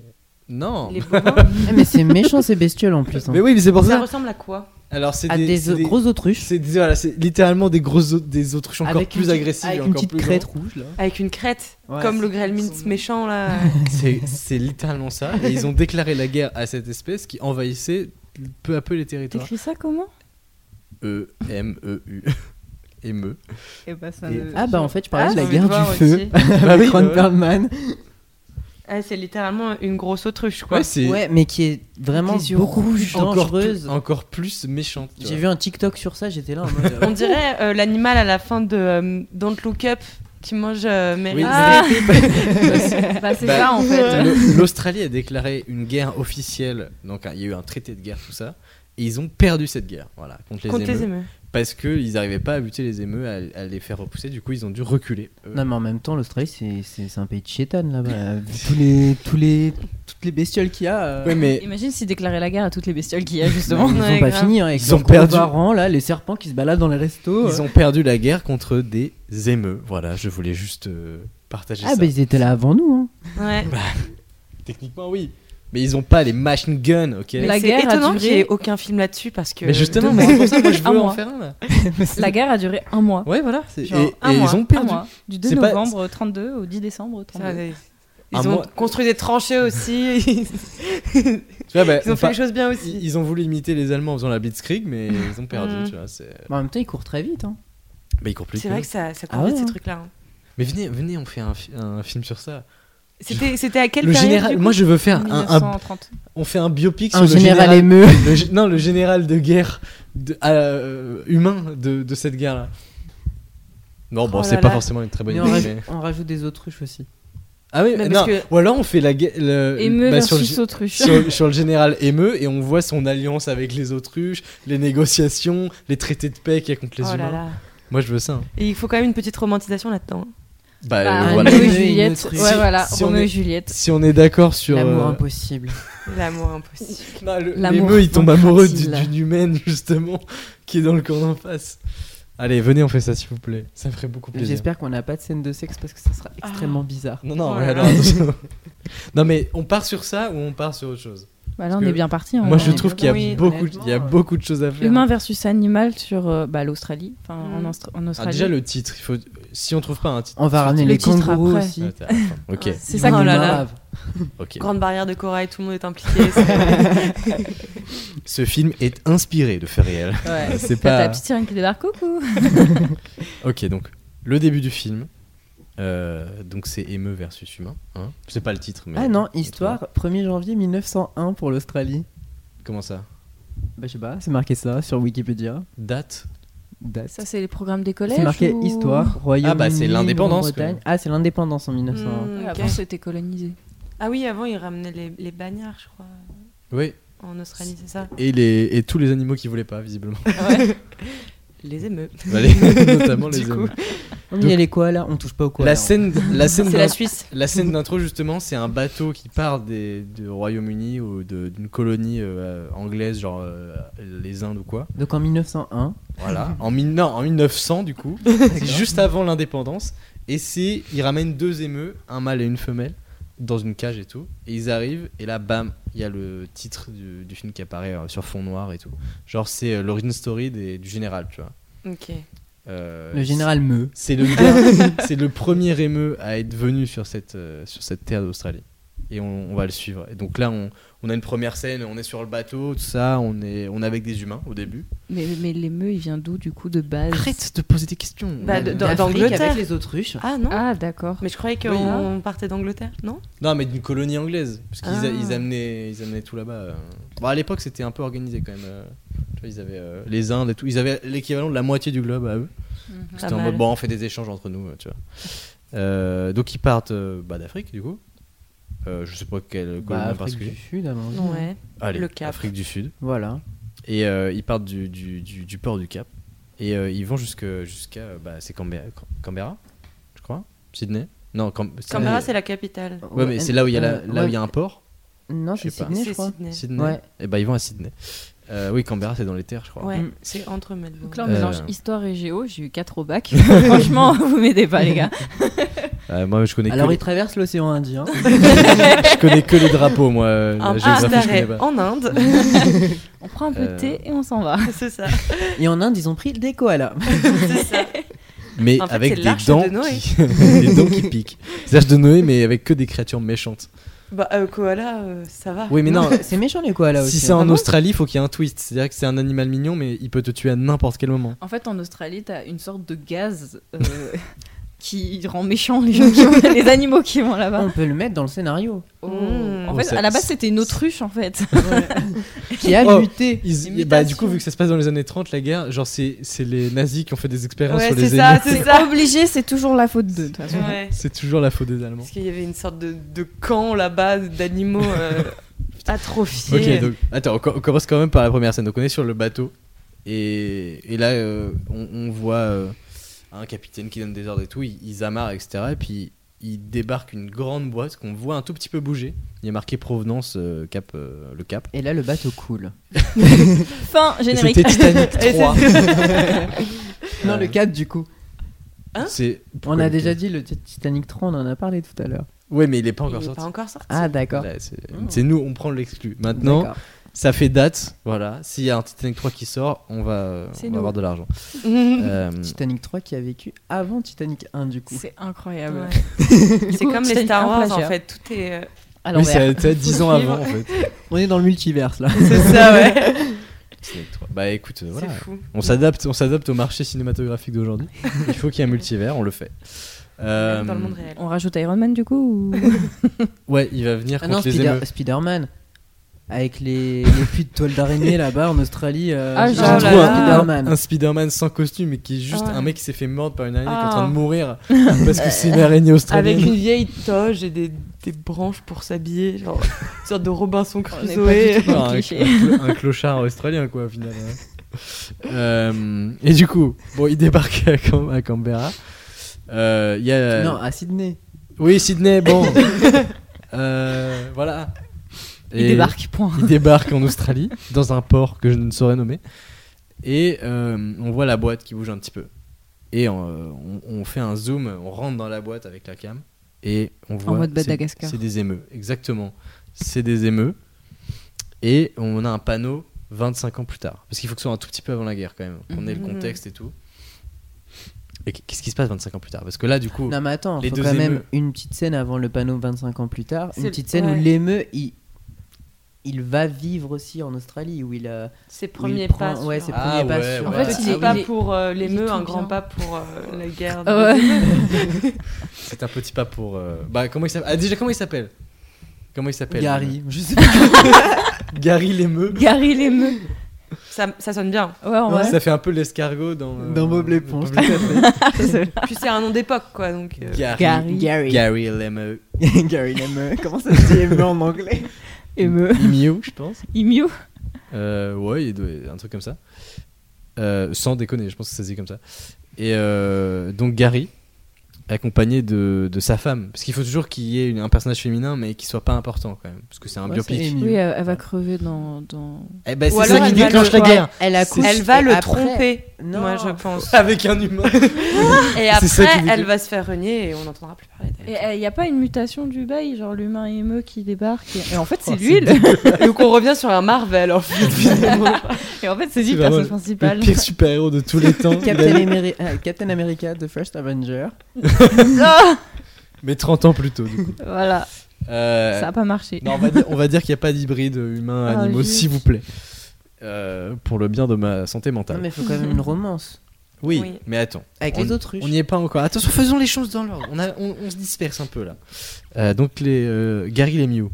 Speaker 5: Non.
Speaker 8: les bovins,
Speaker 6: Eh, mais c'est méchant ces bestioles en plus. hein.
Speaker 5: Mais oui, mais c'est pour
Speaker 8: ça
Speaker 5: ça.
Speaker 8: ressemble à quoi
Speaker 5: Alors c'est
Speaker 6: à
Speaker 5: des,
Speaker 6: Ah, des,
Speaker 5: c'est des-
Speaker 6: grosses autruches.
Speaker 5: c'est des- voilà, c'est littéralement des grosses au- des autruches encore
Speaker 6: Avec une
Speaker 5: plus
Speaker 6: petite-
Speaker 5: agressives, et
Speaker 6: Avec une
Speaker 5: encore
Speaker 6: petite
Speaker 5: plus
Speaker 6: crête
Speaker 5: grandes.
Speaker 6: rouge là.
Speaker 8: avec une crête
Speaker 6: Ouais,
Speaker 8: comme le
Speaker 6: c'est-
Speaker 8: gremlin
Speaker 6: ils sont-
Speaker 8: méchant là
Speaker 5: C'est c'est littéralement ça. Et ils ont déclaré la guerre à cette espèce qui envahissait peu à peu les territoires.
Speaker 9: <laughs> T'écris ça comment
Speaker 5: E M E U M E.
Speaker 7: <laughs> Et bah, ça
Speaker 5: Et-
Speaker 7: me-
Speaker 6: Ah bah en fait, je parlais
Speaker 8: Ah,
Speaker 6: de la
Speaker 8: j'ai envie de
Speaker 6: guerre du
Speaker 8: voir
Speaker 6: feu
Speaker 8: aussi.
Speaker 6: <laughs> avec Ron
Speaker 5: ouais.
Speaker 6: Perlman.
Speaker 8: Ah, c'est littéralement une grosse autruche quoi
Speaker 5: Ouais, c'est
Speaker 6: Ouais, mais qui est vraiment
Speaker 7: Avec les yeux
Speaker 6: beaucoup plus
Speaker 5: encore plus,
Speaker 6: dangereuse.
Speaker 5: encore plus méchante. tu
Speaker 6: J'ai
Speaker 5: vois.
Speaker 6: vu un TikTok sur ça, j'étais là en
Speaker 5: <laughs>
Speaker 6: mode. euh,
Speaker 8: on dirait euh, l'animal à la fin de euh, Don't Look Up qui mange euh, Mary.
Speaker 5: Oui,
Speaker 8: Ah,
Speaker 5: <laughs>
Speaker 7: Bah, c'est
Speaker 5: Bah,
Speaker 7: ça en fait.
Speaker 5: Le- L'Australie a déclaré une guerre officielle. Donc hein, il y a eu un traité de guerre tout ça. Et ils ont perdu cette guerre, voilà, contre les
Speaker 8: contre les
Speaker 6: E
Speaker 5: émeux,
Speaker 8: émeux.
Speaker 5: parce que ils n'arrivaient pas à buter les émeux, à, à les faire repousser. Du coup, ils ont dû reculer. eux.
Speaker 6: Non mais en même temps l'Australie c'est- c'est c'est un pays de
Speaker 5: <laughs>
Speaker 6: chétane là-bas. Vu tous les tous les toutes les bestioles qu'il y a. euh,
Speaker 5: Ouais, mais
Speaker 7: Imagine s'ils déclaraient la guerre à toutes les bestioles qu'il y a,
Speaker 6: Ils
Speaker 5: <laughs>
Speaker 7: justement. <laughs>
Speaker 6: ont
Speaker 8: Ouais,
Speaker 6: pas
Speaker 8: grave.
Speaker 6: fini hein, avec
Speaker 5: Ils
Speaker 6: leurs
Speaker 5: ont perdu.
Speaker 6: grands-parents, là, les serpents qui se baladent dans les
Speaker 8: Oh,
Speaker 6: restos. euh.
Speaker 5: Ils ont perdu la guerre contre des émeux. Voilà, je voulais juste euh, partager
Speaker 6: Ah
Speaker 5: ça.
Speaker 6: bah ils étaient là avant nous. Hein.
Speaker 8: Ouais.
Speaker 5: Techniquement, oui. Mais ils ont pas les machine guns, ok
Speaker 8: Mais
Speaker 7: La
Speaker 8: c'est
Speaker 7: guerre a
Speaker 8: étonnant
Speaker 7: duré-
Speaker 8: qu'il n'y ait aucun film là-dessus parce que.
Speaker 5: Mais justement,
Speaker 7: deux
Speaker 5: mais c'est
Speaker 7: mois.
Speaker 5: pour ça que moi, je
Speaker 7: Un
Speaker 5: veux en
Speaker 7: mois.
Speaker 5: faire
Speaker 8: <laughs>
Speaker 5: un là.
Speaker 7: La guerre a duré un mois.
Speaker 5: Ouais, voilà. c'est-
Speaker 7: Genre,
Speaker 5: et
Speaker 7: un
Speaker 5: et
Speaker 7: mois,
Speaker 5: ils ont
Speaker 7: un
Speaker 5: perdu.
Speaker 7: mois. Du 2
Speaker 5: C'est pas-
Speaker 7: novembre 32 au 10 décembre 32.
Speaker 8: Ça, c'est-
Speaker 5: Un
Speaker 8: Ils ont
Speaker 5: mois.
Speaker 8: construit des tranchées aussi. Ils
Speaker 5: Tu vois, bah,
Speaker 8: ont fait
Speaker 5: enfin,
Speaker 8: les choses bien
Speaker 5: ils-
Speaker 8: aussi.
Speaker 5: ils ont voulu imiter les Allemands en faisant la Blitzkrieg, mais ils ont
Speaker 8: Mm.
Speaker 5: perdu. tu vois, c'est-
Speaker 6: Mais en même temps ils courent très vite. Hein.
Speaker 5: Bah, ils courent plus que
Speaker 8: C'est vrai
Speaker 5: nous.
Speaker 8: que ça, ça
Speaker 6: Ah
Speaker 8: court vite,
Speaker 6: ouais,
Speaker 8: ces
Speaker 6: hein.
Speaker 8: trucs-là. hein.
Speaker 5: Mais venez, venez, on fait un, fi- un film sur ça.
Speaker 8: C'était c'était à quelle
Speaker 5: le
Speaker 8: période
Speaker 5: général.
Speaker 8: du coup
Speaker 5: Moi, je veux faire Ah, un, un-
Speaker 7: 1930.
Speaker 5: On fait un biopic sur
Speaker 6: Un
Speaker 5: le
Speaker 6: général
Speaker 5: général.
Speaker 6: émeu.
Speaker 5: le gé- non, le général de guerre de- euh, humain de, de cette guerre-là. Non, bon,
Speaker 8: Oh
Speaker 5: c'est
Speaker 8: là
Speaker 5: pas
Speaker 8: là.
Speaker 5: forcément une très bonne
Speaker 6: Mais
Speaker 5: idée.
Speaker 6: on, raj-
Speaker 5: mais-
Speaker 6: on rajoute des autruches aussi.
Speaker 5: Ah oui,
Speaker 8: Mais
Speaker 5: non.
Speaker 8: parce que-
Speaker 5: Ou alors on fait la guerre. le-
Speaker 7: Émeu
Speaker 5: bah, sur, le,
Speaker 7: versus
Speaker 5: gé-
Speaker 7: autruche.
Speaker 5: sur- sur le général émeu et on voit son alliance avec les autruches, les négociations, les traités de paix qu'il y a contre les
Speaker 8: Oh
Speaker 5: humains.
Speaker 8: là là.
Speaker 5: Moi je veux ça. hein.
Speaker 8: Et il faut quand même une petite romantisation là-dedans.
Speaker 5: Bah,
Speaker 7: Bah,
Speaker 5: euh,
Speaker 7: Roméo
Speaker 5: voilà.
Speaker 6: Romeo
Speaker 7: et
Speaker 6: Une
Speaker 7: Juliette.
Speaker 6: autre-
Speaker 7: Ouais,
Speaker 5: Si-
Speaker 7: voilà,
Speaker 5: si on
Speaker 7: Roméo
Speaker 5: est-
Speaker 7: et Juliette.
Speaker 5: Si on est d'accord sur.
Speaker 6: L'amour
Speaker 5: euh,
Speaker 6: impossible.
Speaker 8: L'amour impossible.
Speaker 5: non, le-
Speaker 7: L'amour
Speaker 5: l'émeu, il tombe amoureux du-
Speaker 7: infantile.
Speaker 5: d'une humaine <laughs> justement qui est dans le camp d'en face. Allez, venez, on fait ça s'il vous plaît. Ça me ferait beaucoup plaisir.
Speaker 6: J'espère qu'on n'a pas de scène de sexe parce que ça sera extrêmement bizarre.
Speaker 5: Non, non,
Speaker 8: Oh
Speaker 5: ouais,
Speaker 8: là
Speaker 5: alors, <laughs>
Speaker 8: là.
Speaker 5: attention. non, mais on part sur ça ou on part sur autre chose
Speaker 7: Bah là, on
Speaker 5: que
Speaker 7: est bien
Speaker 10: hein.
Speaker 7: parti.
Speaker 5: Moi je
Speaker 6: ouais.
Speaker 5: trouve qu'il y a,
Speaker 8: Oui,
Speaker 5: beaucoup, il y a
Speaker 6: honnêtement, euh,
Speaker 5: beaucoup de choses à faire.
Speaker 7: Humain versus animal sur euh, bah, l'Australie, enfin
Speaker 8: Mm.
Speaker 7: en, Austra- en
Speaker 5: Ah,
Speaker 7: Australie.
Speaker 5: déjà le titre, il faut Si on trouve pas un titre.
Speaker 6: On va ramener
Speaker 10: le
Speaker 6: les
Speaker 10: titre
Speaker 6: kangourous
Speaker 10: après.
Speaker 6: aussi.
Speaker 5: Ah, t'as- attends, ok,
Speaker 10: C'est ça
Speaker 8: Oh
Speaker 10: qu'on
Speaker 8: là
Speaker 10: là
Speaker 8: là.
Speaker 5: ok.
Speaker 8: Grande barrière de corail, tout le monde est impliqué. c'est-
Speaker 5: Ce film est inspiré de faits
Speaker 6: <laughs>
Speaker 5: réels.
Speaker 6: <laughs> Ouais.
Speaker 5: C'est
Speaker 7: T'as
Speaker 5: pas.
Speaker 7: ta petite sirène qui débarque, coucou
Speaker 5: Ok, donc le début du film. euh, donc c'est émeu versus humain. hein. c'est pas le titre, mais.
Speaker 6: Ah non, histoire 1er janvier 1901 pour l'Australie.
Speaker 5: Comment ça
Speaker 6: Bah je sais pas, c'est marqué ça sur Wikipédia.
Speaker 5: Date
Speaker 6: Date.
Speaker 10: Ça, c'est les programmes des collèges.
Speaker 6: C'est marqué
Speaker 10: ou-
Speaker 6: histoire, royaume
Speaker 5: Ah bah, c'est l'indépendance,
Speaker 6: Bretagne.
Speaker 5: quoi.
Speaker 6: Ah c'est l'indépendance en 1901.
Speaker 8: Hmm,
Speaker 10: Ouais,
Speaker 8: ok.
Speaker 10: Ah, Avant, c'était colonisé.
Speaker 8: Ah oui, avant, ils ramenaient les, les bagnards, je crois,
Speaker 5: Oui.
Speaker 8: en Australie, c'est <laughs> ça
Speaker 5: Et, les, et tous les animaux qui voulaient pas, visiblement.
Speaker 8: Les émeutes.
Speaker 5: Allez, <laughs> notamment les
Speaker 8: Du coup.
Speaker 5: émeus.
Speaker 6: Oh, mais elle est quoi là On Ah, touche pas au quoi
Speaker 5: la,
Speaker 6: là,
Speaker 5: scène, la scène
Speaker 8: C'est
Speaker 5: d'in-
Speaker 8: la Suisse.
Speaker 5: la scène d'intro, justement, c'est un bateau qui part des, du Royaume-Uni ou de- d'une colonie euh, anglaise, genre euh, les Indes ou quoi.
Speaker 6: on- Donc en 1901,
Speaker 5: Voilà. En, mille- non, en 1900, du coup. C'est juste avant l'indépendance. Et c'est. Ils ramènent deux émeux, un mâle et une femelle, dans une cage et tout. Et ils arrivent, et là, bam, il y a le titre du, du film qui apparaît euh, sur fond noir et tout. Genre, c'est euh, l'origin story des- du général, tu vois.
Speaker 8: Ok.
Speaker 5: Euh,
Speaker 6: le général Meu.
Speaker 5: C'est
Speaker 8: <laughs>
Speaker 5: le, dernier- c'est le premier émeu à être venu sur cette, euh, sur cette terre d'Australie. Et on, on va le suivre. Et donc là, on, on a une première scène, on est sur le bateau, tout ça, on est, on est avec des humains au début.
Speaker 10: Mais, mais l'émeu, il vient d'où, du coup, de base
Speaker 5: Arrête Ah, de poser des questions.
Speaker 8: Bah, de- dans-
Speaker 6: D'Afrique
Speaker 8: d'Angleterre.
Speaker 6: avec les autruches.
Speaker 8: Ah non
Speaker 10: Ah, d'accord.
Speaker 8: Mais je croyais qu'on
Speaker 10: Oui.
Speaker 8: partait d'Angleterre, non
Speaker 5: Non, mais d'une colonie anglaise. Parce qu'ils a-
Speaker 8: Ah.
Speaker 5: ils amenaient, ils amenaient tout là-bas. euh. Bon, à l'époque, c'était un peu organisé quand même. euh. Tu vois, ils avaient euh, les Indes et tout. Ils avaient l'équivalent de la moitié du globe à eux.
Speaker 8: Mhm. Pas
Speaker 5: C'était en
Speaker 8: mal.
Speaker 5: mode, bon, on fait des échanges entre nous, euh, tu vois. Euh, donc, ils partent euh, bah, d'Afrique, du coup. Euh, je sais pas quelle
Speaker 6: Bah,
Speaker 5: colonie en
Speaker 6: Afrique
Speaker 5: particulier.
Speaker 6: du Sud, à mon avis.
Speaker 8: Ouais.
Speaker 5: Allez,
Speaker 8: Le Cap.
Speaker 5: Afrique du Sud.
Speaker 6: Voilà.
Speaker 5: Et euh, ils partent du, du- du- du port du Cap. Et euh, ils vont jusque- jusqu'à. euh, bah, c'est Canberra, Canberra, je crois. Sydney. Non, Cam-
Speaker 8: Canberra,
Speaker 5: Sydney.
Speaker 8: c'est la capitale.
Speaker 5: Ouais, mais c'est là où il y a la-
Speaker 6: Euh,
Speaker 5: là où il y a
Speaker 6: ouais.
Speaker 5: un port.
Speaker 6: Non,
Speaker 5: je sais
Speaker 6: c'est
Speaker 5: pas.
Speaker 6: Sydney, je
Speaker 8: C'est
Speaker 6: crois.
Speaker 8: Sydney.
Speaker 5: Sydney.
Speaker 6: Ouais.
Speaker 5: Et bah ils vont à Sydney. Euh, oui, Canberra c'est dans les terres, je crois.
Speaker 8: Ouais,
Speaker 6: Mm.
Speaker 8: c'est entre Melbourne.
Speaker 10: Donc là, on
Speaker 5: Euh.
Speaker 10: mélange histoire et géo. J'ai eu 4 au
Speaker 5: <laughs>
Speaker 10: bac. Franchement, <laughs> vous m'aidez pas, les gars.
Speaker 5: Euh, moi je connais, <laughs>
Speaker 6: Alors
Speaker 5: que,
Speaker 6: il traverse l'océan Indien.
Speaker 5: je connais que les drapeaux, moi. euh, la
Speaker 8: Un
Speaker 5: géographie,
Speaker 8: petit
Speaker 5: je connais
Speaker 8: arrêt
Speaker 5: pas. Mmh.
Speaker 8: en Inde.
Speaker 10: On prend un peu
Speaker 5: Euh.
Speaker 10: de thé et on s'en va.
Speaker 8: <laughs> c'est ça. <laughs>
Speaker 6: Et en Inde, ils ont pris des koalas.
Speaker 8: C'est ça.
Speaker 5: Mais
Speaker 8: En fait,
Speaker 5: avec
Speaker 8: c'est
Speaker 5: des
Speaker 8: l'arche
Speaker 5: dents,
Speaker 8: de Noé.
Speaker 5: qui... <laughs> des dents qui piquent. C'est l'arche de Noé, mais avec que des créatures méchantes.
Speaker 8: Bah, euh, koala, euh, ça va.
Speaker 5: Oui, <laughs> mais non.
Speaker 6: <laughs> c'est méchant les koalas aussi.
Speaker 5: si c'est
Speaker 6: hein.
Speaker 5: en Australie, faut qu'il y ait un twist. C'est-à-dire que c'est un animal mignon, mais il peut te tuer à n'importe quel moment.
Speaker 10: En fait, en Australie, t'as une sorte de gaz euh, <laughs> qui rend méchant les, gens qui <laughs> vont- les animaux qui vont là-bas. Oh.
Speaker 6: On peut le mettre dans
Speaker 5: <laughs>
Speaker 6: le scénario.
Speaker 5: Oh.
Speaker 10: En
Speaker 8: Mmh.
Speaker 10: fait,
Speaker 5: ça-
Speaker 10: à la base, c'était une autruche, en
Speaker 5: <laughs>
Speaker 10: fait.
Speaker 6: Qui a
Speaker 5: Oh.
Speaker 6: muté.
Speaker 5: Ils-
Speaker 10: Imitation.
Speaker 5: bah, du coup, vu que ça se passe dans les années 30, la guerre, genre c'est c'est les nazis qui ont fait des expériences
Speaker 8: Ouais,
Speaker 5: sur les
Speaker 8: c'est ça,
Speaker 5: ennemis.
Speaker 8: c'est ça.
Speaker 10: Obligé, c'est toujours la faute d'eux, de toute façon.
Speaker 8: Ouais.
Speaker 5: C'est toujours la faute des Allemands.
Speaker 8: Parce qu'il y avait une sorte de, de camp là-bas d'animaux euh, <laughs> atrophiés.
Speaker 5: Ok, donc attends, on, co- on commence quand même par la première scène. Donc on est sur le bateau et, et là euh, on, on voit euh, un capitaine qui donne des ordres et tout. Ils, ils amarrent, etc. Et puis ils débarquent une grande boîte qu'on voit un tout petit peu bouger. Il y a marqué provenance euh, cap euh, le cap.
Speaker 6: Et là, le bateau coule.
Speaker 10: Fin
Speaker 5: Et
Speaker 10: générique.
Speaker 5: C'était Titanic
Speaker 10: <laughs>
Speaker 8: Et
Speaker 5: 3.
Speaker 6: Non,
Speaker 5: Euh.
Speaker 6: le 4 du coup.
Speaker 8: Hein
Speaker 5: C'est
Speaker 6: On
Speaker 5: pourquoi
Speaker 6: a
Speaker 5: le
Speaker 6: déjà
Speaker 5: cap
Speaker 6: dit le t- Titanic 3, on en a parlé tout à l'heure.
Speaker 5: Ouais, mais il est pas
Speaker 8: Il
Speaker 5: encore
Speaker 8: n'est
Speaker 5: sorti.
Speaker 8: pas encore sorti.
Speaker 6: Ah d'accord.
Speaker 5: Là, c'est c'est nous, on prend l'exclu. Maintenant,
Speaker 6: D'accord.
Speaker 5: ça fait date. Voilà, s'il y a un Titanic 3 qui sort, on va,
Speaker 10: C'est
Speaker 5: on va
Speaker 10: nous.
Speaker 5: avoir de l'argent.
Speaker 8: Mmh.
Speaker 5: <laughs> Euh,
Speaker 6: Titanic 3 qui a vécu avant Titanic 1 du coup.
Speaker 10: C'est incroyable. <laughs>
Speaker 8: Ouais.
Speaker 10: Du
Speaker 8: C'est
Speaker 10: coup,
Speaker 8: comme les
Speaker 10: Titanic,
Speaker 8: Star
Speaker 10: un
Speaker 8: Wars en
Speaker 10: plagiat.
Speaker 8: fait, tout
Speaker 5: <laughs>
Speaker 8: est. euh,
Speaker 10: À
Speaker 5: oui,
Speaker 10: l'envers.
Speaker 5: ça a été 10 ans avant en fait.
Speaker 6: On est dans le multiverse là.
Speaker 8: C'est ça, ouais.
Speaker 5: Titanic 3. Bah écoute, euh, voilà.
Speaker 8: C'est fou.
Speaker 5: On s'adapte, on s'adapte au marché cinématographique d'aujourd'hui. Il faut qu'il y ait un multivers, on le fait. Euh,
Speaker 8: Dans le monde réel.
Speaker 10: On rajoute Iron Man, du coup ou-
Speaker 5: Ouais, il va venir
Speaker 6: <laughs> Ah
Speaker 5: contre
Speaker 6: non,
Speaker 5: les émeux.
Speaker 6: Spider- man Avec les, les puits de toile d'araignée là-bas en Australie. euh,
Speaker 10: Ah,
Speaker 6: j'ai
Speaker 10: genre,
Speaker 6: trouvé
Speaker 8: oh là
Speaker 6: un
Speaker 8: là.
Speaker 6: Spider-Man.
Speaker 5: Un Spider-Man sans costume et qui est juste
Speaker 8: Ah ouais.
Speaker 5: un mec qui s'est fait mordre par une araignée qui est
Speaker 8: Ah.
Speaker 5: en train de mourir
Speaker 8: <laughs>
Speaker 5: parce que c'est une araignée australienne.
Speaker 8: Avec une vieille toge et des, des branches pour s'habiller, genre une sorte de Robinson
Speaker 10: n'est pas
Speaker 8: Crusoe. <laughs>
Speaker 10: du tout-
Speaker 5: Ah, un,
Speaker 10: cliché.
Speaker 5: un- un clochard australien quoi au final. ouais. Euh, et du coup, bon, il débarque à, Cam- à Canberra. Euh, Il y a
Speaker 6: Non, à Sydney.
Speaker 5: Oui, Sydney, bon. Euh, voilà.
Speaker 10: Il
Speaker 5: Et-
Speaker 10: débarque, <laughs> point.
Speaker 5: Il débarque en Australie, dans un port que je ne saurais nommer. Et euh, on voit la boîte qui bouge un petit peu. Et on, euh, on- on fait un zoom, on rentre dans la boîte avec la cam. Et on voit.
Speaker 10: mode
Speaker 5: c'est-
Speaker 10: Madagascar.
Speaker 5: C'est des émeux, exactement. C'est des émeux. Et on a un panneau 25 ans plus tard. Parce qu'il faut que ce soit un tout petit peu avant la guerre quand même. Qu'on ait le
Speaker 8: Mhm.
Speaker 5: contexte et tout.
Speaker 11: Et qu-
Speaker 5: Qu'est-ce qui se passe 25 ans plus tard Parce que là, du coup,
Speaker 6: Non mais attends,
Speaker 5: Les
Speaker 6: faut
Speaker 5: deux
Speaker 6: quand même
Speaker 5: émeux.
Speaker 6: une petite scène avant le panneau 25 ans plus tard, une
Speaker 7: C'est-
Speaker 6: petite scène
Speaker 7: ouais.
Speaker 6: où l'émeu il il va vivre aussi en Australie où il a
Speaker 8: Ses
Speaker 6: où il
Speaker 8: premiers
Speaker 6: prend-
Speaker 8: pas. sur-
Speaker 6: ouais, ses
Speaker 5: Ah
Speaker 6: premiers pas
Speaker 5: ouais, ouais.
Speaker 6: sur
Speaker 8: En
Speaker 6: euh,
Speaker 8: fait, il
Speaker 6: ah
Speaker 8: est
Speaker 6: oui.
Speaker 8: pas
Speaker 7: il est-
Speaker 8: pour euh,
Speaker 7: il est
Speaker 8: l'émeu,
Speaker 7: tout
Speaker 8: un grand
Speaker 7: bien. Ah
Speaker 8: pas pour euh, la guerre. des-
Speaker 7: Ouais.
Speaker 5: c'est un petit pas pour. euh, Bah, comment il s'appelle Ah, déjà, comment il s'appelle Comment il s'appelle
Speaker 6: Gary, je sais pas. <laughs>
Speaker 5: Gary l'émeu.
Speaker 7: Gary l'émeu.
Speaker 8: Ça, ça sonne bien.
Speaker 7: Ouais, en vrai.
Speaker 5: Ça fait un peu l'escargot dans. euh,
Speaker 6: Dans Bob l'éponge.
Speaker 5: Bob l'éponge.
Speaker 8: Puis c'est un nom d'époque, quoi. Donc, euh,
Speaker 5: <laughs> Gary.
Speaker 6: Gary. Gary.
Speaker 5: Gary l'émeu.
Speaker 6: <laughs> Gary l'émeu. Comment ça se dit émeu en anglais
Speaker 7: Émeu.
Speaker 5: Miou, je pense.
Speaker 7: Imiu.
Speaker 5: <laughs> Euh, ouais, il doit- un truc comme ça. Euh, sans déconner, je pense que ça se dit comme ça. Et euh, donc Gary, accompagné de, de sa femme, parce qu'il faut toujours qu'il y ait une- un personnage féminin, mais qui soit pas important quand même, parce que c'est un
Speaker 6: Ouais, c'est
Speaker 5: biopic.
Speaker 6: Amy.
Speaker 7: Oui, elle, elle va crever dans. dans...
Speaker 5: Eh ben,
Speaker 8: Ou
Speaker 5: c'est
Speaker 8: alors
Speaker 5: ça qui
Speaker 8: elle va
Speaker 5: déclenche
Speaker 8: le-
Speaker 5: la guerre
Speaker 6: Elle accouche.
Speaker 8: elle va <laughs>
Speaker 6: et
Speaker 8: le
Speaker 6: après-
Speaker 8: tromper,
Speaker 6: Non.
Speaker 8: moi, je pense.
Speaker 5: avec un humain.
Speaker 8: Et
Speaker 5: <laughs> C'est ça
Speaker 8: après,
Speaker 5: qui me
Speaker 8: elle
Speaker 5: dit.
Speaker 8: va se faire renier et on n'entendra plus parler d'elle.
Speaker 7: Et il n'y a pas une mutation du bail, genre l'humain émeu qui débarque. Et, et en fait, c'est
Speaker 5: Oh,
Speaker 7: lui.
Speaker 5: c'est
Speaker 7: le-
Speaker 8: Donc on revient sur un Marvel, en fait, finalement.
Speaker 7: <laughs> Et en fait, c'est lui
Speaker 5: C'est
Speaker 7: le personnage
Speaker 5: vraiment
Speaker 7: principal.
Speaker 5: Le
Speaker 7: <laughs>
Speaker 5: pire super héros de tous les temps.
Speaker 6: <laughs>
Speaker 5: Il
Speaker 6: Captain,
Speaker 5: a-
Speaker 6: Ameri- euh, Captain America, The First Avenger.
Speaker 5: Mais 30 ans plus tôt. du coup.
Speaker 7: Ah, Voilà,
Speaker 5: Euh,
Speaker 7: ça n'a pas marché.
Speaker 5: non, on va dire, on va dire qu'il n'y a pas d'hybride
Speaker 7: Ah,
Speaker 5: humain-animaux,
Speaker 7: juste.
Speaker 5: s'il vous plaît. Euh, pour le bien de ma santé mentale.
Speaker 6: Non mais faut quand même une romance
Speaker 5: Oui,
Speaker 8: Oui.
Speaker 5: mais attends.
Speaker 6: avec
Speaker 5: On-
Speaker 6: les autruches.
Speaker 5: On n'y est pas encore. Attention, faisons les choses dans l'ordre. On, a- on- on se disperse un peu là. Euh, donc les euh, Gary Lemieux,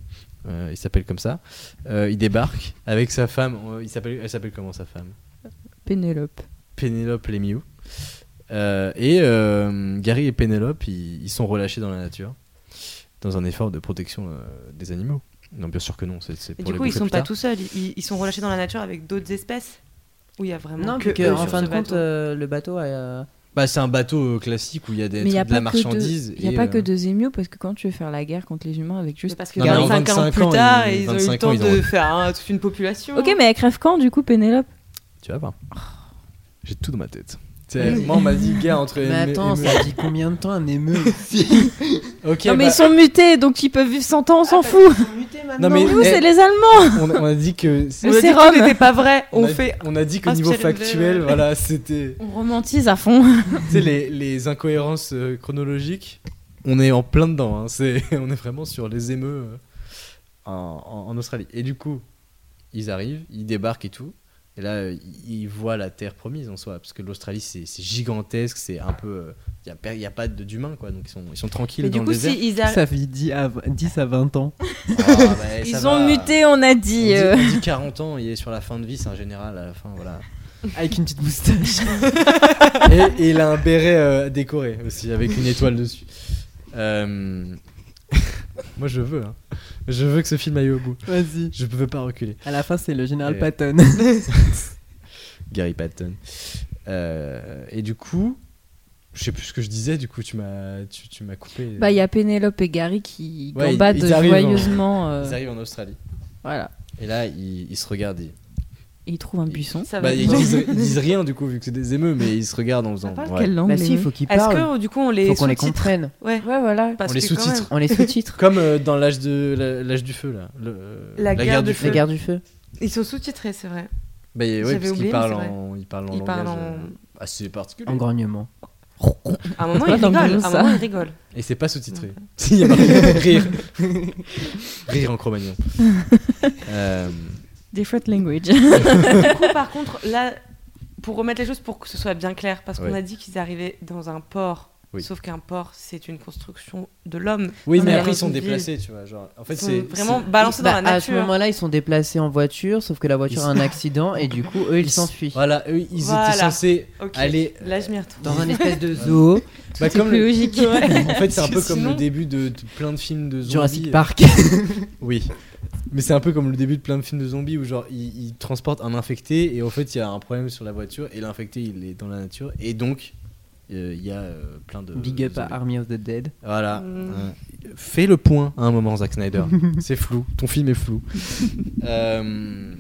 Speaker 5: euh, il s'appelle comme ça. Euh, il débarque avec sa femme. euh, il s'appelle, elle s'appelle comment sa femme
Speaker 7: Pénélope.
Speaker 5: Pénélope Lemieux. Euh, et euh, Gary et Pénélope, ils, ils sont relâchés dans la nature dans un effort de protection euh, des animaux. Non, bien sûr que non. C'est, c'est
Speaker 8: Mais
Speaker 5: pour
Speaker 8: du
Speaker 5: les
Speaker 8: coup, ils
Speaker 5: bouffer
Speaker 8: sont
Speaker 5: plus
Speaker 8: pas
Speaker 5: tard.
Speaker 8: tout seuls. Ils, ils sont relâchés dans la nature avec d'autres espèces. Où il y a vraiment
Speaker 6: Non,
Speaker 8: que
Speaker 6: que, euh,
Speaker 8: eux
Speaker 6: en
Speaker 8: sur
Speaker 6: fin
Speaker 8: ce
Speaker 6: de compte,
Speaker 8: bateau.
Speaker 6: euh, le bateau a. euh,
Speaker 5: Bah, c'est un bateau euh, classique où il y a des
Speaker 7: Mais
Speaker 5: trucs
Speaker 7: il n'y a
Speaker 5: de la
Speaker 7: pas que
Speaker 5: marchandise.
Speaker 7: deux, il y a
Speaker 5: et,
Speaker 7: pas
Speaker 5: euh,
Speaker 7: que deux émios parce que quand tu veux faire la guerre contre les humains avec
Speaker 8: Mais
Speaker 7: juste.
Speaker 8: parce que
Speaker 5: Non, mais en
Speaker 8: 25 ans
Speaker 5: 25
Speaker 8: plus
Speaker 5: ans,
Speaker 8: tard,
Speaker 5: ils-
Speaker 8: ils ont eu
Speaker 5: 25
Speaker 8: le temps
Speaker 5: ans, ils
Speaker 8: de
Speaker 5: ont-
Speaker 8: faire hein, toute une population.
Speaker 7: Ok, mais elle crève quand du coup, Pénélope
Speaker 5: Tu vas voir. J'ai tout dans ma tête. Tu sais, Moi, on m'a dit guerre entre
Speaker 6: Mais
Speaker 5: émeu-
Speaker 6: attends,
Speaker 5: émeu-
Speaker 6: ça dit combien de temps un <laughs> émeu ici
Speaker 5: Ok,
Speaker 7: Non, mais
Speaker 5: bah,
Speaker 7: ils sont mutés donc ils peuvent vivre 100 ans, on s'en fout
Speaker 5: Non, mais-
Speaker 7: Nous,
Speaker 5: eh,
Speaker 7: c'est les Allemands
Speaker 5: on, a, on a dit que
Speaker 8: On
Speaker 7: Le
Speaker 8: a dit que
Speaker 7: sérum.
Speaker 8: tout n'était pas vrai. On,
Speaker 5: a,
Speaker 8: fait.
Speaker 5: <laughs> on a dit que
Speaker 8: Ah,
Speaker 5: niveau
Speaker 8: c'est le-
Speaker 5: factuel, voilà, c'était
Speaker 7: On romantise à fond.
Speaker 5: tu sais, les, les incohérences euh, chronologiques. On est en plein dedans. hein, C'est <laughs> on est vraiment sur les émeux euh, en, en- en Australie. Et du coup, ils arrivent, ils débarquent et tout. Et là, euh, ils ils voient la terre promise en soi, parce que l'Australie c'est c'est gigantesque, c'est un peu, il n'y a, pas de- d'humains quoi, donc ils sont, ils sont tranquilles
Speaker 8: Mais
Speaker 5: dans
Speaker 8: du
Speaker 5: le
Speaker 8: coup,
Speaker 5: désert.
Speaker 8: si ils arrivent.
Speaker 6: fait 10 à, 20 ans.
Speaker 5: Ah, bah,
Speaker 7: <laughs>
Speaker 5: ça
Speaker 7: Ils
Speaker 5: va.
Speaker 7: ont muté, on a
Speaker 5: On
Speaker 7: dit.
Speaker 5: dit,
Speaker 7: euh.
Speaker 5: on dit 40 ans, il est sur la fin de vie, c'est un général à la fin, voilà.
Speaker 6: Avec une petite moustache.
Speaker 5: Et, et il a un béret euh, décoré aussi, avec une étoile dessus. Euh, <laughs> Moi je veux, hein. je veux que ce film aille au bout.
Speaker 6: <laughs> Vas-y.
Speaker 5: Je veux pas reculer.
Speaker 6: À la fin, c'est le général
Speaker 5: Et-
Speaker 6: Patton.
Speaker 5: Gary Patton. Euh, et du coup, je sais plus ce que je disais, du coup tu m'as tu, tu m'as coupé.
Speaker 7: Bah, il y a Pénélope et Gary qui
Speaker 5: Ouais, ils-
Speaker 7: gambadent
Speaker 5: ils arrivent en-
Speaker 7: joyeusement. euh,
Speaker 5: Ils arrivent en Australie.
Speaker 7: Voilà.
Speaker 5: Et là, ils, ils se regardent. Ils,
Speaker 7: Et ils trouvent un buisson.
Speaker 8: Ça va
Speaker 5: bah, ils
Speaker 8: être bon.
Speaker 5: disent, ils disent rien du coup, vu que c'est des émeux, mais ils se regardent en faisant.
Speaker 7: parle
Speaker 5: ouais.
Speaker 7: quelle langue
Speaker 6: Bah
Speaker 7: les
Speaker 6: si, il
Speaker 7: mecs
Speaker 6: faut qu'ils
Speaker 8: Est-ce
Speaker 6: parlent.
Speaker 8: que du coup on les
Speaker 6: faut qu'on les
Speaker 8: sous-titre
Speaker 6: comprenne.
Speaker 8: Ouais.
Speaker 7: Ouais, voilà.
Speaker 8: Parce
Speaker 5: euh, On les
Speaker 8: que quand
Speaker 5: sous-titre.
Speaker 6: On
Speaker 5: <laughs>
Speaker 6: les sous-titre.
Speaker 5: Comme euh, dans l'âge de la- l'âge du feu là, le-
Speaker 8: La guerre de
Speaker 6: La
Speaker 8: feu.
Speaker 6: guerre du feu.
Speaker 8: même, Ils sont sous-titrés, c'est vrai.
Speaker 5: Bah, ouais,
Speaker 8: J'avais
Speaker 5: parce
Speaker 8: oublié,
Speaker 5: qu'il
Speaker 8: mais
Speaker 5: parle
Speaker 8: c'est vrai.
Speaker 5: en, il parle en
Speaker 8: Ils parlent
Speaker 5: langage,
Speaker 8: en-
Speaker 5: euh, assez particulier.
Speaker 6: En grognement. <laughs>
Speaker 8: À un moment,
Speaker 7: C'est
Speaker 8: ils
Speaker 7: pas dans le
Speaker 8: rigolent.
Speaker 7: nom,
Speaker 8: À un
Speaker 7: ça.
Speaker 8: moment, ils rigolent.
Speaker 5: Et c'est pas sous-titré. Si, il y a <laughs> marqué rire. rire en cro-magnon. Euh,
Speaker 7: Different language.
Speaker 8: Du coup, par contre, là, pour remettre les choses pour que ce soit bien clair, parce qu'on
Speaker 5: Ouais.
Speaker 8: a dit qu'ils arrivaient dans un port.
Speaker 5: Oui.
Speaker 8: Sauf qu'un port, c'est une construction de l'homme.
Speaker 5: Oui, mais
Speaker 8: mais
Speaker 5: après
Speaker 8: dans
Speaker 5: ils sont
Speaker 8: une ville.
Speaker 5: déplacés, tu vois. Genre, en fait,
Speaker 8: Ils
Speaker 5: c'est
Speaker 8: sont vraiment
Speaker 5: c'est-
Speaker 8: balancés dans
Speaker 6: Bah,
Speaker 8: la
Speaker 6: à ce
Speaker 8: nature.
Speaker 6: moment-là, ils sont déplacés en voiture, sauf que la voiture a un accident et du coup, eux, ils s'enfuient.
Speaker 5: Voilà, eux, ils
Speaker 8: Voilà.
Speaker 5: étaient censés
Speaker 8: Ok.
Speaker 5: aller
Speaker 8: Là, je m'y retrouve.
Speaker 6: Dans un espèce de zoo,
Speaker 10: <laughs>
Speaker 5: Bah, comme
Speaker 7: plus
Speaker 5: le-
Speaker 7: logique.
Speaker 5: En fait, c'est un peu
Speaker 8: Parce que
Speaker 5: comme
Speaker 8: sinon-
Speaker 5: le début de, de plein de films de zombies.
Speaker 6: Jurassic Park.
Speaker 5: Oui. Mais c'est un peu comme le début de plein de films de zombies où genre ils, ils transportent un infecté et en fait il y a un problème sur la voiture et l'infecté il est dans la nature et donc euh, il y a euh, plein de
Speaker 6: Big up à
Speaker 5: zombies.
Speaker 6: Army of the Dead.
Speaker 5: Voilà.
Speaker 8: Mm.
Speaker 5: Euh, Fais le point à un moment, Zack Snyder.
Speaker 6: <laughs>
Speaker 5: c'est flou. Ton film est flou. Euh,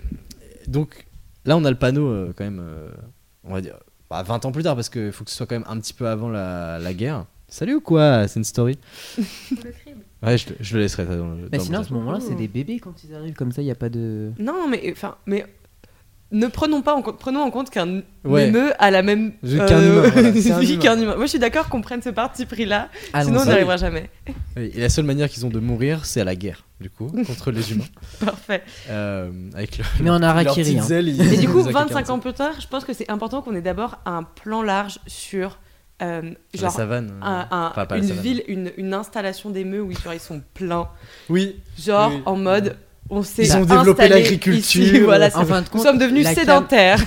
Speaker 5: donc là, on a le panneau euh, quand même, euh, on va dire, bah, 20 ans plus tard, parce qu'il faut que ce soit quand même un petit peu avant la, la guerre. Salut ou quoi C'est une
Speaker 8: <laughs>
Speaker 5: story Ouais, je, le- je le laisserai ça dans le. dans
Speaker 6: Mais
Speaker 5: le
Speaker 6: Bah, sinon, à
Speaker 5: montage.
Speaker 6: ce moment-là, c'est des bébés quand ils arrivent, comme ça, il n'y a pas de.
Speaker 8: Non, mais enfin, mais ne prenons pas en compte, prenons en compte qu'un
Speaker 5: Ouais.
Speaker 8: émeu a la même
Speaker 5: J'ai qu'un humain,
Speaker 8: <laughs>
Speaker 5: voilà, c'est un
Speaker 8: vie
Speaker 5: humain.
Speaker 8: qu'un humain. Moi, je suis d'accord qu'on prenne ce parti pris là, sinon on n'y
Speaker 5: oui.
Speaker 8: arrivera jamais.
Speaker 5: Oui, Et la seule manière qu'ils ont de mourir, c'est à la guerre, du
Speaker 6: <laughs>
Speaker 5: coup, contre les humains.
Speaker 8: Parfait.
Speaker 5: Euh, avec le,
Speaker 6: Mais en
Speaker 5: leurs
Speaker 6: harakiri. hein.
Speaker 5: petites ailes, ils- <laughs>
Speaker 8: Et du
Speaker 5: ils
Speaker 8: coup,
Speaker 5: nous accaparent
Speaker 8: 25
Speaker 5: ça.
Speaker 8: ans plus tard, je pense que c'est important qu'on ait d'abord un plan large sur euh,
Speaker 5: La
Speaker 8: genre ah.
Speaker 5: savane.
Speaker 8: un- un-
Speaker 5: Enfin, pas la
Speaker 8: une
Speaker 5: savane.
Speaker 8: ville, une, une installation d'émeux où genre, ils sont pleins,
Speaker 5: Oui.
Speaker 8: genre
Speaker 5: Oui.
Speaker 8: en mode on s'est
Speaker 5: Ils ont développé
Speaker 8: installé
Speaker 5: l'agriculture.
Speaker 8: ici, <laughs> voilà, c'est-
Speaker 6: En fin de
Speaker 8: nous
Speaker 6: compte,
Speaker 8: sommes devenus
Speaker 6: la cam-
Speaker 8: sédentaires.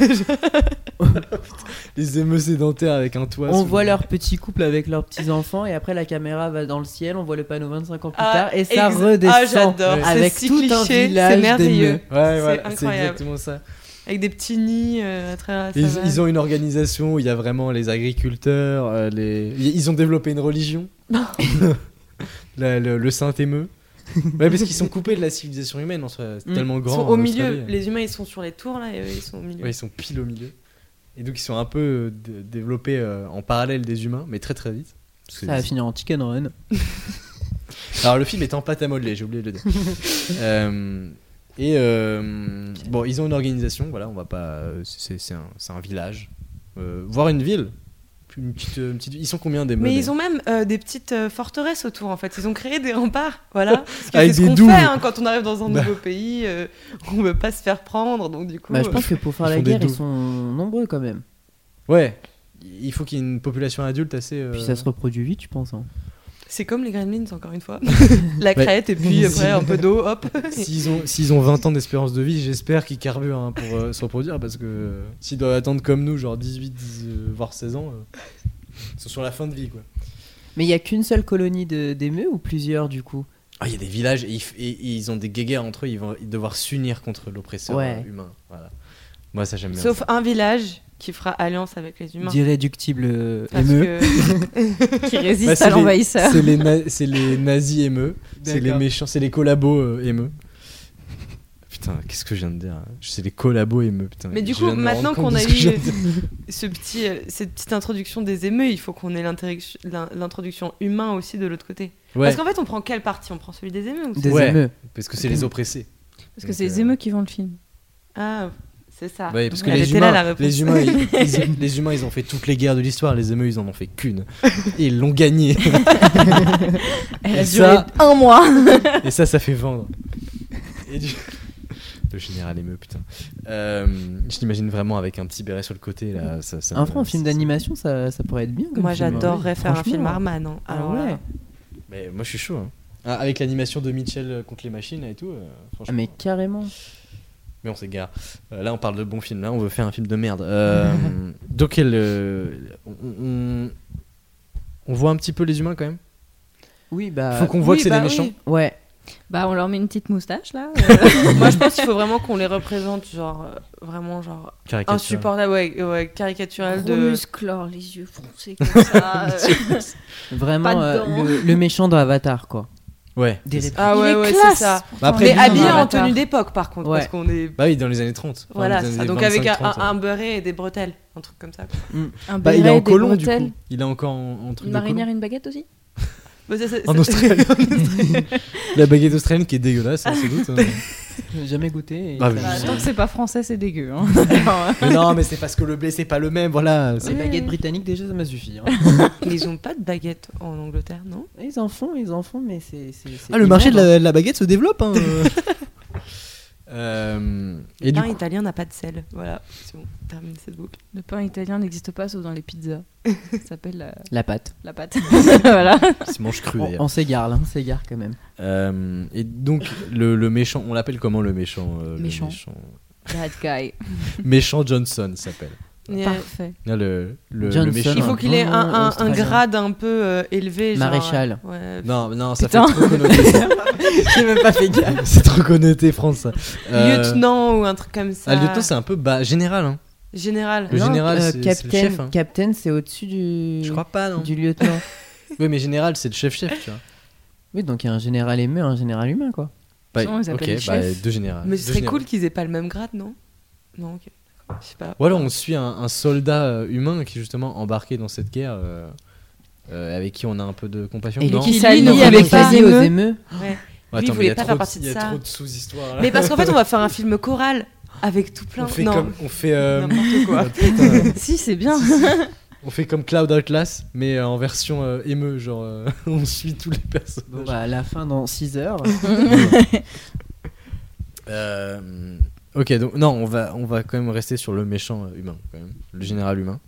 Speaker 5: Les émeux sédentaires avec un toit.
Speaker 6: On
Speaker 5: sous-
Speaker 6: voit leur petit couple avec leurs petits enfants et après la caméra va dans le ciel, on voit le panneau 25 ans plus
Speaker 8: Ah,
Speaker 6: tard
Speaker 8: <laughs>
Speaker 6: et ça
Speaker 8: ex- Ah,
Speaker 6: redescend
Speaker 8: j'adore. C'est
Speaker 6: avec
Speaker 8: si
Speaker 6: tout un
Speaker 8: cliché, c'est
Speaker 6: village
Speaker 8: merveilleux.
Speaker 6: d'émeux.
Speaker 5: Ouais, voilà, c'est
Speaker 8: incroyable.
Speaker 5: exactement ça.
Speaker 8: Avec des petits nids euh, à travers la
Speaker 5: Ils,
Speaker 8: savane.
Speaker 5: ils ont une organisation où il y a vraiment les agriculteurs, euh, les... ils ils ont développé une religion, <laughs> le, le- le saint émeu. Ouais, parce qu'ils sont coupés de la civilisation humaine, en soi, c'est
Speaker 6: Mm.
Speaker 5: tellement
Speaker 8: Ils
Speaker 5: grand. hein.
Speaker 8: sont
Speaker 5: en
Speaker 8: au milieu.
Speaker 5: Australie.
Speaker 8: Les humains, ils sont sur les tours là, et eux, ils sont au milieu.
Speaker 5: Ouais, ils sont pile au milieu. Et donc ils sont un peu euh, d- développés euh, en parallèle des humains, mais très très vite. Parce que-
Speaker 6: Ça va finir en chicken run.
Speaker 8: Bah,
Speaker 5: Alors le film est en pâte à modeler, j'ai oublié de le dire.
Speaker 6: <laughs>
Speaker 5: Euh, et euh, bon, ils ont une organisation, voilà, on va pas. euh, C'est c'est un, c'est un village, Euh, voire une ville. Une petite, euh, une petite- Ils sont combien des
Speaker 8: Mais
Speaker 5: meufs,
Speaker 8: ils ont même euh, des petites euh, forteresses autour en fait. Ils ont créé des remparts,
Speaker 5: <laughs>
Speaker 8: voilà. Parce que
Speaker 5: Avec
Speaker 8: c'est ce
Speaker 5: des
Speaker 8: qu'on
Speaker 5: douves.
Speaker 8: fait hein, quand on arrive dans un
Speaker 5: Bah.
Speaker 8: nouveau pays, euh, on veut pas se faire prendre, donc du coup.
Speaker 6: Bah, je
Speaker 8: euh,
Speaker 6: pense que pour faire
Speaker 5: Ils
Speaker 6: la
Speaker 5: font des
Speaker 6: guerre, ils
Speaker 5: douves.
Speaker 6: sont nombreux quand même.
Speaker 5: Ouais. Il faut qu'il y ait une population adulte assez. euh,
Speaker 6: Puis ça se reproduit vite, je pense. hein.
Speaker 8: C'est comme les Gremlins encore une
Speaker 5: <laughs>
Speaker 8: fois. La crête et puis après un peu d'eau, hop.
Speaker 5: S'ils ont, s'ils ont 20 ans d'espérance de vie, j'espère qu'ils carburent hein, pour euh, se reproduire parce que euh, s'ils doivent attendre comme nous, genre 18, 10, euh, voire 16 ans, euh, ils sont sur la fin de vie quoi.
Speaker 6: Mais il y a qu'une seule colonie de- d'émeux ou plusieurs du coup
Speaker 5: Ah, il y a des villages et ils, f- et- et ils ont des guéguerres entre eux, ils vont devoir s'unir contre l'oppresseur
Speaker 6: Ouais.
Speaker 5: euh, humain. Voilà. Moi ça j'aime bien.
Speaker 8: Sauf un village qui fera alliance avec les humains.
Speaker 6: D'irréductibles euh,
Speaker 8: Parce
Speaker 6: émeux.
Speaker 8: que-
Speaker 10: qui
Speaker 5: Bah,
Speaker 10: résiste
Speaker 5: c'est
Speaker 10: à
Speaker 5: les-
Speaker 10: l'envahisseur.
Speaker 5: C'est les, na- c'est les nazis émeux, c'est les
Speaker 6: D'accord.
Speaker 5: méchants, c'est les collabos euh, émeux. Putain, qu'est-ce que je viens de dire hein C'est les collabos émeux, putain.
Speaker 8: Mais du
Speaker 5: Je
Speaker 8: coup,
Speaker 5: viens de me
Speaker 8: maintenant
Speaker 5: rendre compte
Speaker 8: qu'on
Speaker 5: de
Speaker 8: a
Speaker 5: ce que je
Speaker 8: eu-
Speaker 5: viens de dire.
Speaker 8: <laughs> ce petit, euh, cette petite introduction des émeux, il faut qu'on ait l'interac- l'in- l'introduction humain aussi de l'autre côté.
Speaker 5: Ouais,
Speaker 8: Parce qu'en fait, on prend quelle partie On prend celui des émeux ou
Speaker 6: Des
Speaker 5: Ouais.
Speaker 6: émeux.
Speaker 5: parce que c'est les oppressés.
Speaker 10: Parce que c'est les émeux qui vendent le film.
Speaker 8: Ah, c'est ça.
Speaker 5: Ouais, parce que
Speaker 8: Elle
Speaker 5: les
Speaker 8: était
Speaker 5: humains,
Speaker 8: là, la réponse.
Speaker 5: les,
Speaker 8: <laughs>
Speaker 5: humains, ils, ils- les humains, ils ont fait toutes les guerres de l'histoire. Les émeux, ils en ont fait qu'une. Et ils l'ont gagnée.
Speaker 8: <laughs>
Speaker 10: Elle
Speaker 5: Et
Speaker 10: a duré
Speaker 5: ça-
Speaker 10: un mois.
Speaker 5: Et ça, ça fait vendre. Et du- Le général émeu, putain. Euh, je l'imagine vraiment avec un petit béret sur le côté. Là, ça, ça
Speaker 6: Un
Speaker 5: me-
Speaker 6: franc film
Speaker 5: ça-
Speaker 6: d'animation, ça, ça pourrait être bien. comme
Speaker 8: Moi,
Speaker 6: film, hein.
Speaker 8: j'adorerais faire un
Speaker 6: Franchement.
Speaker 8: film Arman. hein. Alors
Speaker 6: Ah
Speaker 8: là,
Speaker 6: ouais.
Speaker 5: Mais moi, je suis chaud. hein. Ah, avec l'animation de Mitchell euh, contre les machines et tout, euh,
Speaker 6: Ah,
Speaker 5: franchement.
Speaker 6: mais carrément.
Speaker 5: Mais on s'égare. Euh, là, on parle de bons films. Là, on veut faire un film de merde. Euh, donc, elle, euh, on, on- on voit un petit peu les humains quand même.
Speaker 6: Oui, bah.
Speaker 5: Faut qu'on voit
Speaker 8: oui,
Speaker 5: que c'est
Speaker 8: bah
Speaker 5: des méchants.
Speaker 8: oui.
Speaker 6: Ouais.
Speaker 10: Bah, on leur met une petite moustache là.
Speaker 8: euh, <laughs> Moi, je pense qu'il faut vraiment qu'on les représente, genre, euh, vraiment, genre,
Speaker 5: Caricature.
Speaker 8: insupportable, ouais, ouais, caricatural
Speaker 10: Gros
Speaker 8: euh, de.
Speaker 10: muscles, or, les yeux foncés comme ça. euh. Pas
Speaker 6: Vraiment
Speaker 10: de
Speaker 6: euh,
Speaker 10: dents.
Speaker 6: le, le méchant dans Avatar, quoi.
Speaker 5: Ouais.
Speaker 6: <laughs> Des répliques.
Speaker 8: Ah
Speaker 10: Il
Speaker 8: ouais,
Speaker 10: est
Speaker 8: ouais, c'est
Speaker 10: classe,
Speaker 8: ça.
Speaker 5: Bah après,
Speaker 10: Très
Speaker 8: Mais
Speaker 10: bien,
Speaker 8: habillé en
Speaker 10: Avatar.
Speaker 8: tenue d'époque, par contre,
Speaker 6: Ouais.
Speaker 8: parce qu'on est.
Speaker 5: Bah oui, dans les années 30. Enfin,
Speaker 8: Voilà,
Speaker 5: les années hein.
Speaker 8: ça. donc avec un,
Speaker 5: 25-30,
Speaker 8: un
Speaker 5: ouais.
Speaker 8: béret et des bretelles, un truc comme ça. quoi.
Speaker 10: Un
Speaker 5: Bah, il est
Speaker 10: béret,
Speaker 5: en
Speaker 10: des
Speaker 5: colon du
Speaker 10: bretelles.
Speaker 5: coup. Il est encore en, en truc
Speaker 10: Une
Speaker 5: de colon.
Speaker 10: marinière, une baguette aussi
Speaker 8: Bah, ça, c'est-
Speaker 5: En
Speaker 8: c'est-
Speaker 5: Australie. <laughs> La baguette australienne qui est dégueulasse, hein, sans doute. hein.
Speaker 6: J'ai jamais goûté. et
Speaker 5: Ah,
Speaker 6: ça-
Speaker 5: mais
Speaker 10: Bah,
Speaker 5: je-
Speaker 10: Tant que c'est pas français, c'est dégueu. <laughs> hein.
Speaker 5: <laughs> mais non, mais c'est parce que le blé, c'est pas le même, voilà.
Speaker 6: Les
Speaker 5: C'est-
Speaker 6: baguettes britanniques, déjà, ça m'a suffi. hein.
Speaker 8: <laughs> Mais ils ont pas de baguette en Angleterre, non
Speaker 6: <laughs> ils en font, ils en font, mais c'est. c'est- c'est
Speaker 5: Ah, le marché de
Speaker 6: immonde, hein.
Speaker 5: la, de la baguette se développe. hein. <laughs> Euh, et
Speaker 8: Le
Speaker 5: du
Speaker 8: pain
Speaker 5: coup,
Speaker 8: italien n'a pas de sel. Voilà, c'est bon, termine cette boucle.
Speaker 10: Le pain italien n'existe pas sauf dans les pizzas. Ça s'appelle la,
Speaker 6: La pâte.
Speaker 10: la pâte. <laughs> voilà.
Speaker 5: il se mange cru
Speaker 6: On,
Speaker 5: d'ailleurs.
Speaker 6: on s'égare là, on s'égare quand même.
Speaker 5: Euh, et donc, le, le méchant, on l'appelle comment le méchant euh, le
Speaker 10: Méchant.
Speaker 5: méchant.
Speaker 10: Bad guy.
Speaker 5: Méchant Johnson il s'appelle.
Speaker 8: Mais, euh,
Speaker 10: Parfait.
Speaker 5: Là, Le, le,
Speaker 6: Johnson.
Speaker 5: le méchant.
Speaker 8: Il faut qu'il ait un,
Speaker 6: Vraiment
Speaker 8: un- un
Speaker 6: australien.
Speaker 8: grade un peu euh, élevé. genre,
Speaker 6: Maréchal.
Speaker 8: ouais.
Speaker 5: Non, non, ça
Speaker 10: Putain.
Speaker 5: fait trop connoté.
Speaker 6: J'ai même pas fait gaffe.
Speaker 5: c'est trop connoté, France. ça. Euh,
Speaker 8: Lieutenant ou un truc comme ça.
Speaker 5: Ah, lieutenant, c'est un peu bas, général, hein.
Speaker 8: Général.
Speaker 5: Le
Speaker 6: Non,
Speaker 5: général,
Speaker 6: euh,
Speaker 5: c'est- c'est
Speaker 6: Captain,
Speaker 5: le chef, hein.
Speaker 6: Captain, c'est au-dessus du.
Speaker 5: Je crois pas, hein. non.
Speaker 6: Du lieutenant.
Speaker 5: Oui, mais général, c'est le chef-chef, tu vois.
Speaker 6: oui, donc il y a un général émeu, un général humain, quoi.
Speaker 5: Bah,
Speaker 10: Sinon, ils
Speaker 5: ok,
Speaker 10: appellent les
Speaker 5: bah,
Speaker 10: chefs.
Speaker 5: deux générales.
Speaker 8: Mais
Speaker 5: Deux
Speaker 8: ce serait
Speaker 5: générales.
Speaker 8: cool qu'ils aient pas le même grade, non Non, ok. Je sais pas.
Speaker 5: Ou alors, on suit un, un soldat euh, humain qui est justement embarqué dans cette guerre, euh, euh, avec qui on a un peu de compassion.
Speaker 6: Et
Speaker 5: non
Speaker 10: qui
Speaker 6: lui,
Speaker 10: s'allie
Speaker 6: ne
Speaker 10: avec
Speaker 6: voulait pas
Speaker 10: les
Speaker 6: lier aux
Speaker 10: émeux.
Speaker 6: émeux.
Speaker 8: Ouais.
Speaker 5: Attends, mais il
Speaker 8: il
Speaker 5: y a
Speaker 8: voulait pas
Speaker 5: trop
Speaker 8: faire
Speaker 5: de-
Speaker 8: partie de
Speaker 5: Il y a
Speaker 8: ça.
Speaker 5: trop de sous-histoires là. <laughs>
Speaker 8: Mais parce qu'en fait, on va faire un film choral. Avec tout plein
Speaker 11: On fait
Speaker 8: non,
Speaker 11: comme. On fait. euh,
Speaker 5: <laughs>
Speaker 8: n'importe quoi.
Speaker 11: oh,
Speaker 7: Euh,
Speaker 11: putain.
Speaker 8: si, c'est bien.
Speaker 5: On fait comme Cloud Atlas, mais euh, en version euh, émeu, genre euh, <laughs> on suit tous les personnages.
Speaker 6: Bon, bah, la fin dans 6 <laughs> heures.
Speaker 5: Euh, ok, donc non, on va, on va quand même rester sur le méchant euh, humain, quand même, le général humain.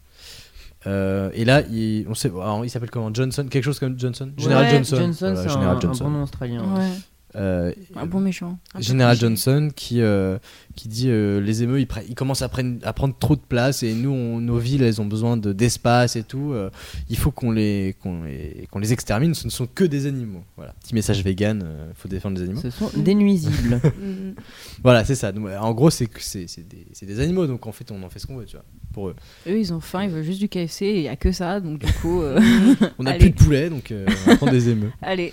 Speaker 5: Euh, et là, il, on sait, alors, il s'appelle comment Johnson Quelque chose comme Johnson Général
Speaker 6: Ouais,
Speaker 5: Johnson. Voilà,
Speaker 6: c'est un-
Speaker 5: Général
Speaker 6: un,
Speaker 5: Johnson.
Speaker 6: bon nom australien.
Speaker 10: Ouais.
Speaker 5: Euh,
Speaker 10: Un bon méchant.
Speaker 5: Général Johnson qui, euh, qui dit euh, les émeux, ils, pre- ils commencent à, prenne- à prendre trop de place et nous, on- nos villes, elles ont besoin de- d'espace et tout. euh, il faut qu'on les, qu'on les, qu'on les extermine, ce ne sont que des animaux. Voilà, petit message vegan, euh, faut défendre les animaux.
Speaker 6: Ce sont des <laughs> nuisibles.
Speaker 8: Mm.
Speaker 5: Voilà, c'est ça. Donc, euh, en gros, c'est que c'est c'est des, c'est des animaux, donc en fait, on en fait ce qu'on veut, tu vois. Pour eux,
Speaker 10: Eux, ils ont faim, ils veulent juste du KFC et il n'y a que ça, donc du coup, euh, <laughs>
Speaker 5: on n'a
Speaker 10: Allez.
Speaker 5: plus de poulet, donc euh, on prend des émeux.
Speaker 10: allez,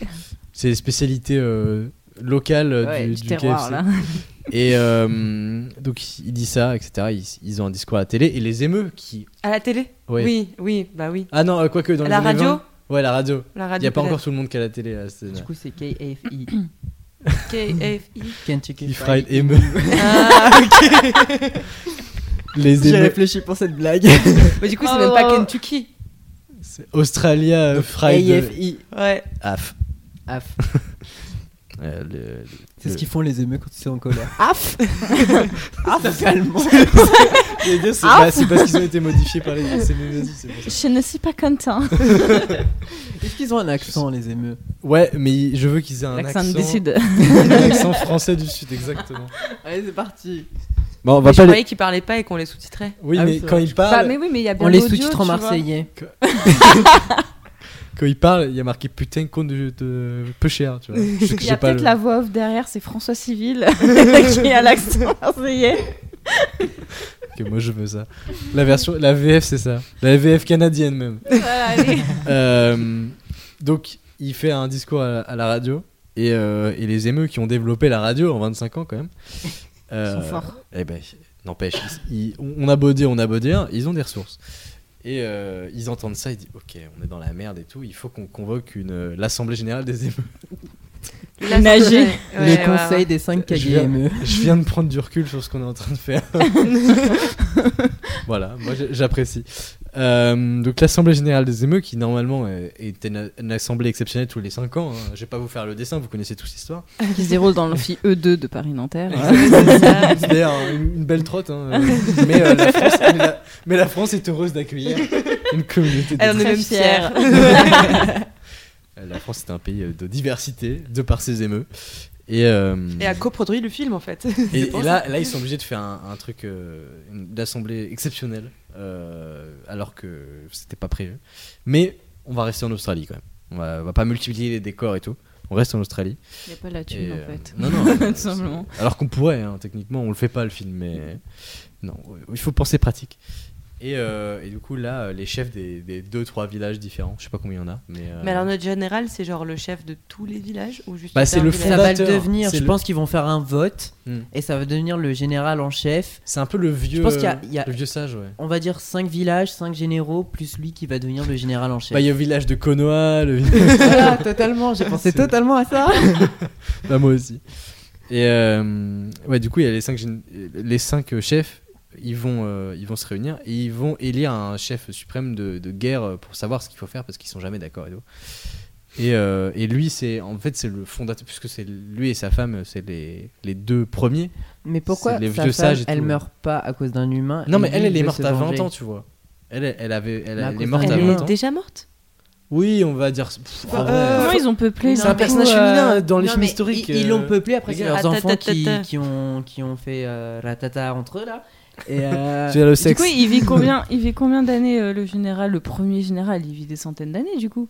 Speaker 5: C'est les spécialités euh, locales euh,
Speaker 10: ouais,
Speaker 5: du,
Speaker 10: du
Speaker 5: du
Speaker 10: terroir
Speaker 5: KFC.
Speaker 10: là.
Speaker 7: <laughs>
Speaker 5: Et euh, donc, il dit ça, etc. Ils, ils ont un discours à la télé et les émeux qui.
Speaker 8: À la télé
Speaker 5: Ouais.
Speaker 8: Oui, oui, bah oui.
Speaker 5: Ah non, euh, quoique dans
Speaker 8: À
Speaker 5: les
Speaker 8: la
Speaker 5: années
Speaker 8: radio
Speaker 5: 20, Ouais, la radio.
Speaker 8: La
Speaker 5: Il
Speaker 8: radio.
Speaker 5: n'y a pas
Speaker 8: peut-être.
Speaker 5: encore tout le monde qui a la télé. Là, c'est-
Speaker 6: du coup, c'est KFI.
Speaker 8: KFI.
Speaker 5: <laughs>
Speaker 6: Kentucky
Speaker 5: Ils
Speaker 6: Fried.
Speaker 5: fried émeux.
Speaker 8: <laughs> Ah,
Speaker 5: les
Speaker 6: J'ai
Speaker 5: émeux.
Speaker 6: réfléchi pour cette <laughs> blague.
Speaker 8: mais du coup, c'est
Speaker 10: Oh,
Speaker 8: même pas
Speaker 10: wow.
Speaker 8: Kentucky.
Speaker 5: C'est Australia euh, Fried.
Speaker 6: AFI.
Speaker 8: Ouais.
Speaker 5: AF.
Speaker 6: AF.
Speaker 5: Euh, le-
Speaker 6: C'est ce
Speaker 5: le-
Speaker 6: qu'ils font les émeux quand ils sont en colère. AF <laughs> AF Ah, Totalement.
Speaker 5: J'allais dire, Ah, C'est pas- c'est parce qu'ils ont été modifiés par les c'est les nazis, c'est pour ça.
Speaker 7: Je ne suis pas content.
Speaker 6: Est-ce qu'ils ont un accent, les émeux
Speaker 5: Ouais, mais je veux qu'ils aient un accent,
Speaker 10: L'accent du sud.
Speaker 5: <laughs> un accent français du sud, exactement.
Speaker 6: Allez, c'est parti.
Speaker 5: Bon, on
Speaker 8: Mais
Speaker 5: va
Speaker 8: je croyais qu'ils parlaient pas et qu'on les sous-titrait.
Speaker 5: Oui,
Speaker 6: Ah
Speaker 5: mais
Speaker 6: oui, c'est
Speaker 5: quand
Speaker 6: vrai.
Speaker 5: ils
Speaker 7: Bah,
Speaker 5: parlent,
Speaker 10: Bah, mais oui, mais il y a
Speaker 6: On les sous-titre en marseillais.
Speaker 5: quand ils parlent, il y a marqué putain con de, de- peu cher,
Speaker 7: <laughs>
Speaker 5: tu vois. Je sais que
Speaker 7: Il y a
Speaker 5: j'ai pas
Speaker 7: peut-être
Speaker 5: le-
Speaker 7: la voix off derrière, c'est
Speaker 10: <laughs>
Speaker 7: François Civil qui a l'accent marseillais.
Speaker 5: que moi je veux ça. La version, la VF c'est ça, la VF canadienne même.
Speaker 10: <laughs>
Speaker 5: Euh, donc il fait un discours à, la- à la radio et, euh, et les émeux qui ont développé la radio en 25 ans quand même. euh,
Speaker 10: forts.
Speaker 5: Eh ben, n'empêche, ils- ils- on on a beau dire, on a beau dire, ils ont des ressources. Et euh, ils entendent ça, ils disent ok, on est dans la merde et tout, il faut qu'on convoque une l'assemblée générale des émeux.
Speaker 8: La
Speaker 6: Nager.
Speaker 8: Ouais,
Speaker 6: les
Speaker 8: ouais,
Speaker 6: conseils
Speaker 8: ouais.
Speaker 6: des 5
Speaker 5: Je viens-
Speaker 6: KGME.
Speaker 5: <laughs> Je viens de prendre du recul sur ce qu'on est en train de faire. <laughs>
Speaker 10: <laughs>
Speaker 5: voilà, moi j'ai- j'apprécie. Euh, donc l'Assemblée Générale des émeux, qui normalement est, est une, une assemblée exceptionnelle tous les 5 ans, hein. je vais pas vous faire le dessin, vous connaissez tous l'histoire.
Speaker 10: Qui se déroule dans l'amphi E2 de Paris-Nanterre.
Speaker 5: <laughs> C'est d'ailleurs une, une belle trotte, hein. Euh, mais, euh, la France, mais, la, mais la France est heureuse d'accueillir une communauté.
Speaker 8: Elle en est
Speaker 5: d'émeux.
Speaker 8: même fière.
Speaker 5: <laughs> Euh, La France est un pays euh, de diversité, de par ses émeux. Et, euh,
Speaker 8: Et a coproduit le film en fait.
Speaker 5: Et,
Speaker 8: C'est pour
Speaker 5: et
Speaker 8: ça.
Speaker 5: là, là, ils sont obligés de faire un, un truc euh, une- d'assemblée exceptionnelle, euh, alors que c'était pas prévu. Mais on va rester en Australie quand même. On va, on va pas multiplier les décors et tout. On reste en Australie.
Speaker 10: Il n'y a pas la
Speaker 5: Et,
Speaker 10: thune
Speaker 5: euh,
Speaker 10: en fait.
Speaker 5: Non,
Speaker 6: <laughs>
Speaker 5: non.
Speaker 10: <laughs>
Speaker 5: euh,
Speaker 10: Tout simplement.
Speaker 5: c'est- Alors qu'on pourrait, hein, techniquement, on le fait pas le film, mais non, il faut penser pratique. Et, euh, et du coup, là, euh, les chefs des, des deux, trois villages différents, je sais pas combien il y en a, mais. euh,
Speaker 8: Mais alors notre général, c'est genre le chef de tous les villages ou juste
Speaker 5: Bah,
Speaker 8: d'un
Speaker 5: c'est le
Speaker 8: village
Speaker 6: Ça va le
Speaker 5: Fondateur,
Speaker 6: devenir.
Speaker 5: c'est
Speaker 6: Je
Speaker 5: le-
Speaker 6: pense qu'ils vont faire un vote
Speaker 5: Hmm.
Speaker 6: et ça va devenir le général en chef.
Speaker 5: C'est un peu le vieux.
Speaker 6: pense qu'il y a- il y a-
Speaker 5: Le vieux sage, ouais.
Speaker 6: On va dire 5 villages, 5 généraux, plus lui qui va devenir le général en chef.
Speaker 5: Bah, il y a le village de Konoha, le
Speaker 6: <laughs>
Speaker 5: <laughs> village.
Speaker 6: Voilà, totalement. J'ai pensé
Speaker 5: C'est-
Speaker 6: totalement à ça.
Speaker 5: <laughs> Bah, moi aussi. Et euh, ouais, du coup, il y a les cinq, gén- les cinq euh, chefs, ils vont, euh, ils vont se réunir et ils vont élire un chef suprême de, de guerre euh, pour savoir ce qu'il faut faire parce qu'ils sont jamais d'accord et tout. Et, euh, et lui, c'est en fait c'est le fondateur puisque c'est lui et sa femme, c'est les, les deux premiers.
Speaker 6: Mais pourquoi
Speaker 5: C'est les
Speaker 6: sa
Speaker 5: vieux
Speaker 6: femme,
Speaker 5: sages et
Speaker 6: elle
Speaker 5: tout.
Speaker 6: meurt pas à cause d'un humain
Speaker 5: Non,
Speaker 6: et
Speaker 5: mais
Speaker 6: lui,
Speaker 5: elle, elle
Speaker 6: il
Speaker 5: est
Speaker 6: veut
Speaker 5: morte
Speaker 6: se
Speaker 5: à
Speaker 6: venger.
Speaker 5: 20 ans, tu vois. Elle, elle- elle avait, elle,
Speaker 6: Mais à
Speaker 5: elle
Speaker 6: cause
Speaker 5: est
Speaker 6: de-
Speaker 5: morte à
Speaker 8: Elle
Speaker 6: T'as
Speaker 5: 20
Speaker 8: est
Speaker 5: ans.
Speaker 8: déjà morte
Speaker 5: Oui, on va dire. pff, en
Speaker 7: euh,
Speaker 5: vrai. hein.
Speaker 6: Comment
Speaker 10: ils ont peuplé
Speaker 5: C'est un personnage féminin hein, dans les
Speaker 6: Non,
Speaker 5: films
Speaker 6: mais
Speaker 5: historiques.
Speaker 6: Ils ils l'ont
Speaker 5: euh.
Speaker 6: peuplé après
Speaker 5: les
Speaker 6: c'est
Speaker 5: gars,
Speaker 6: leurs enfants qui,
Speaker 8: ratatatata.
Speaker 6: qui ont, qui ont fait euh, ratata entre eux là.
Speaker 5: <laughs>
Speaker 6: Et, euh,
Speaker 5: C'est le
Speaker 7: Du
Speaker 5: sexe.
Speaker 7: coup, il vit combien, il vit combien d'années euh, le général, le premier général Il vit des centaines d'années du coup.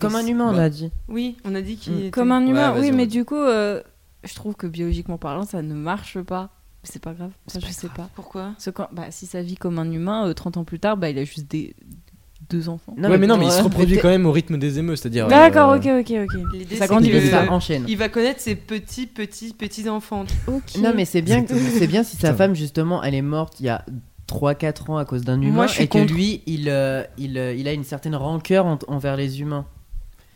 Speaker 6: comme un humain, on
Speaker 5: Bah,
Speaker 6: a dit.
Speaker 8: Oui, on a dit qu'il. était-
Speaker 10: Comme un humain,
Speaker 5: vas-y,
Speaker 10: oui,
Speaker 5: on
Speaker 10: mais
Speaker 5: va-
Speaker 10: du coup, euh, je trouve que biologiquement parlant, ça ne marche pas. C'est pas grave, ça, je sais pas.
Speaker 8: Pourquoi
Speaker 10: Parce que quand- bah, si ça vit comme un humain, euh, 30 ans plus tard, bah, il a juste des... deux enfants.
Speaker 5: Ouais, mais non, mais il se
Speaker 6: euh,
Speaker 5: reproduit
Speaker 6: peut-être-
Speaker 5: quand même au rythme des émeux, c'est-à-dire.
Speaker 10: D'accord,
Speaker 5: euh,
Speaker 10: ok, ok, ok.
Speaker 8: L'idée,
Speaker 10: Ça
Speaker 8: c'est
Speaker 10: grandit
Speaker 8: que-
Speaker 10: vite,
Speaker 6: Ça enchaîne.
Speaker 8: Il va connaître ses petits, petits, petits enfants.
Speaker 6: Non, mais c'est bien, que- c'est bien si sa
Speaker 5: Putain.
Speaker 6: femme, justement, elle est morte il y a 3-4 ans à cause d'un humain
Speaker 8: Moi, je suis
Speaker 6: et que
Speaker 8: contre.
Speaker 6: lui, il, euh, il, euh, il a une certaine rancœur en- envers les humains.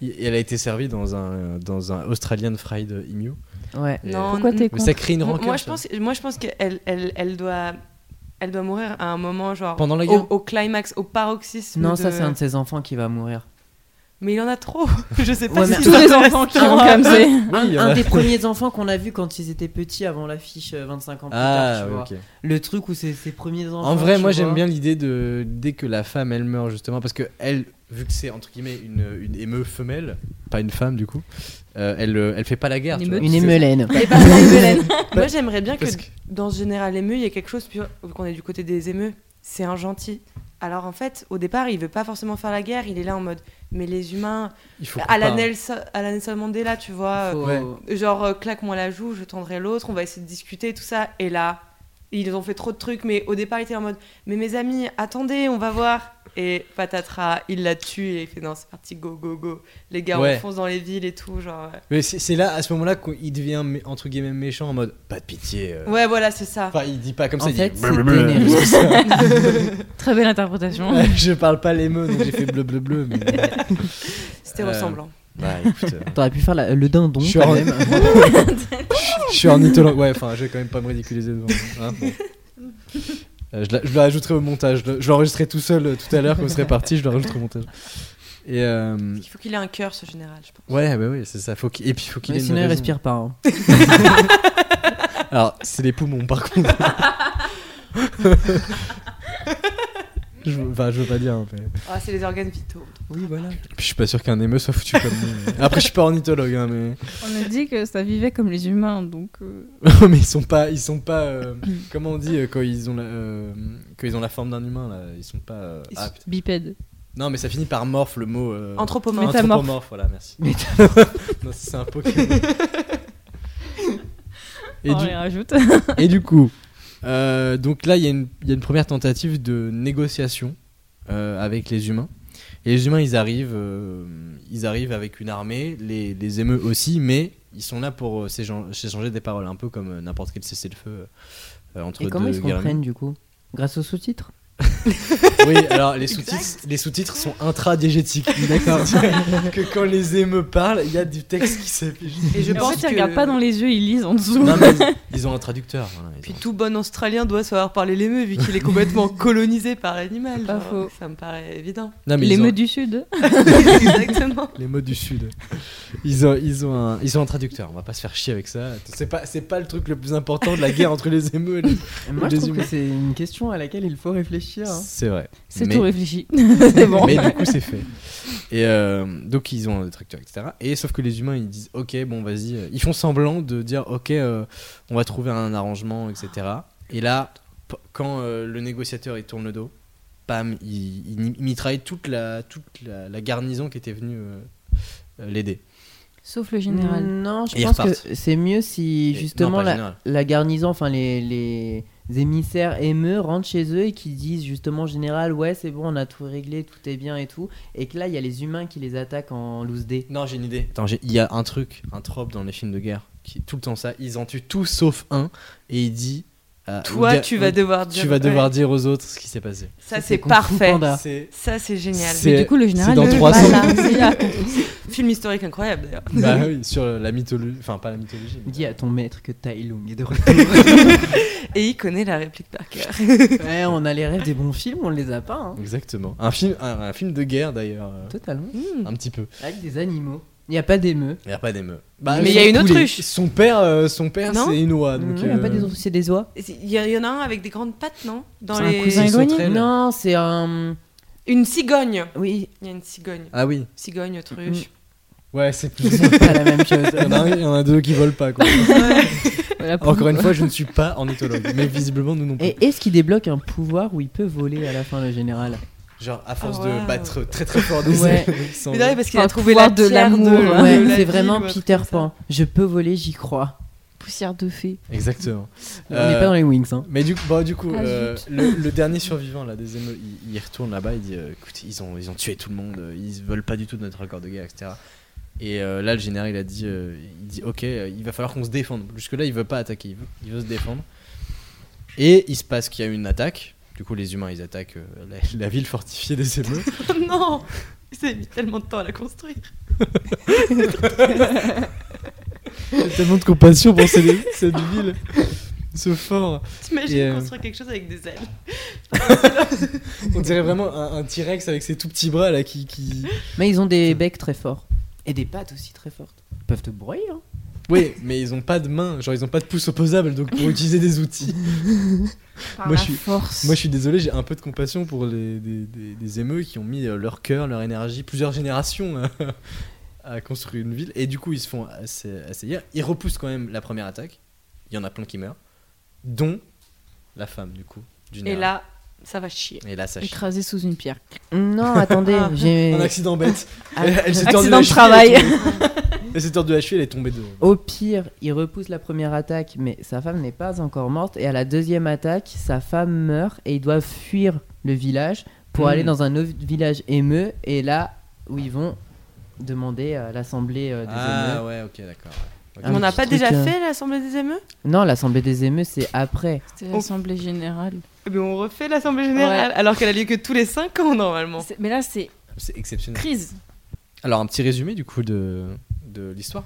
Speaker 5: Et elle a été servie dans un, dans un Australian Fried Emu.
Speaker 6: Ouais.
Speaker 5: Et-
Speaker 8: Non,
Speaker 7: Pourquoi t'es
Speaker 5: Mais
Speaker 7: contre
Speaker 5: ça crée une
Speaker 8: Moi-
Speaker 5: rancœur.
Speaker 8: Moi, je
Speaker 5: ça.
Speaker 8: pense, moi, je pense qu'elle elle, elle doit, elle doit mourir à un moment, genre.
Speaker 5: Pendant la guerre
Speaker 8: au, au climax, au paroxysme.
Speaker 6: Non,
Speaker 8: de-
Speaker 6: ça, c'est un de ses enfants qui va mourir.
Speaker 8: Mais il en a trop. <laughs> je sais pas
Speaker 6: Ouais,
Speaker 8: si
Speaker 6: mais
Speaker 7: <laughs>
Speaker 8: ça
Speaker 7: Tous les
Speaker 8: m'intéresse.
Speaker 7: enfants qui ont comme ça.
Speaker 6: Un,
Speaker 5: Oui, euh.
Speaker 6: un
Speaker 5: ouais. <laughs>
Speaker 6: des premiers enfants qu'on a vu quand ils étaient petits avant l'affiche euh, 25 ans plus
Speaker 5: Ah,
Speaker 6: tard, tu
Speaker 5: ouais,
Speaker 6: vois.
Speaker 5: ok.
Speaker 6: Le truc où c'est ses premiers enfants.
Speaker 5: En vrai,
Speaker 6: tu
Speaker 5: moi
Speaker 6: vois.
Speaker 5: j'aime bien l'idée de dès que la femme elle meurt justement parce que elle, vu que c'est entre guillemets une, une émeu femelle, pas une femme du coup, euh, elle euh, elle fait pas la guerre.
Speaker 7: Une
Speaker 5: tu
Speaker 7: émeute.
Speaker 5: vois.
Speaker 6: Une émeulaine.
Speaker 8: Et par contre, Hélène, Moi, j'aimerais bien que,
Speaker 5: Parce que-
Speaker 8: dans ce général émeu, il y ait quelque chose, puis qu'on est du côté des émeux, c'est un gentil. Alors en fait, au départ, il veut pas forcément faire la guerre, il est là en mode, mais les humains,
Speaker 5: Il faut
Speaker 8: à la,
Speaker 5: pas- hein.
Speaker 8: Nelson, à la Nelson Mandela, tu vois,
Speaker 6: Faut-
Speaker 5: ouais.
Speaker 8: euh, genre euh, claque-moi la joue, je tendrai l'autre, on va essayer de discuter, tout ça. Et là, ils ont fait trop de trucs, mais au départ, il était en mode, mais mes amis, attendez, on va voir. Et patatras, il la tue et il fait, non, c'est parti, go, go, go. Les gars,
Speaker 5: Ouais.
Speaker 8: on fonce dans les villes et tout, genre. ouais.
Speaker 5: Mais c'est c'est là à ce moment-là qu'il devient mé- entre guillemets méchant en mode pas de pitié. euh.
Speaker 8: Ouais, voilà, c'est ça.
Speaker 5: Enfin, il dit pas comme
Speaker 6: En
Speaker 5: ça. il
Speaker 6: fait,
Speaker 5: dit bah,
Speaker 6: c'est
Speaker 5: blablabla.
Speaker 6: Daenerys.
Speaker 7: Très belle interprétation.
Speaker 5: Ouais, <laughs> je parle pas l'émeu, donc j'ai fait bleu bleu bleu. Mais...
Speaker 8: C'était
Speaker 5: Euh,
Speaker 8: ressemblant.
Speaker 5: Bah écoute, euh,
Speaker 6: T'aurais pu faire la- le dindon
Speaker 5: je suis
Speaker 6: quand
Speaker 5: en-
Speaker 6: même.
Speaker 5: <laughs> je suis ornithologue. Ouais, enfin, je vais quand même pas me ridiculiser devant. hein, bon. Euh, je, la, je la rajouterai au montage. Je, je l'enregistrerai tout seul euh, tout à l'heure quand on serait parti. Je la rajouterai au montage. Et euh,
Speaker 8: Il faut qu'il ait un cœur, ce général, je pense.
Speaker 5: ouais, bah oui, c'est ça. Faut qu'il- et puis faut qu'il
Speaker 6: Mais
Speaker 5: ait une
Speaker 6: sinon, il
Speaker 5: raison.
Speaker 6: respire pas. hein.
Speaker 5: Alors, c'est les poumons par
Speaker 6: <laughs>
Speaker 5: contre. je, enfin, je veux pas dire. hein, mais-
Speaker 8: Ah, c'est les organes vitaux.
Speaker 5: Oui, voilà. Puis je suis pas sûr qu'un émeu soit foutu comme nous. mais- Après, je suis pas ornithologue, hein, mais.
Speaker 10: On a dit que ça vivait comme les humains, donc. euh,
Speaker 5: <laughs> mais ils sont pas, ils sont pas. euh,
Speaker 8: Mm.
Speaker 5: comment on dit euh, quand ils ont la, euh, quand ils ont la forme d'un humain là, ils sont pas. euh,
Speaker 8: Ils
Speaker 5: ah,
Speaker 8: sont-
Speaker 5: putain.
Speaker 10: Bipède.
Speaker 5: non, mais ça finit par morphe le mot. euh,
Speaker 8: Anthropomorphe.
Speaker 10: Métamorphe.
Speaker 5: anthropomorphe, voilà,
Speaker 8: <laughs>
Speaker 5: merci. non, c'est un Pokémon. Et
Speaker 7: Oh
Speaker 10: on
Speaker 5: du,
Speaker 10: les rajoute.
Speaker 5: et du coup, euh, donc là, il y, a une- il y a une première tentative de négociation euh, avec les humains. Et les humains, ils arrivent, euh, ils arrivent avec une armée, les, les émeux aussi, mais ils sont là pour euh, s'échan- s'échanger des paroles, un peu comme euh, n'importe quel cessez-le-feu euh, entre
Speaker 6: Et comment
Speaker 5: deux
Speaker 6: ils se
Speaker 5: guerres.
Speaker 6: comprennent du coup Grâce
Speaker 5: <laughs>
Speaker 6: aux sous-titres
Speaker 5: Oui, alors les sous-titres, les sous-titres sont
Speaker 6: <laughs>
Speaker 5: intradiégétiques. D'accord. que quand les émeux parlent, il y a du texte qui s'affiche.
Speaker 8: Et je
Speaker 10: en
Speaker 8: pense
Speaker 10: fait, ils
Speaker 8: que...
Speaker 10: regardent pas dans les yeux, ils lisent en dessous.
Speaker 5: Non, mais ils- ils ont un traducteur. voilà, ils
Speaker 8: Puis
Speaker 5: ont-
Speaker 8: tout bon Australien doit savoir parler l'émeu, vu qu'il
Speaker 5: <laughs>
Speaker 8: est complètement colonisé par l'animal.
Speaker 10: Pas
Speaker 8: genre.
Speaker 10: faux.
Speaker 8: Ça me paraît évident.
Speaker 5: Non, mais
Speaker 10: les
Speaker 5: ils ont-
Speaker 10: meufs du sud.
Speaker 8: Exactement.
Speaker 5: Les mots du sud. <laughs> Ils ont, ils ont un, ils ont un traducteur. On va pas se faire chier avec ça. C'est pas, c'est pas le truc le plus important de la guerre entre les émeux. et les-
Speaker 6: Moi,
Speaker 5: Des
Speaker 6: je trouve
Speaker 5: humains.
Speaker 6: que c'est une question à laquelle il faut réfléchir. hein.
Speaker 5: C'est vrai.
Speaker 10: C'est
Speaker 5: Mais-
Speaker 10: tout réfléchi. c'est bon.
Speaker 5: <laughs> Mais du coup, c'est fait. Et euh, donc, ils ont un tracteurs, etc. Et sauf que les humains, ils disent Ok, bon, vas-y. Ils font semblant de dire Ok, euh, on va trouver un arrangement, etc. Et là, p- quand euh, le négociateur il tourne le dos, pam, il, il mi- mitraille toute la, toute la, la garnison qui était venue euh, euh, l'aider.
Speaker 10: Sauf le général.
Speaker 5: Hmm.
Speaker 6: Non, je
Speaker 5: Et ils
Speaker 6: pense
Speaker 5: repartent.
Speaker 6: que c'est mieux si
Speaker 5: Et-
Speaker 6: justement
Speaker 5: non, pas
Speaker 6: la,
Speaker 5: général.
Speaker 6: la garnison, enfin les, les émissaires émeux rentrent chez eux et qui disent justement général, ouais, c'est bon, on a tout réglé, tout est bien et tout. Et que là, il y a les humains qui les attaquent en loose dé.
Speaker 5: Non, j'ai une idée. Attends, j'ai- il y a un truc, un trope dans les films de guerre qui est tout le temps ça. Ils en tuent tous sauf un et il dit. euh, au
Speaker 8: Toi,
Speaker 5: gars-
Speaker 8: tu vas
Speaker 5: au-
Speaker 8: devoir dire.
Speaker 5: tu vas devoir
Speaker 8: Ouais.
Speaker 5: dire aux autres ce qui s'est passé.
Speaker 8: Ça,
Speaker 6: C'est
Speaker 8: c'est
Speaker 6: Kung Fu
Speaker 8: parfait.
Speaker 6: <laughs> Panda.
Speaker 5: C'est
Speaker 8: Ça,
Speaker 5: <laughs>
Speaker 8: c'est génial.
Speaker 5: C'est-
Speaker 10: Mais du coup, le général.
Speaker 5: dans
Speaker 10: le-
Speaker 5: 300.
Speaker 10: Voilà, c'est-
Speaker 8: Film historique incroyable, d'ailleurs.
Speaker 5: bah oui, sur la mythologie, enfin pas la mythologie. mais-
Speaker 6: Dis à ton maître que Tai Lung est de
Speaker 8: <laughs> Et il connaît la réplique par cœur.
Speaker 6: ouais, on a les rêves des bons films, on les a pas, hein.
Speaker 5: Exactement. Un film, un, un film de guerre d'ailleurs, euh,
Speaker 6: Totalement.
Speaker 10: Hmm.
Speaker 5: un petit peu. Bah,
Speaker 6: Avec des animaux. Il n'y a pas d'émeux.
Speaker 5: Il n'y a pas d'émeu.
Speaker 8: Mais il y a une autruche.
Speaker 5: Son père, euh, son père,
Speaker 8: Non
Speaker 5: c'est une oie.
Speaker 6: Non,
Speaker 5: Donc,
Speaker 6: Il n'y a pas
Speaker 5: euh,
Speaker 6: des ours, c'est des oies.
Speaker 8: Il y, en a un avec des grandes pattes, non Dans
Speaker 10: C'est un
Speaker 8: les...
Speaker 10: cousin.
Speaker 5: des
Speaker 10: éloigné.
Speaker 5: sauterelles.
Speaker 6: Non, c'est un.
Speaker 8: Une cigogne.
Speaker 6: Oui,
Speaker 8: Il y a une cigogne.
Speaker 5: Ah oui.
Speaker 8: Cigogne, autruche.
Speaker 5: Ouais, c'est plus.
Speaker 6: c'est pas la même <laughs> chose.
Speaker 5: <laughs> Il y, en a un- il y en a deux qui volent pas. Quoi.
Speaker 10: voilà, pour
Speaker 5: Encore
Speaker 10: vous.
Speaker 5: une fois, je ne suis pas ornithologue, mais visiblement nous non plus.
Speaker 6: Et est-ce qu'il débloque un pouvoir où il peut voler à la fin, le général
Speaker 5: Genre à force
Speaker 8: Ah
Speaker 5: de
Speaker 8: ouais.
Speaker 5: battre très très
Speaker 8: <laughs>
Speaker 5: fort des
Speaker 6: Ouais.
Speaker 5: ailes, sans-
Speaker 8: Mais non, parce qu'il
Speaker 10: Un
Speaker 8: a trouvé
Speaker 10: pouvoir
Speaker 8: la
Speaker 10: de
Speaker 8: pierre
Speaker 10: l'amour.
Speaker 8: de-
Speaker 10: Ouais,
Speaker 8: de
Speaker 10: <laughs>
Speaker 6: Ouais,
Speaker 8: la
Speaker 6: c'est
Speaker 8: ville
Speaker 6: vraiment
Speaker 8: ou un truc
Speaker 6: Peter
Speaker 8: comme ça.
Speaker 6: Pan. Je peux voler, j'y crois.
Speaker 10: Poussière de fée.
Speaker 5: Exactement.
Speaker 6: On
Speaker 5: Euh,
Speaker 6: n'est pas dans les Wings. Hein.
Speaker 5: Mais du coup, bah, du coup
Speaker 10: Ah,
Speaker 5: euh,
Speaker 10: zut.
Speaker 5: le, le dernier survivant là, des émeux, il, il retourne là-bas, il dit euh, écoute, ils ont, ils ont tué tout le monde, euh, ils veulent pas du tout de notre accord de guerre, etc. Et euh, là, le général, il a dit, euh, il dit ok, euh, il va falloir qu'on se défende. Jusque-là, il veut pas attaquer, il veut, il veut se défendre. Et il se passe qu'il y a une attaque. Du coup, les humains, ils attaquent euh, la, la ville fortifiée des émeux.
Speaker 10: Oh
Speaker 8: non C'est mis tellement de temps à la construire.
Speaker 5: J'ai <laughs> tellement de compassion pour cette, cette ville, ce fort.
Speaker 8: T'imagines
Speaker 5: Et, euh,
Speaker 8: construire quelque chose avec des ailes.
Speaker 5: <laughs> On dirait vraiment un, un T-Rex avec ses tout petits bras là qui. qui...
Speaker 6: Mais ils ont des becs très forts. Et des pattes aussi très fortes. Ils peuvent te broyer, hein.
Speaker 5: Oui, mais ils ont pas de mains, genre ils ont pas de pouce opposable donc pour utiliser des <laughs> outils.
Speaker 10: Par
Speaker 5: Moi,
Speaker 10: la
Speaker 5: je suis-
Speaker 10: force.
Speaker 5: Moi je suis désolé, j'ai un peu de compassion pour les, des, des, des émeux qui ont mis euh, leur cœur, leur énergie, plusieurs générations à- <laughs> à construire une ville et du coup ils se font assez- assaillir. Ils repoussent quand même la première attaque, il y en a plein qui meurent, dont la femme du coup. du
Speaker 8: Et
Speaker 5: Nara.
Speaker 8: là, ça va chier.
Speaker 5: Et là ça chie.
Speaker 10: écrasé sous une pierre.
Speaker 6: Non, attendez,
Speaker 8: Ah.
Speaker 6: j'ai.
Speaker 5: Un accident bête.
Speaker 6: Ah.
Speaker 5: Elle- elle s'est tordue
Speaker 10: Accident
Speaker 5: la
Speaker 10: de
Speaker 5: cheville,
Speaker 10: travail.
Speaker 5: elle est tombée- Elle s'est tordue la cheville, elle est tombée de.
Speaker 6: Au pire, il repousse la première attaque, mais sa femme n'est pas encore morte. Et à la deuxième attaque, sa femme meurt et ils doivent fuir le village pour
Speaker 5: Hmm.
Speaker 6: aller dans un autre village émeu. Et là, où ils vont demander euh, l'assemblée euh, des émeux.
Speaker 5: Ah ouais, ok, d'accord.
Speaker 6: Ah,
Speaker 8: Mais on
Speaker 6: mais
Speaker 8: n'a
Speaker 6: ce
Speaker 8: pas
Speaker 6: truc,
Speaker 8: déjà
Speaker 6: euh,
Speaker 8: fait l'Assemblée des émeux
Speaker 6: Non, l'assemblée des émeux, c'est après.
Speaker 10: C'était l'Assemblée Générale.
Speaker 8: Mais Eh on refait l'Assemblée
Speaker 10: Générale,
Speaker 8: Générale, alors qu'elle a lieu que tous les 5 ans normalement.
Speaker 10: C'est- Mais là, c'est
Speaker 5: C'est exceptionnel.
Speaker 10: crise.
Speaker 5: Alors, un petit résumé du coup de, de l'histoire.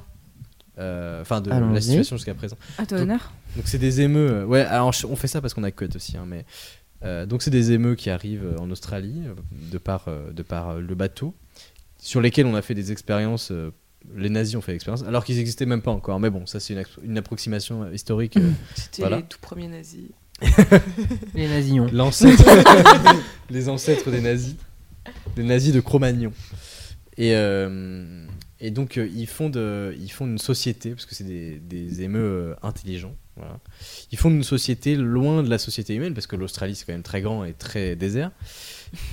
Speaker 5: Euh, Enfin, de la
Speaker 6: Allons-y.
Speaker 5: situation jusqu'à présent.
Speaker 10: À toi,
Speaker 5: Donc-
Speaker 10: honneur.
Speaker 5: Donc, c'est des émeux. euh, Ouais, alors je- on fait ça parce qu'on a cut aussi. hein, mais, euh, donc, c'est des émeux qui arrivent euh, en Australie euh, de par, euh, de par euh, le bateau, sur lesquels on a fait des expériences. euh, les nazis ont fait l'expérience, alors qu'ils n'existaient même pas encore. Mais bon, ça, c'est une, ex- une approximation euh, historique. euh,
Speaker 8: C'était
Speaker 5: Voilà.
Speaker 8: les tout premiers nazis.
Speaker 6: Les nazillons.
Speaker 5: L'ancêtre. les ancêtres des nazis. Des nazis de Cro-Magnon. Et, euh, et donc, euh, ils, fondent, euh, ils fondent une société, parce que c'est des, des émeux euh, intelligents. Voilà. Ils fondent une société loin de la société humaine, parce que l'Australie, c'est quand même très grand et très désert.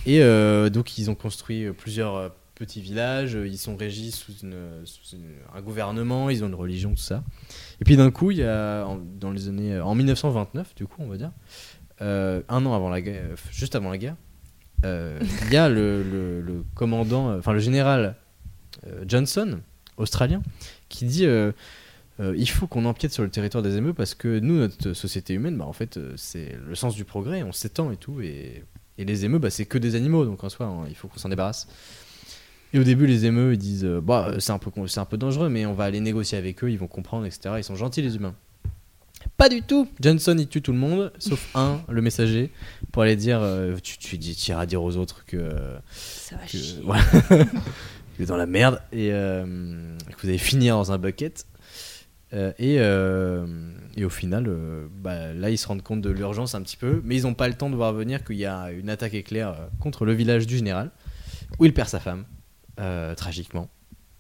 Speaker 5: Et euh, donc, ils ont construit euh, plusieurs euh, petits villages, euh, ils sont régis sous, une, sous une- un gouvernement, ils ont une religion, tout ça. Et puis d'un coup, il y a, en- dans les années, euh, en 1929, du coup, on va dire, euh, un an avant la guerre, euh, juste avant la guerre, euh, il y a le, le- le commandant, euh, enfin le général euh, Johnson, australien, qui dit euh, euh, il faut qu'on empiète sur le territoire des émeux parce que nous, notre société humaine, bah, en fait, euh, c'est le sens du progrès, on s'étend et tout, et, et les émeux, bah, c'est que des animaux, donc en soi, hein, il faut qu'on s'en débarrasse. Et au début, les émeux, ils disent euh, bah, euh, c'est un, peu con- c'est un peu dangereux, mais on va aller négocier avec eux, ils vont comprendre, etc. Ils sont gentils, les humains. Pas du tout Johnson, il tue tout le monde, sauf un, le messager, pour aller dire euh, tu, tu, dis- tu iras dire aux autres que. euh,
Speaker 8: Ça va
Speaker 5: que,
Speaker 8: chier.
Speaker 5: <laughs> voilà, que dans la merde et euh, que vous allez finir dans un bucket. Euh, et, euh, et au final, euh, bah, là, ils se rendent compte de l'urgence un petit peu, mais ils n'ont pas le temps de voir venir qu'il y a une attaque éclair euh, contre le village du général, où il perd sa femme, euh, tragiquement.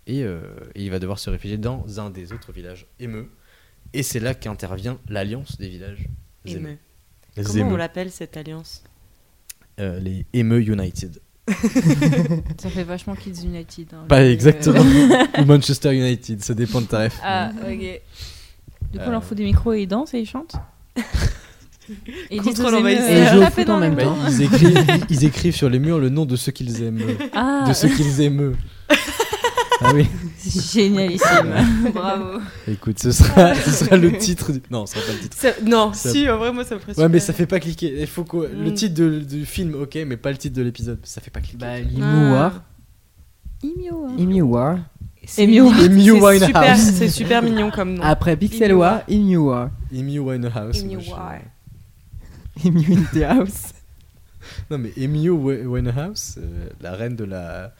Speaker 5: Et, euh, et il va devoir se réfugier dans un des autres villages émeux. Et c'est là qu'intervient l'alliance des villages émeux.
Speaker 8: Émeux.
Speaker 5: Les
Speaker 8: Comment on
Speaker 5: émeux.
Speaker 8: l'appelle cette alliance
Speaker 5: Euh, les émeux United.
Speaker 10: Ça fait vachement Kids United. hein,
Speaker 5: Pas
Speaker 10: le-
Speaker 5: Bah, exactement. Ou Manchester United, ça dépend de ta ref.
Speaker 10: Ah, ok.
Speaker 5: Du
Speaker 10: Du
Speaker 5: coup,
Speaker 8: Euh.
Speaker 10: coup,
Speaker 5: on
Speaker 10: on
Speaker 5: leur
Speaker 10: leur
Speaker 5: fout
Speaker 10: fout des micros et ils dansent et ils
Speaker 8: <laughs>
Speaker 10: chantent. Et
Speaker 8: Contre l'envahisseur.
Speaker 6: Et ils jouent au
Speaker 10: tapez
Speaker 6: foot
Speaker 10: dans
Speaker 6: en
Speaker 10: le
Speaker 6: même
Speaker 5: Bah,
Speaker 6: temps.
Speaker 10: mur.
Speaker 5: ils, écrivent, ils écrivent sur les murs le nom de ceux qu'ils aiment.
Speaker 10: Ah,
Speaker 5: De ceux qu'ils aiment. Ah oui,
Speaker 10: c'est <laughs> génialissime. Bravo.
Speaker 5: écoute, ce sera, ce sera le titre. du- Non, ce sera pas le titre.
Speaker 8: Non,
Speaker 5: Ça-
Speaker 8: si, en vrai, moi ça me ferait
Speaker 5: Ouais, mais ça
Speaker 8: super-
Speaker 5: fait pas cliquer. Il faut que le
Speaker 8: Mm.
Speaker 5: titre de- du film, ok, mais pas le titre de l'épisode. Ça fait pas cliquer.
Speaker 6: Bah, l'Imouar.
Speaker 10: Imio. hein.
Speaker 6: Imiwar.
Speaker 8: C'est mignon.
Speaker 5: Amy
Speaker 8: C'est
Speaker 5: Winehouse.
Speaker 8: super- C'est super mignon comme nom.
Speaker 6: Après Pixelwa, Imiwar.
Speaker 5: Amy Winehouse.
Speaker 8: Amy
Speaker 5: moi, je-
Speaker 8: Winehouse.
Speaker 6: Imiwinter House.
Speaker 5: Non, mais Amy Wi- Winehouse, euh, la reine de la.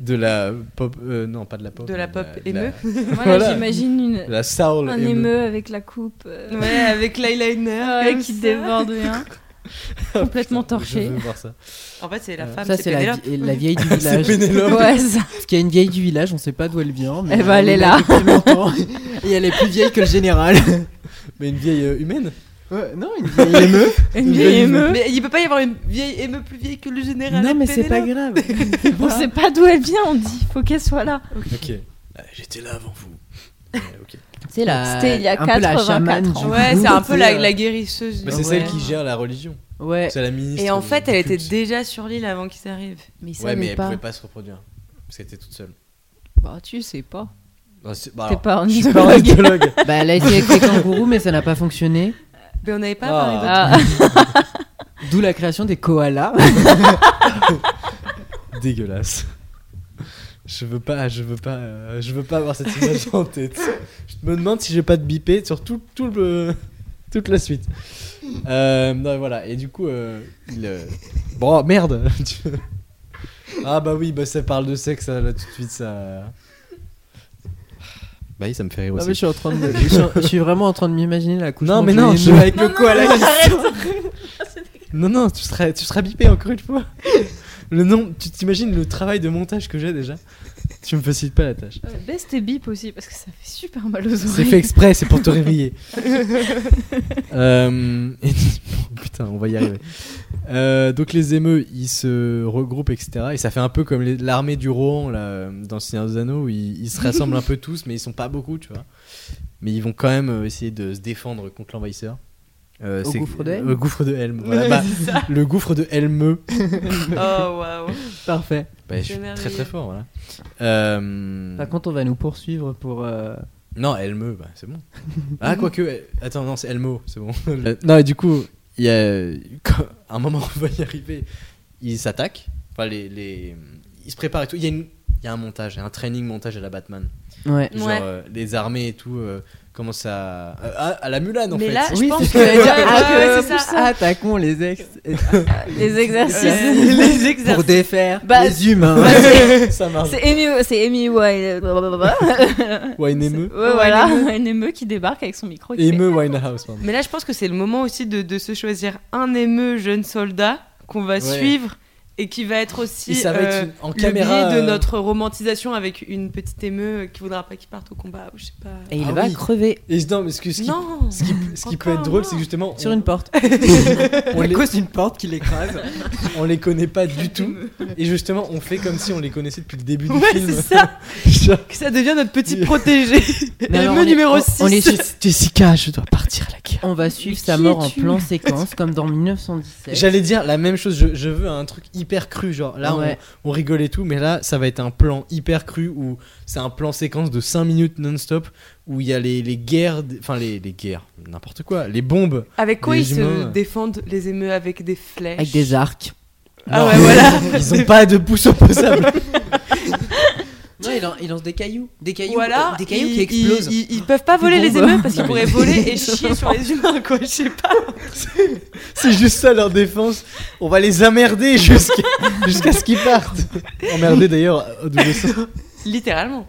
Speaker 5: De la pop. euh, non, pas de la pop.
Speaker 8: De la
Speaker 5: mais
Speaker 8: pop
Speaker 5: de la-
Speaker 8: émeu.
Speaker 10: Voilà,
Speaker 5: Voilà.
Speaker 10: j'imagine
Speaker 5: de
Speaker 10: une...
Speaker 5: La E. soul
Speaker 10: un
Speaker 5: émeu.
Speaker 10: émeu avec la coupe euh,
Speaker 8: Ouais,
Speaker 10: <laughs>
Speaker 8: avec l'eyeliner
Speaker 10: euh,
Speaker 8: comme
Speaker 10: qui
Speaker 8: ça.
Speaker 10: déborde
Speaker 8: <laughs>
Speaker 10: rien. complètement
Speaker 5: Putain,
Speaker 10: torché.
Speaker 5: Je veux voir ça.
Speaker 8: En fait, c'est la
Speaker 5: Euh,
Speaker 8: femme.
Speaker 6: Ça,
Speaker 8: c'est
Speaker 6: c'est la,
Speaker 8: Pénélope.
Speaker 6: vi- la vieille du village.
Speaker 5: Pénélope.
Speaker 7: <laughs>
Speaker 5: <laughs>
Speaker 10: Ouais, ça.
Speaker 6: Parce qu'il y a une vieille du village, on sait pas d'où elle vient. Mais
Speaker 10: Eh ben, elle est là.
Speaker 6: depuis longtemps. Et elle est plus vieille que le général.
Speaker 5: Mais une vieille euh, humaine
Speaker 6: Ouais, non, une vieille émeu.
Speaker 10: Une E. vieille émeu.
Speaker 8: Mais il peut pas y avoir une vieille émeu plus vieille que le général.
Speaker 6: Non, mais c'est pas
Speaker 8: Pénélope.
Speaker 6: grave.
Speaker 10: On sait pas d'où elle vient, on dit. Faut qu'elle soit là.
Speaker 5: Ok. Ah, J'étais là avant vous. <laughs> ok.
Speaker 6: C'est la.
Speaker 10: C'était il y a
Speaker 6: un peu la
Speaker 10: 84
Speaker 6: chamane du
Speaker 10: ans.
Speaker 8: Ouais,
Speaker 6: groupe,
Speaker 8: c'est un peu la,
Speaker 6: euh,
Speaker 8: la guérisseuse.
Speaker 5: Mais
Speaker 8: du
Speaker 5: c'est celle
Speaker 8: ouais.
Speaker 5: qui gère la religion.
Speaker 6: Ouais.
Speaker 5: C'est la ministre.
Speaker 8: Et en
Speaker 5: du-
Speaker 8: fait,
Speaker 5: du
Speaker 8: elle était
Speaker 5: culte.
Speaker 8: déjà sur l'île avant qu'ils arrivent.
Speaker 10: Mais ça
Speaker 5: Ouais, mais
Speaker 10: n'est
Speaker 5: elle
Speaker 10: pas.
Speaker 5: pouvait pas se reproduire. Parce qu'elle était toute seule.
Speaker 10: Bah, tu sais pas.
Speaker 5: Non, c'est- bah
Speaker 10: T'es
Speaker 5: alors,
Speaker 10: pas un
Speaker 5: je
Speaker 7: <laughs>
Speaker 5: suis pas
Speaker 10: idologue.
Speaker 5: ornithologue.
Speaker 6: Bah, elle a essayé avec les kangourous, mais ça n'a pas fonctionné.
Speaker 8: <laughs> Mais on n'avait pas
Speaker 5: Ah.
Speaker 8: parlé de
Speaker 10: Ah,
Speaker 6: D'où
Speaker 5: Ah,
Speaker 6: Ah, la création des koalas.
Speaker 5: Dégueulasse. Je veux pas, je veux pas, euh, je veux pas avoir cette image en tête. Je me demande si j'ai pas de bipé sur tout, tout le, toute la suite. Euh, non, voilà. Et du coup, euh, il, euh, bon, merde. <laughs> Tu- ah bah oui, bah ça parle de sexe là, là, tout de suite ça. Bah oui, ça me fait rire
Speaker 6: Ah,
Speaker 5: aussi.
Speaker 6: mais je, suis en train de, je, suis, je suis vraiment en train de m'imaginer la couche.
Speaker 5: Non mais non, je vais avec le quoi là Non non, tu seras tu seras bipé encore une fois. Le nom, tu t'imagines le travail de montage que j'ai déjà Tu me facilites pas la tâche.
Speaker 10: Ah.
Speaker 7: Euh, Baisse tes bips aussi, parce que ça fait super mal aux
Speaker 5: C'est
Speaker 7: oreilles.
Speaker 5: fait exprès, c'est pour te réveiller. Euh, et- bon, putain, on va y arriver. Euh, donc les émeux, ils se regroupent, etc. Et ça fait un peu comme les- l'armée du Rohan là, euh, dans le Seigneur des Anneaux, où ils, ils se rassemblent un peu tous, mais ils sont pas beaucoup, tu vois. Mais ils vont quand même euh, essayer de se défendre contre l'envahisseur. Euh,
Speaker 6: Au
Speaker 5: c'est-
Speaker 6: gouffre de Helm
Speaker 5: Au gouffre de Helm. voilà. Bah, le gouffre de Helmeux.
Speaker 8: Oh waouh.
Speaker 6: Parfait.
Speaker 5: Bah, je suis
Speaker 8: merveilleux.
Speaker 5: très très fort, voilà. Euh,
Speaker 6: Par contre, on va nous poursuivre pour. euh,
Speaker 5: Non, Elmo, bah, c'est bon. Ah, quoique. elle- Attends, non, c'est Elmo, c'est bon. <laughs> Euh, non, et du coup, il y a. quand- À un moment, on va y arriver. Ils s'attaquent. Enfin, les, les- Ils se préparent et tout. Il y, a une- il y a un montage, un training montage à la Batman.
Speaker 6: Ouais.
Speaker 5: Genre,
Speaker 8: Ouais.
Speaker 5: euh, les armées et tout euh, commencent à. euh, à, à la Mulan, en
Speaker 8: Mais
Speaker 5: fait.
Speaker 8: là, je
Speaker 6: oui,
Speaker 8: pense
Speaker 6: c'est ce
Speaker 8: que.
Speaker 6: que j'allais dire.
Speaker 8: Ouais,
Speaker 6: Ah,
Speaker 8: ouais,
Speaker 6: que-
Speaker 8: c'est ça.
Speaker 6: Attaquons les ex.
Speaker 8: <laughs>
Speaker 7: Ah, <laughs> Les exercices.
Speaker 8: les
Speaker 6: pour
Speaker 8: exercices.
Speaker 6: défaire
Speaker 7: Bah,
Speaker 6: les humains.
Speaker 8: <laughs>
Speaker 5: ça marche.
Speaker 7: C'est Amy, c'est Amy Winehouse. blablabla.
Speaker 5: Wine Eme.
Speaker 7: Ouais, voilà.
Speaker 10: Un émeu qui débarque avec son micro. et qui
Speaker 5: Eme Winehouse, pardon.
Speaker 8: Mais là, je pense que c'est le moment aussi de, de se choisir un émeu jeune soldat qu'on va
Speaker 5: Ouais.
Speaker 8: suivre et qui va être aussi
Speaker 5: Et ça va
Speaker 8: euh,
Speaker 5: être une- en
Speaker 8: le
Speaker 5: caméra.
Speaker 8: biais de
Speaker 5: euh,
Speaker 8: notre romantisation avec une petite émeu qui voudra pas qu'il parte au combat ou je sais pas.
Speaker 6: Et il
Speaker 5: Ah
Speaker 6: va
Speaker 5: oui.
Speaker 6: crever
Speaker 5: Et non, mais ce, que- ce qui,
Speaker 8: Non. <laughs>
Speaker 5: ce qui- ce qui peut
Speaker 8: Encore
Speaker 5: être drôle,
Speaker 8: non.
Speaker 5: c'est que justement.
Speaker 6: sur
Speaker 5: on-
Speaker 6: une porte.
Speaker 5: on les-
Speaker 6: d'une porte qui l'écrase.
Speaker 5: on les connaît pas du tout. Et justement, on fait comme si on les connaissait depuis le début du
Speaker 8: Ouais,
Speaker 5: film.
Speaker 8: c'est ça.
Speaker 5: Genre,
Speaker 8: Que ça devient
Speaker 5: <laughs>
Speaker 8: notre petit protégé.
Speaker 6: Non, non,
Speaker 8: Émeu
Speaker 6: on est-
Speaker 8: numéro
Speaker 6: on-
Speaker 8: 6.
Speaker 6: on est juste-
Speaker 5: Jessica, je dois partir à la guerre.
Speaker 6: On va
Speaker 8: Mais
Speaker 6: suivre
Speaker 8: qui
Speaker 6: sa mort en
Speaker 8: es-tu
Speaker 6: plan séquence comme dans 1917.
Speaker 5: J'allais dire la même chose, je, je veux un truc hyper cru, genre là
Speaker 6: Ouais.
Speaker 5: on, on rigole et tout, mais là ça va être un plan hyper cru où c'est un plan séquence de 5 minutes non-stop où il y a les, les guerres, des- enfin les, les guerres, n'importe quoi, les bombes.
Speaker 8: Avec quoi
Speaker 5: Des
Speaker 8: ils se
Speaker 5: humains.
Speaker 8: défendent les émeux avec des flèches
Speaker 6: Avec des arcs.
Speaker 8: Ah
Speaker 5: Non,
Speaker 8: ouais, voilà.
Speaker 5: <laughs> Ils ont pas de pouce <laughs> opposable.
Speaker 6: Non, il, en- il lance des cailloux. Des cailloux,
Speaker 8: Voilà,
Speaker 6: euh, des cailloux
Speaker 8: ils,
Speaker 6: qui explosent.
Speaker 8: Ils, ils- ils peuvent pas voler
Speaker 6: Des
Speaker 8: les
Speaker 6: bombes.
Speaker 8: émeux parce qu'ils
Speaker 6: Non,
Speaker 8: pourraient
Speaker 6: mais-
Speaker 8: voler et chier sur les humains, quoi. Je sais pas.
Speaker 5: c'est juste ça leur défense. On va les emmerder jusqu'à jusqu'à ce qu'ils <laughs> partent. Emmerder d'ailleurs, au double sens.
Speaker 8: Littéralement.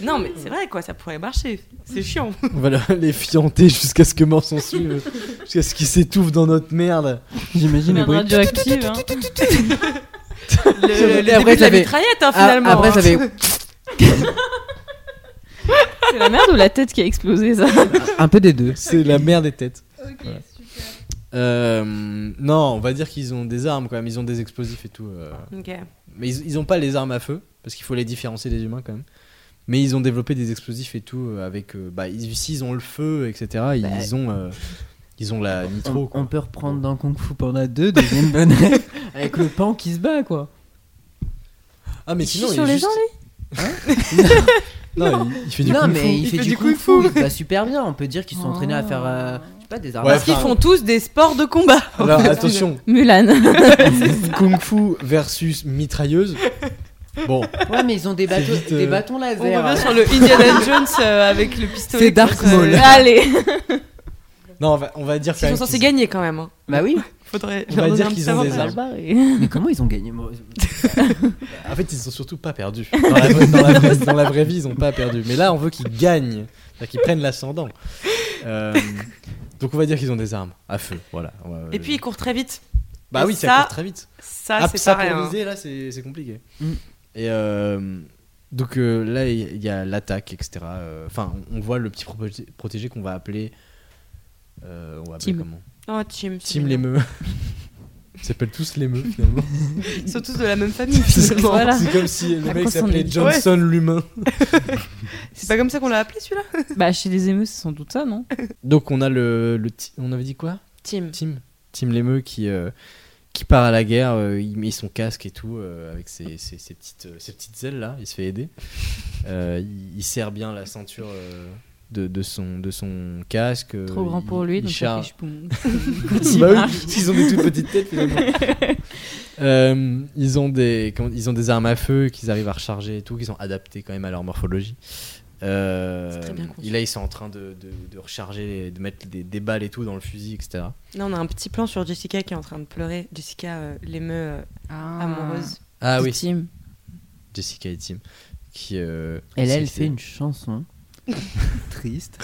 Speaker 8: Non, mais c'est vrai, quoi. Ça pourrait marcher. C'est chiant.
Speaker 5: On va leur- <laughs> les fianter jusqu'à ce que mort s'en suive, jusqu'à ce qu'ils s'étouffent dans notre merde.
Speaker 6: J'imagine
Speaker 7: Merde radioactive. hein.
Speaker 8: Le, le
Speaker 6: après,
Speaker 8: début de la
Speaker 6: ça fait- Ah,
Speaker 8: mitraillette, hein, finalement.
Speaker 6: après,
Speaker 8: hein. <laughs>
Speaker 6: ça fait
Speaker 7: C'est la merde ou la tête qui a explosé, ça
Speaker 6: un peu des deux.
Speaker 5: C'est la merde des têtes. Voilà. Euh, non, on va dire qu'ils ont des armes quand même, ils ont des explosifs et tout. euh.
Speaker 8: Ok.
Speaker 5: Mais ils, ils ont pas les armes à feu, parce qu'il faut les différencier des humains quand même. Mais ils ont développé des explosifs et tout euh, avec. euh, bah, ils, s'ils ont le feu, etc. Ils,
Speaker 6: Bah.
Speaker 5: ont. euh, ils ont la nitro.
Speaker 6: On,
Speaker 5: quoi.
Speaker 6: on peut reprendre dans Kung Fu Panda 2, deuxième bonne rêve, avec le pan qui se bat quoi.
Speaker 5: Ah, mais
Speaker 7: Il
Speaker 5: sinon,
Speaker 7: chie
Speaker 5: il
Speaker 7: sur
Speaker 5: est
Speaker 7: les
Speaker 5: juste-
Speaker 7: gens,
Speaker 5: Non, il, il fait du
Speaker 6: non
Speaker 5: kung-fu.
Speaker 6: mais il fait du Kung Fu, il se bat super bien. On peut dire qu'ils sont entraînés à
Speaker 7: Oh.
Speaker 6: faire, euh, je sais pas, des armes.
Speaker 5: Ouais,
Speaker 8: Parce qu'ils font tous des sports de combat.
Speaker 5: Alors attention,
Speaker 7: Mulan.
Speaker 5: kung fu versus mitrailleuse. Bon,
Speaker 6: Ouais, mais ils ont des bateaux,
Speaker 5: vite, euh,
Speaker 6: des bâtons
Speaker 8: On
Speaker 6: laser.
Speaker 8: revient sur le Indiana Jones euh, avec le pistolet. euh,
Speaker 6: C'est Dark
Speaker 8: comme ça. <laughs>
Speaker 6: Maul.
Speaker 7: Allez.
Speaker 5: non, on va, on va dire quand
Speaker 8: Ils sont
Speaker 5: même
Speaker 8: censés
Speaker 5: qu'ils-
Speaker 8: gagner quand même. hein.
Speaker 6: Bah oui.
Speaker 8: Faudrait
Speaker 5: On
Speaker 8: leur
Speaker 5: va
Speaker 8: donner
Speaker 5: dire
Speaker 8: un
Speaker 5: qu'ils
Speaker 8: petit
Speaker 5: ont des
Speaker 8: avantage.
Speaker 5: armes.
Speaker 6: Mais comment ils ont gagné moi
Speaker 5: En fait, ils ont surtout pas perdu. <laughs> Dans la, vraie- dans la vraie- dans la vraie vie, ils ont pas perdu. Mais là, on veut qu'ils gagnent, c'est-à-dire qu'ils prennent l'ascendant. Euh, donc, on va dire qu'ils ont des armes à feu, voilà. On va- euh,
Speaker 8: Et puis ils courent très vite.
Speaker 5: bah oui, ça,
Speaker 8: ça-
Speaker 5: court très vite.
Speaker 8: Ça,
Speaker 5: Ah,
Speaker 8: c'est
Speaker 5: ça
Speaker 8: pas
Speaker 5: pour
Speaker 8: rien.
Speaker 5: viser, là, c'est c'est compliqué.
Speaker 6: Mm.
Speaker 5: Et euh, donc euh, là, il y- y a l'attaque, etc. Euh, Enfin, on on voit le petit proté- protégé qu'on va appeler. euh, on va appeler
Speaker 7: Tim.
Speaker 5: comment
Speaker 8: Oh, Tim. c'est
Speaker 5: Team
Speaker 8: mignon.
Speaker 5: l'émeu. <laughs> Ils s'appellent tous l'émeu finalement.
Speaker 8: Ils sont tous de la même famille.
Speaker 5: C'est
Speaker 8: finalement.
Speaker 7: Voilà.
Speaker 5: c'est comme si le
Speaker 7: À
Speaker 5: mec
Speaker 7: quoi s'en
Speaker 5: s'appelait
Speaker 7: est-
Speaker 5: Johnson l'humain.
Speaker 8: C'est pas comme ça qu'on l'a appelé celui-là
Speaker 7: Bah, chez les émeux, c'est sans doute ça, non
Speaker 5: Donc on a le, le ti- on avait dit quoi
Speaker 8: Tim.
Speaker 5: Tim Tim l'émeu qui euh, qui part à la guerre, euh, il met son casque et tout euh, avec ses, ses- ses petites euh, ses petites ailes là, il se fait
Speaker 7: <laughs>
Speaker 5: aider. Euh, il, il serre bien la ceinture euh, de, de son de son casque. euh,
Speaker 7: Trop grand
Speaker 5: il-
Speaker 7: pour lui,
Speaker 5: il
Speaker 7: donc ça
Speaker 5: charge-
Speaker 7: fait chpoum. <laughs>
Speaker 5: <laughs> Bah oui, ils ont des toutes petites têtes finalement. Euh, ils, ont des, comment- ils ont des armes à feu qu'ils arrivent à recharger et tout, qu'ils ont adapté quand même à leur morphologie. Euh,
Speaker 8: C'est très bien conçu.
Speaker 5: et là, ils sont en train de, de- de recharger, de mettre des, des balles et tout dans le fusil, etc.
Speaker 8: Là, on a un petit plan sur Jessica qui est en train de pleurer. Jessica euh, l'émeut euh, amoureuse.
Speaker 5: Ah
Speaker 10: du
Speaker 5: oui,
Speaker 10: team.
Speaker 5: Jessica et Tim. Qui, euh,
Speaker 6: Et là, elle
Speaker 5: c'est-
Speaker 6: fait une chanson. <laughs> Triste.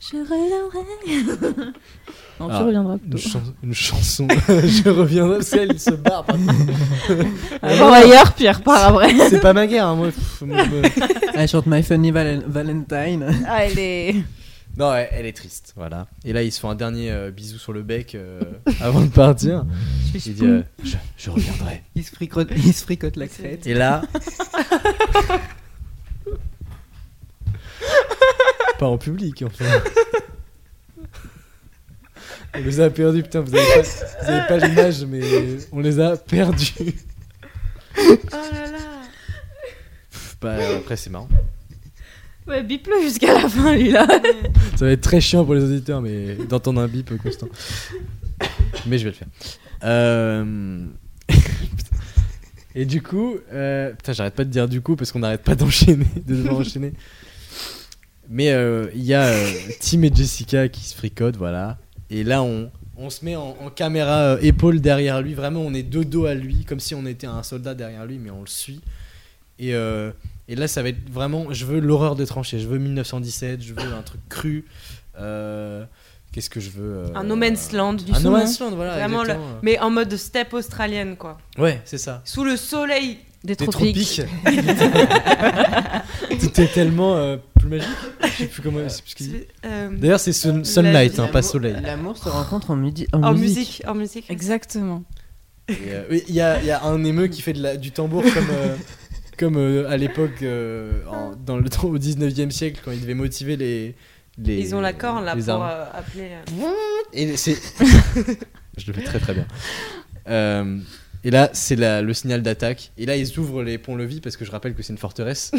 Speaker 7: Je reviendrai. <laughs>
Speaker 10: Non,
Speaker 5: Ah.
Speaker 10: tu reviendras
Speaker 5: une,
Speaker 10: plutôt.
Speaker 5: chan- une chanson. <laughs> Je reviendrai parce qu'elle se barre. pardon.
Speaker 7: Ah,
Speaker 10: Bon, ailleurs, Pierre part après.
Speaker 5: C'est pas ma guerre. hein, moi, pff, moi, moi-
Speaker 6: Elle chante My Funny Valen- Valentine.
Speaker 10: Ah, elle est.
Speaker 5: Non, elle, elle est triste, voilà. Et là, ils se font un dernier euh, bisou sur le bec
Speaker 6: <laughs>
Speaker 5: euh, avant de partir. Il dit euh, je, je reviendrai.
Speaker 6: Il se fricote, il se fricote la crête.
Speaker 5: Et là. pas en public, enfin. On les a perdus, putain, vous avez pas, vous avez pas l'image, mais on les a perdus.
Speaker 8: Oh là là
Speaker 5: Bah, après, c'est marrant.
Speaker 7: Ouais, bip-le jusqu'à la fin, lui, là.
Speaker 5: Ça va être très chiant pour les auditeurs, mais d'entendre un bip constant. Mais je vais le faire. Euh, <laughs> putain. Et du coup, euh, putain, j'arrête pas de dire du coup parce qu'on n'arrête pas d'enchaîner, de devoir enchaîner. Mais euh, il y a euh, Tim et Jessica qui se fricotent, voilà. Et là, on, on se met en, en caméra euh, épaule derrière lui. Vraiment, on est de dos à lui, comme si on était un soldat derrière lui, mais on le suit. Et, euh, et là, ça va être vraiment. Je veux l'horreur des tranchées. Je veux 1917. Je veux un truc cru. Euh, Qu'est-ce que je veux euh,
Speaker 8: Un no man's land.
Speaker 5: Un no man's land, Ah, voilà.
Speaker 8: Vraiment le-
Speaker 5: exactement.
Speaker 8: Mais en mode step australienne, quoi.
Speaker 5: Ouais, c'est ça.
Speaker 8: Sous le soleil.
Speaker 10: Des
Speaker 5: Des
Speaker 10: tropiques.
Speaker 5: tropiques. Tout est tellement euh, plus magique. Je sais plus comment. je sais plus ce qu'il dit.
Speaker 8: euh,
Speaker 5: D'ailleurs, c'est sun- sunlight, hein,
Speaker 8: deuxième
Speaker 5: pas soleil.
Speaker 6: L'amour se rencontre en, midi- en
Speaker 8: en
Speaker 6: musique.
Speaker 8: musique. En musique.
Speaker 10: Exactement.
Speaker 5: Et, euh, oui, Il y, a, il y a un émeu qui fait de la- du tambour comme, euh, comme euh, à l'époque, euh, en- dans le temps au 19e siècle, quand il devait motiver les. les
Speaker 8: Ils ont la corne là
Speaker 5: les
Speaker 8: pour
Speaker 5: armes.
Speaker 8: euh, appeler. euh,
Speaker 5: Et c'est. <laughs> Je le fais très très bien. Euh, et là, c'est la- le signal d'attaque. Et là, ils ouvrent les ponts-levis parce que je rappelle que c'est une
Speaker 6: <laughs>
Speaker 5: forteresse.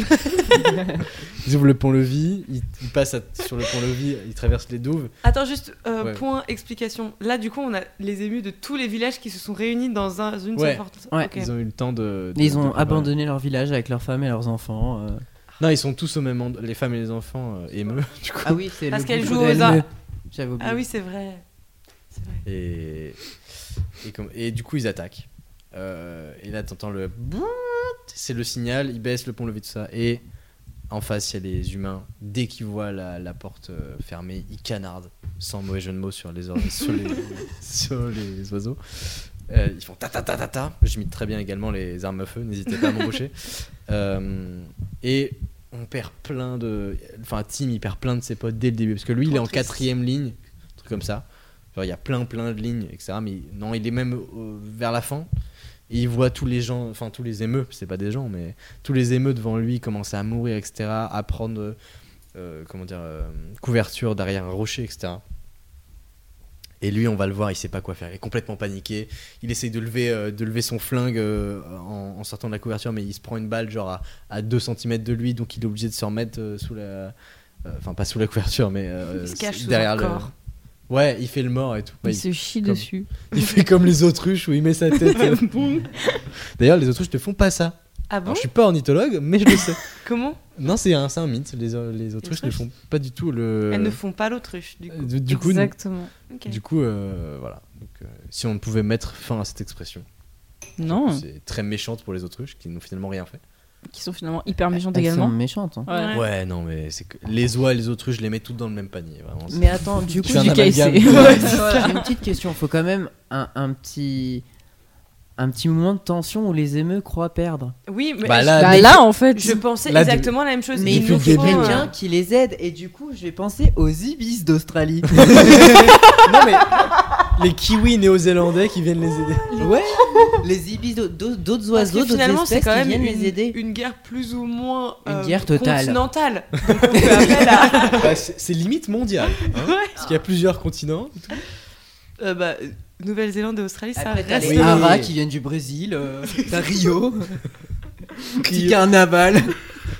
Speaker 5: ils ouvrent le pont-levis, ils, ils passent à- sur le pont-levis, ils traversent les douves.
Speaker 8: Attends, juste euh,
Speaker 5: Ouais.
Speaker 8: point explication. Là, du coup, on a les émus de tous les villages qui se sont réunis dans un, une
Speaker 5: Ouais.
Speaker 8: seule forteresse.
Speaker 6: Ouais.
Speaker 8: Ok.
Speaker 5: Ils ont eu le temps de. de-
Speaker 6: Ils
Speaker 5: de
Speaker 6: ont
Speaker 5: préparer.
Speaker 6: abandonné leur village avec leurs femmes et leurs enfants. euh.
Speaker 5: Non, ils sont tous au même endroit, les femmes et les enfants euh, émeux, du coup.
Speaker 6: Ah oui, c'est
Speaker 8: Parce
Speaker 6: le
Speaker 8: qu'elle
Speaker 6: bouchon
Speaker 8: joue
Speaker 6: de
Speaker 8: aux
Speaker 6: LME.
Speaker 8: arts.
Speaker 6: J'avais oublié.
Speaker 8: Ah oui, c'est vrai. C'est vrai.
Speaker 5: Et, et, comme- et du coup, ils attaquent. Euh, et là, t'entends le. bout, C'est le signal, ils baissent le pont-levis, tout ça. Et en face, il y a les humains. Dès qu'ils voient la, la porte euh, fermée, ils canardent, sans mauvais jeu de mots, sur les, or- <laughs> sur les, sur les oiseaux. Euh, ils font ta ta ta ta ta. J'imite très bien également les armes à feu, n'hésitez pas à m'embaucher. Euh, et on perd plein de. Enfin, Tim, il perd plein de ses potes dès le début. Parce que lui, il est en quatrième ligne, un truc comme ça. Genre, il y a plein, plein de lignes, etc. Mais non, il est même euh, vers la fin. Et il voit tous les gens, enfin, tous les émeux, c'est pas des gens, mais tous les émeux devant lui commencer à mourir, etc. À prendre, euh, comment dire, euh, couverture derrière un rocher, etc. Et lui, on va le voir, il sait pas quoi faire. Il est complètement paniqué. Il essaye de lever, euh, de lever son flingue euh, en, en sortant de la couverture, mais il se prend une balle genre à, à 2 cm de lui, donc il est obligé de se remettre euh, sous la. euh, Enfin, pas sous la couverture, mais euh,
Speaker 8: Il se cache sous
Speaker 5: derrière
Speaker 8: un
Speaker 5: le.
Speaker 8: corps.
Speaker 5: Ouais, il fait le mort et tout. Ouais,
Speaker 10: Il se chie
Speaker 5: comme-
Speaker 8: <laughs>
Speaker 10: dessus.
Speaker 5: <laughs> il fait comme les autruches où il met sa tête. euh, boum. D'ailleurs, les autruches ne font pas ça.
Speaker 8: Ah bon
Speaker 5: Alors, je suis pas ornithologue, mais je le sais. <laughs>
Speaker 8: Comment
Speaker 5: non, c'est un, c'est un mythe. Les, euh, les autruches ne
Speaker 8: autruches
Speaker 5: font pas du tout le.
Speaker 6: Euh,
Speaker 8: Elles ne font pas l'autruche, du coup.
Speaker 5: Euh, du, du coup,
Speaker 10: Exactement.
Speaker 8: Ok.
Speaker 5: du coup, euh, voilà. Donc, euh, si on pouvait mettre fin à cette expression,
Speaker 10: Non,
Speaker 5: c'est très méchante pour les autruches qui n'ont finalement rien fait.
Speaker 10: qui sont finalement hyper méchantes
Speaker 6: Elles sont
Speaker 10: également.
Speaker 6: méchantes. hein.
Speaker 10: Ouais.
Speaker 8: Ouais.
Speaker 5: Ouais, non, mais c'est que les oies et les autruches, je les mets toutes dans le même panier. Vraiment, c'est-
Speaker 6: Mais attends, du coup,
Speaker 5: fais un
Speaker 10: du
Speaker 5: amalgame.
Speaker 10: KFC.
Speaker 6: Ouais,
Speaker 5: <laughs>
Speaker 6: J'ai une petite question. Faut quand même un, un petit un petit moment de tension où les émeux croient perdre.
Speaker 8: Oui, mais
Speaker 5: Bah
Speaker 8: je-
Speaker 5: là,
Speaker 10: Bah
Speaker 5: dès-
Speaker 10: là, en fait,
Speaker 8: je, pensais
Speaker 5: là,
Speaker 8: exactement la même chose. Il
Speaker 6: Mais il
Speaker 5: depuis
Speaker 8: nous
Speaker 6: faut
Speaker 5: le
Speaker 8: faut,
Speaker 5: début,
Speaker 8: euh,
Speaker 6: quelqu'un qui les aide. Et du coup, je vais penser aux ibis <laughs> d'Australie.
Speaker 5: non, mais les kiwis néo-zélandais qui viennent les aider.
Speaker 8: <laughs>
Speaker 6: ouais. Les ibis d'au- d'au- d'autres
Speaker 8: parce que
Speaker 6: oiseaux, d'autres
Speaker 8: finalement, c'est
Speaker 6: espèces
Speaker 8: quand
Speaker 6: qui
Speaker 8: même
Speaker 6: viennent
Speaker 8: une,
Speaker 6: les aider.
Speaker 8: une guerre plus ou moins
Speaker 6: Une
Speaker 8: euh,
Speaker 6: guerre totale. <laughs>
Speaker 8: continentale. Donc, on fait appel à-
Speaker 5: Bah, c'est c'est limite mondial.
Speaker 6: Ah
Speaker 5: hein,
Speaker 8: Ouais.
Speaker 5: Parce qu'il y a plusieurs continents.
Speaker 8: Euh, bah, euh, Nouvelle-Zélande et Australie, ça
Speaker 6: Après, t'as
Speaker 8: reste.
Speaker 6: les
Speaker 5: Oui.
Speaker 6: haras qui viennent du
Speaker 8: <laughs>
Speaker 6: Brésil. euh, t'as Rio. <laughs> Petit carnaval.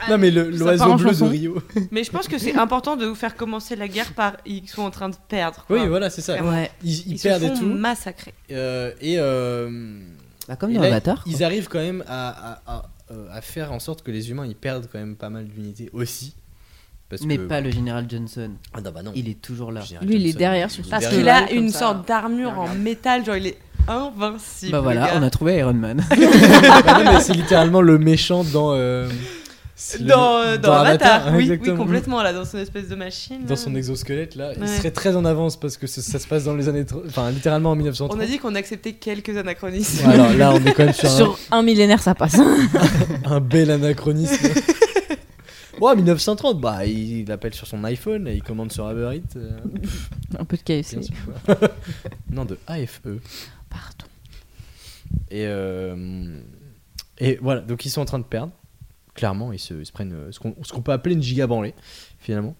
Speaker 5: Non, mais le-
Speaker 10: Ça part
Speaker 5: l'oiseau
Speaker 10: en
Speaker 5: bleu de
Speaker 10: chanson.
Speaker 5: Rio.
Speaker 8: Mais je pense que c'est important de vous faire commencer la guerre par ils sont en train de perdre. quoi.
Speaker 5: Oui, voilà, c'est ça.
Speaker 8: Ouais.
Speaker 5: Ils, ils
Speaker 8: Ils se
Speaker 5: perdent et
Speaker 8: font
Speaker 5: tout.
Speaker 8: massacrer.
Speaker 5: Euh, et euh,
Speaker 6: Bah, comme
Speaker 5: Et
Speaker 6: dans
Speaker 5: là,
Speaker 6: Avatar. quoi.
Speaker 5: Ils arrivent quand même à, à- à- euh, à faire en sorte que les humains ils perdent quand même pas mal d'unité aussi. Parce
Speaker 6: Mais
Speaker 5: que-
Speaker 6: pas le général Johnson.
Speaker 5: Ah non, bah non.
Speaker 6: Il est toujours là.
Speaker 5: Général
Speaker 7: Lui, il est
Speaker 5: Johnson,
Speaker 7: derrière sur-
Speaker 5: est
Speaker 8: Parce
Speaker 5: derrière.
Speaker 8: qu'il a
Speaker 7: comme
Speaker 8: une
Speaker 7: ça.
Speaker 8: sorte d'armure en métal, genre il est invincible.
Speaker 6: Bah
Speaker 8: le
Speaker 6: voilà,
Speaker 8: gars.
Speaker 6: on a trouvé Iron Man.
Speaker 5: Bah
Speaker 8: <laughs>
Speaker 5: non, mais c'est littéralement le méchant dans. euh, c'est le-
Speaker 8: Dans, euh, dans Avatar,
Speaker 5: hein,
Speaker 8: oui, oui,
Speaker 5: exactement.
Speaker 8: complètement, là, dans son espèce de machine.
Speaker 5: Dans son
Speaker 8: là.
Speaker 5: exosquelette là, il
Speaker 8: Ouais.
Speaker 5: serait très en avance parce que ça- ça se passe dans les années. tro- Enfin, littéralement en 1930.
Speaker 8: On a dit qu'on acceptait quelques anachronismes.
Speaker 5: Alors là, on est quand même sur, un-
Speaker 7: Sur un millénaire, ça passe.
Speaker 5: un, bel anachronisme. <laughs> Ouais, 1930, bah il, il appelle sur son iPhone et il commande sur Uber Eats. euh,
Speaker 7: un peu de KFC.
Speaker 5: bien sûr. <laughs> non, de AFE.
Speaker 7: Pardon.
Speaker 5: Et, euh, et voilà, donc ils sont en train de perdre. Clairement, ils se, ils se prennent euh, ce qu'on ce qu'on peut appeler une giga branlée, finalement.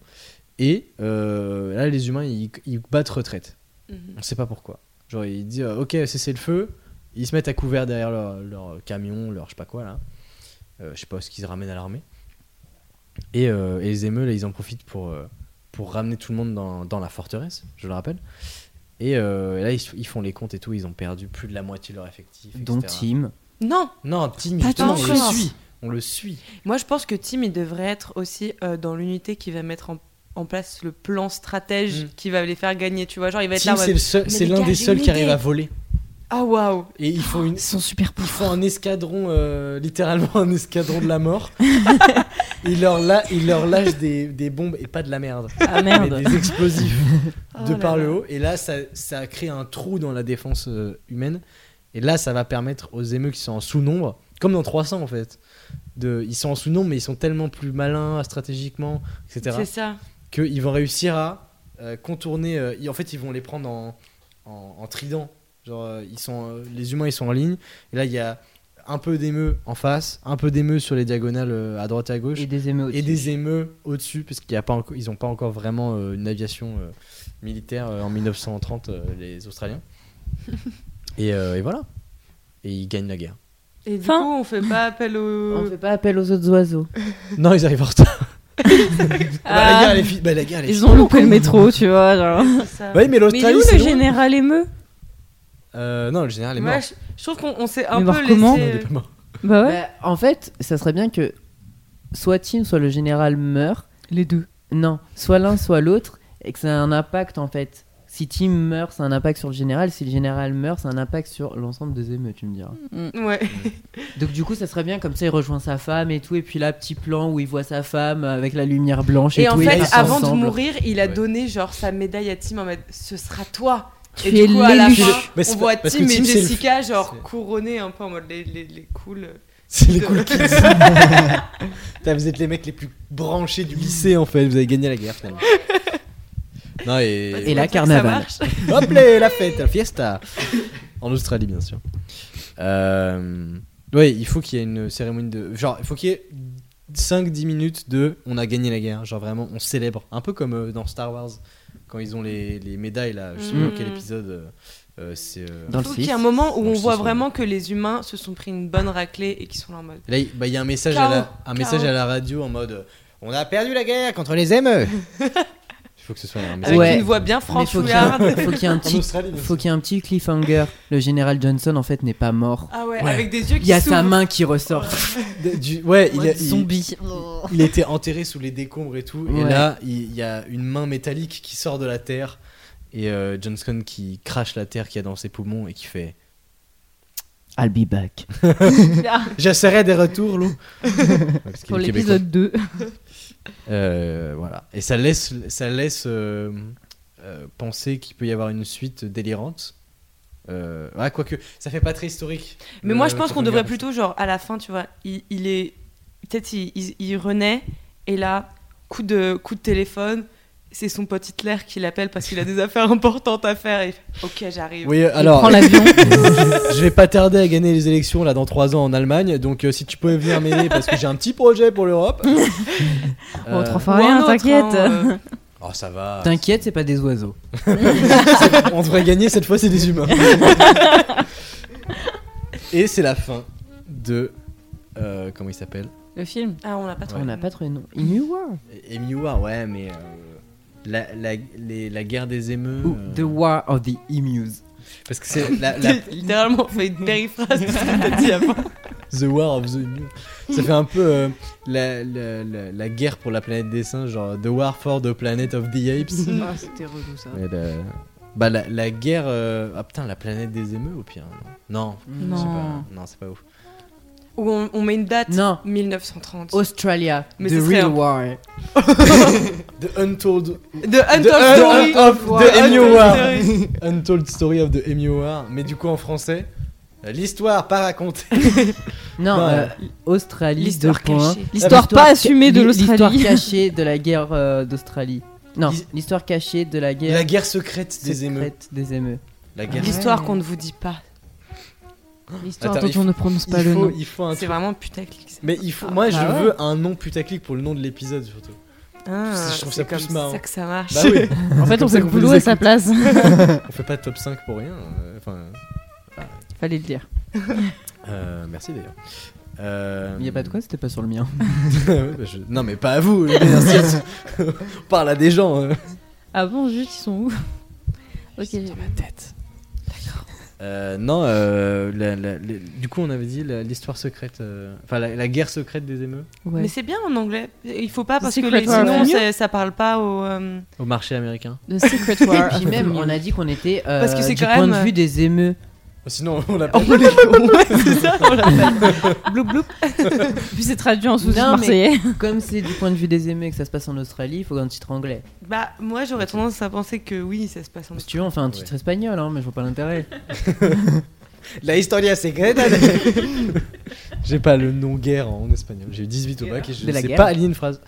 Speaker 5: Et euh, là, les humains, ils, ils battent retraite.
Speaker 8: Mhm.
Speaker 5: On sait pas pourquoi. Genre, ils disent euh, Ok, cessez le feu. Ils se mettent à couvert derrière leur, leur camion, leur je sais pas quoi là. Euh, je sais pas ce qu'ils ramènent à l'armée. Et, euh, et les émeux, là, ils en profitent pour, euh, pour ramener tout le monde dans, dans la forteresse, je le rappelle. Et, euh, et là, ils, ils font les comptes et tout. Ils ont perdu plus de la moitié de leur effectif.
Speaker 6: Dont
Speaker 5: etc.
Speaker 6: Tim.
Speaker 8: <laughs> Non,
Speaker 5: Non, Tim,
Speaker 8: Pas
Speaker 5: justement, on
Speaker 8: tant
Speaker 5: le
Speaker 8: encore.
Speaker 5: suit. On le suit.
Speaker 8: moi je pense que Tim, il devrait être aussi euh, dans l'unité qui va mettre en, en place le plan stratège
Speaker 5: Mm.
Speaker 8: qui va les faire gagner, tu vois. Genre, il va être là
Speaker 5: Tim,
Speaker 8: en
Speaker 5: c'est
Speaker 8: mode,
Speaker 5: le seul-
Speaker 8: Mais
Speaker 5: c'est
Speaker 8: les
Speaker 5: l'un
Speaker 8: gars,
Speaker 5: des
Speaker 8: j'ai
Speaker 5: seuls
Speaker 8: une
Speaker 5: qui arrive
Speaker 8: idée.
Speaker 5: à voler.
Speaker 8: Ah waouh
Speaker 5: Et ils font, une,
Speaker 7: Ils sont super
Speaker 5: ils font
Speaker 7: pouvoirs.
Speaker 5: un escadron, euh, littéralement un escadron de la
Speaker 8: <laughs>
Speaker 5: mort. ils, leur la- ils leur lâchent des, des bombes et pas de la merde.
Speaker 7: Ah
Speaker 5: Mais
Speaker 7: merde.
Speaker 5: des
Speaker 8: <laughs>
Speaker 5: explosifs de
Speaker 8: Oh là
Speaker 5: par le
Speaker 8: là.
Speaker 5: haut. Et là, ça, ça crée un trou dans la défense euh, humaine. Et là, ça va permettre aux émeux qui sont en sous-nombre, comme dans 300 en fait. De, ils sont en sous-nombre, mais ils sont tellement plus malins stratégiquement, etc.
Speaker 8: C'est ça.
Speaker 5: qu'ils vont réussir à euh, contourner. euh, ils- en fait, ils vont les prendre en, en, en trident. Genre, euh, ils sont, euh, les humains, ils sont en ligne. Et là, il y a un peu d'émeux en face, un peu d'émeux sur les diagonales euh, à droite et à gauche,
Speaker 6: Et
Speaker 5: et,
Speaker 6: des émeutes.
Speaker 5: des émeux au-dessus, parce qu'ils n'ont pas encore vraiment euh, une aviation euh, militaire euh, en 1930, euh, les
Speaker 7: <laughs>
Speaker 5: Australiens. et, euh, et voilà. Et ils gagnent la guerre.
Speaker 8: Et du
Speaker 7: Fin.
Speaker 8: coup, on fait pas appel
Speaker 5: <laughs>
Speaker 8: au. <laughs>
Speaker 6: On fait pas appel aux autres oiseaux.
Speaker 5: Non, ils arrivent en retard. <laughs> Bah, la guerre, elle est fi- bah, la guerre, elle est
Speaker 7: Ils
Speaker 5: finie.
Speaker 7: ont loupé le métro, tu vois. genre.
Speaker 8: C'est ça.
Speaker 5: Oui, mais
Speaker 7: Mais il est
Speaker 5: l'Australie,
Speaker 7: où
Speaker 5: c'est
Speaker 7: le
Speaker 5: loin.
Speaker 7: général émeu
Speaker 5: Euh, Non, le général est mort.
Speaker 8: Moi, je, je trouve qu'on on s'est un
Speaker 7: Mais
Speaker 8: peu
Speaker 7: voir comment
Speaker 5: Non, il est
Speaker 8: laissé.
Speaker 5: pas mort.
Speaker 7: Bah ouais.
Speaker 6: Bah, en fait, ça serait bien que soit Tim, soit le général meurt.
Speaker 7: Les deux.
Speaker 6: Non, soit l'un, soit l'autre, et que ça a un impact en fait. Si Tim meurt, c'est un impact sur le général. Si le général meurt, c'est un impact sur l'ensemble des émeutes, tu me diras.
Speaker 8: Ouais.
Speaker 6: Donc du coup, ça serait bien comme ça, il rejoint sa femme et tout, et puis là, petit plan où il voit sa femme avec la lumière blanche et,
Speaker 8: Et en
Speaker 6: tout.
Speaker 8: fait,
Speaker 6: ils sont
Speaker 8: avant de
Speaker 6: ensemble.
Speaker 8: mourir, il a
Speaker 5: Ouais.
Speaker 8: donné genre sa médaille à Tim en mode ce sera toi.
Speaker 5: Bah,
Speaker 7: Tu
Speaker 8: et
Speaker 7: es
Speaker 8: du coup, à la
Speaker 7: l'élu.
Speaker 8: fin,
Speaker 5: Mais
Speaker 8: on
Speaker 5: c'est
Speaker 8: voit
Speaker 5: pas- parce
Speaker 8: Tim
Speaker 5: que
Speaker 8: et
Speaker 5: Tim, c'est le-
Speaker 8: Jessica genre
Speaker 5: c'est-
Speaker 8: couronnés un peu en mode les, les, les cool.
Speaker 5: C'est
Speaker 6: <laughs>
Speaker 5: les
Speaker 8: de-
Speaker 5: cool <laughs> kids. Putain, vous êtes les mecs les plus branchés du lycée en fait. Vous avez gagné la guerre finalement. <laughs> Non
Speaker 6: Et
Speaker 5: et,
Speaker 8: Comme ça que ça
Speaker 6: la carnaval.
Speaker 8: marche.
Speaker 5: hop les, la fête, la fiesta <laughs> en Australie bien sûr. Euh... Ouais, il faut qu'il y ait une cérémonie de genre, il faut qu'il y ait 5-10 minutes de on a gagné la guerre, genre vraiment on célèbre, un peu comme euh, dans Star Wars quand ils ont les, les médailles là, je sais
Speaker 8: Mm.
Speaker 5: pas quel épisode euh, euh, c'est. euh,
Speaker 6: Dans le
Speaker 8: Il faut qu'il y ait un
Speaker 6: six.
Speaker 8: moment
Speaker 5: Dans
Speaker 8: où
Speaker 5: le
Speaker 8: on
Speaker 5: six,
Speaker 8: voit
Speaker 5: ouais.
Speaker 8: vraiment que les humains se sont pris une bonne raclée et qu'ils sont là en mode.
Speaker 5: Là, il bah, il y a un message,
Speaker 8: K.O.
Speaker 5: à la, un message à la radio en mode euh, On a perdu la guerre contre les <laughs> ME. Il faut que ce soit un message.
Speaker 8: Avec
Speaker 6: Ouais.
Speaker 8: une voix bien
Speaker 6: Mais faut qu'il y ait
Speaker 8: franchouillarde.
Speaker 6: un- faut qu'il y ait un petit,
Speaker 5: Australie, bien
Speaker 6: faut qu'il y ait un petit cliffhanger. Le général Johnson en fait n'est pas mort.
Speaker 8: <laughs> Ah ouais,
Speaker 5: Ouais.
Speaker 8: avec des yeux qui
Speaker 6: Il y a sa
Speaker 8: s'ouvrent.
Speaker 6: main qui ressort.
Speaker 5: De- du- ouais, il, a- il-
Speaker 7: Zombie.
Speaker 5: il était enterré sous les décombres et tout. Et
Speaker 6: Ouais.
Speaker 5: là, il il y a une main métallique qui sort de la terre. Et euh, Johnston qui crache la terre qu'il y a dans ses poumons et qui fait
Speaker 6: I'll be back.
Speaker 5: <laughs> J'essaierai des retours, Lou. Parce qu'il
Speaker 7: Pour
Speaker 5: est québécois.
Speaker 7: l'épisode 2.
Speaker 5: Euh, voilà. Et ça laisse, ça laisse euh, euh, penser qu'il peut y avoir une suite délirante. Euh, ah, quoique, ça fait pas très historique. Euh,
Speaker 8: Mais
Speaker 5: Le-
Speaker 8: moi, je pense
Speaker 5: le
Speaker 8: qu'on devrait
Speaker 5: Tottenham.
Speaker 8: plutôt, genre, à la fin, tu vois, il, il est. Peut-être il, il- il renaît, et là, coup de, coup de téléphone, c'est son pote Hitler qui l'appelle parce qu'il a des affaires importantes à faire. Et il fait, ok, j'arrive.
Speaker 5: Oui, euh,
Speaker 7: Prends
Speaker 5: alors,
Speaker 7: l'avion.
Speaker 5: <laughs> je vais pas tarder à gagner les élections là dans 3 ans en Allemagne. Donc, euh, si tu pouvais venir m'aider parce que j'ai un petit projet pour
Speaker 8: <laughs>
Speaker 5: l'Europe.
Speaker 7: Bon,
Speaker 5: Euh,
Speaker 7: t'en
Speaker 8: Ou
Speaker 7: fais
Speaker 8: un
Speaker 7: rien,
Speaker 8: autre,
Speaker 7: t'inquiète.
Speaker 8: <laughs> hein, euh,
Speaker 5: Oh, ça va.
Speaker 6: <laughs> T'inquiète, c'est pas des oiseaux.
Speaker 5: On devrait gagner cette fois, c'est des
Speaker 8: <laughs>
Speaker 5: humains. Et c'est la fin de. euh, comment il s'appelle
Speaker 7: Le film.
Speaker 8: Ah, on l'a pas trouvé.
Speaker 6: On n'a pas trouvé non. In New War.
Speaker 5: Emiwa, ouais, mais euh, la, la, les- la guerre des émeux.
Speaker 6: Ou
Speaker 5: euh,
Speaker 6: The War of the Emus.
Speaker 5: Parce que c'est la, <laughs>
Speaker 7: <laughs>
Speaker 5: la-
Speaker 8: littéralement fait une périphrase de ce que t'as dit avant.
Speaker 5: The War of the New. Ça fait un peu euh, la, la- la- la guerre pour la planète des singes, genre The War for the Planet of the Apes.
Speaker 8: <laughs> Ah, c'était relou ça.
Speaker 5: Mais la- Bah, la, la guerre. euh, Ah putain, la planète des émeux au pire. Non, non. c'est pas- non, c'est pas ouf.
Speaker 8: Ou on, on met une date
Speaker 6: Non.
Speaker 8: 1930.
Speaker 6: Australia,
Speaker 8: Mais
Speaker 6: The
Speaker 8: ce serait
Speaker 6: Real
Speaker 8: un-
Speaker 6: War.
Speaker 5: The Untold.
Speaker 8: De Hunt
Speaker 5: The
Speaker 8: of
Speaker 5: Story
Speaker 8: Story.
Speaker 5: of
Speaker 8: The
Speaker 5: the Emmy
Speaker 8: Untold
Speaker 5: Award.
Speaker 8: Story.
Speaker 5: Untold Story of the Emmy Award. Mais du coup en français, l'histoire pas racontée.
Speaker 6: Non,
Speaker 5: Ouais.
Speaker 6: euh, Australie,
Speaker 8: L'histoire
Speaker 6: deux points.
Speaker 8: cachée.
Speaker 7: L'histoire pas
Speaker 6: ca-
Speaker 7: assumée de
Speaker 6: l'hi- <laughs>
Speaker 7: l'Australie.
Speaker 6: L'histoire cachée de la guerre euh, d'Australie. Non,
Speaker 5: L'his-
Speaker 6: l'histoire cachée de la guerre
Speaker 5: La guerre secrète des émeux.
Speaker 6: secrète des émeux.
Speaker 5: La
Speaker 7: Ah.
Speaker 5: guerre.
Speaker 8: <laughs> L'histoire qu'on ne vous dit pas.
Speaker 7: L'histoire
Speaker 5: Attends,
Speaker 7: dont
Speaker 5: il
Speaker 7: on ne prononce pas
Speaker 5: Il
Speaker 7: le
Speaker 5: faut,
Speaker 7: nom. Ah
Speaker 5: il faut un
Speaker 8: C'est
Speaker 5: truc.
Speaker 8: vraiment putaclic. ça.
Speaker 5: Mais il faut. Moi, je
Speaker 6: bah ouais.
Speaker 5: veux un nom putaclic pour le nom de l'épisode
Speaker 7: <laughs>
Speaker 5: surtout.
Speaker 8: Ah,
Speaker 5: Je trouve
Speaker 8: c'est
Speaker 5: ça plus
Speaker 8: comme
Speaker 5: marrant.
Speaker 8: ça que ça marche.
Speaker 5: Bah oui.
Speaker 7: En fait, on fait le boulot à sa place.
Speaker 5: <laughs> On fait pas de top 5 pour rien. euh, Enfin,
Speaker 6: Fallait le dire.
Speaker 5: euh, merci d'ailleurs. Euh,
Speaker 6: Il y a pas
Speaker 5: <laughs>
Speaker 6: de quoi, c'était pas sur le mien.
Speaker 5: Ouais, bah, je- Non mais pas à vous. les instincts. <laughs> On parle à des gens. euh.
Speaker 7: Ah bon, juste, ils sont où Ok, j'ai-
Speaker 5: Euh, non, euh, la- la- la- du coup, on avait dit la- l'histoire secrète, euh, enfin la, la guerre secrète des émeux
Speaker 7: ouais.
Speaker 8: Mais c'est bien en anglais. Il faut pas parce que
Speaker 7: Secret
Speaker 8: les-
Speaker 7: War.
Speaker 8: sinon c'est- ça parle pas au. euh, <laughs>
Speaker 5: au marché américain.
Speaker 7: The Secret War.
Speaker 6: <laughs> Puis même, on a dit qu'on était euh,
Speaker 8: Parce que c'est
Speaker 6: du
Speaker 8: quand
Speaker 6: point
Speaker 8: même-
Speaker 6: de vue des <laughs> émeux.
Speaker 5: Ah, sinon, on l'appelle.
Speaker 8: Ouais, c'est ça, on l'appelle. Bloup, bloup.
Speaker 7: Puis c'est traduit en sous
Speaker 6: Non, mais-
Speaker 7: <laughs> marseillais.
Speaker 6: Comme c'est du point de vue des émeux et que ça se passe en Australie, il faut un titre anglais.
Speaker 8: Bah, moi j'aurais tendance à penser que oui, ça se passe en
Speaker 6: Si tu veux, on fait un titre espagnol, hein, mais je vois pas l'intérêt.
Speaker 5: La historia secrète. <laughs> j'ai pas le nom guerre en espagnol. J'ai eu 18 au bac et je
Speaker 6: De la
Speaker 5: sais
Speaker 6: guerre.
Speaker 5: pas aligner une phrase.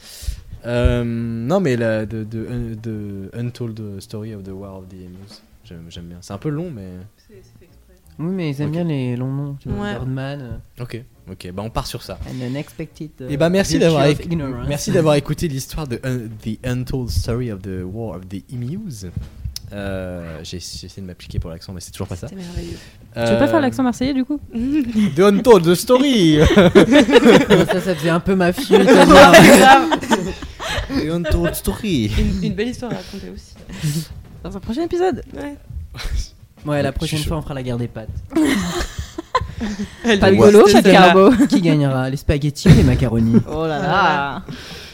Speaker 5: Euh, non mais la de, de, de Untold Story of the War of the Emus. J'aime j'aime bien. C'est un peu long mais.
Speaker 6: Oui, mais ils aiment
Speaker 5: Ok.
Speaker 6: bien les longs noms. Tu vois,
Speaker 8: Ouais.
Speaker 6: Birdman, euh,
Speaker 5: Ok. Ok. Bah on part sur ça.
Speaker 6: and Unexpected. euh,
Speaker 5: Et bah merci
Speaker 6: Virtue
Speaker 5: d'avoir
Speaker 6: of
Speaker 5: éc-
Speaker 6: Ignorance.
Speaker 5: merci d'avoir écouté l'histoire de Un- The Untold Story of the War of the Emus. Euh, J'ai j'ai essayé de m'appliquer pour l'accent mais c'est toujours pas ça.
Speaker 8: C'est merveilleux.
Speaker 7: Tu veux pas faire
Speaker 5: Euh,
Speaker 7: l'accent marseillais du coup
Speaker 5: The Untold Story.
Speaker 6: <laughs> ça, ça faisait un peu mafieux. Thomas.
Speaker 5: <laughs> The Untold Story.
Speaker 8: Une, une belle histoire à raconter aussi.
Speaker 7: Dans un prochain épisode
Speaker 8: Ouais.
Speaker 6: ouais, la
Speaker 5: Je suis
Speaker 6: prochaine
Speaker 5: chaud.
Speaker 6: fois, on fera la guerre des pâtes.
Speaker 7: Pas de
Speaker 5: Ouais.
Speaker 7: golo, pas
Speaker 8: C'est
Speaker 7: de
Speaker 8: ça.
Speaker 7: carbo.
Speaker 6: Qui gagnera Les spaghettis ou les macaronis
Speaker 7: Oh là
Speaker 8: là.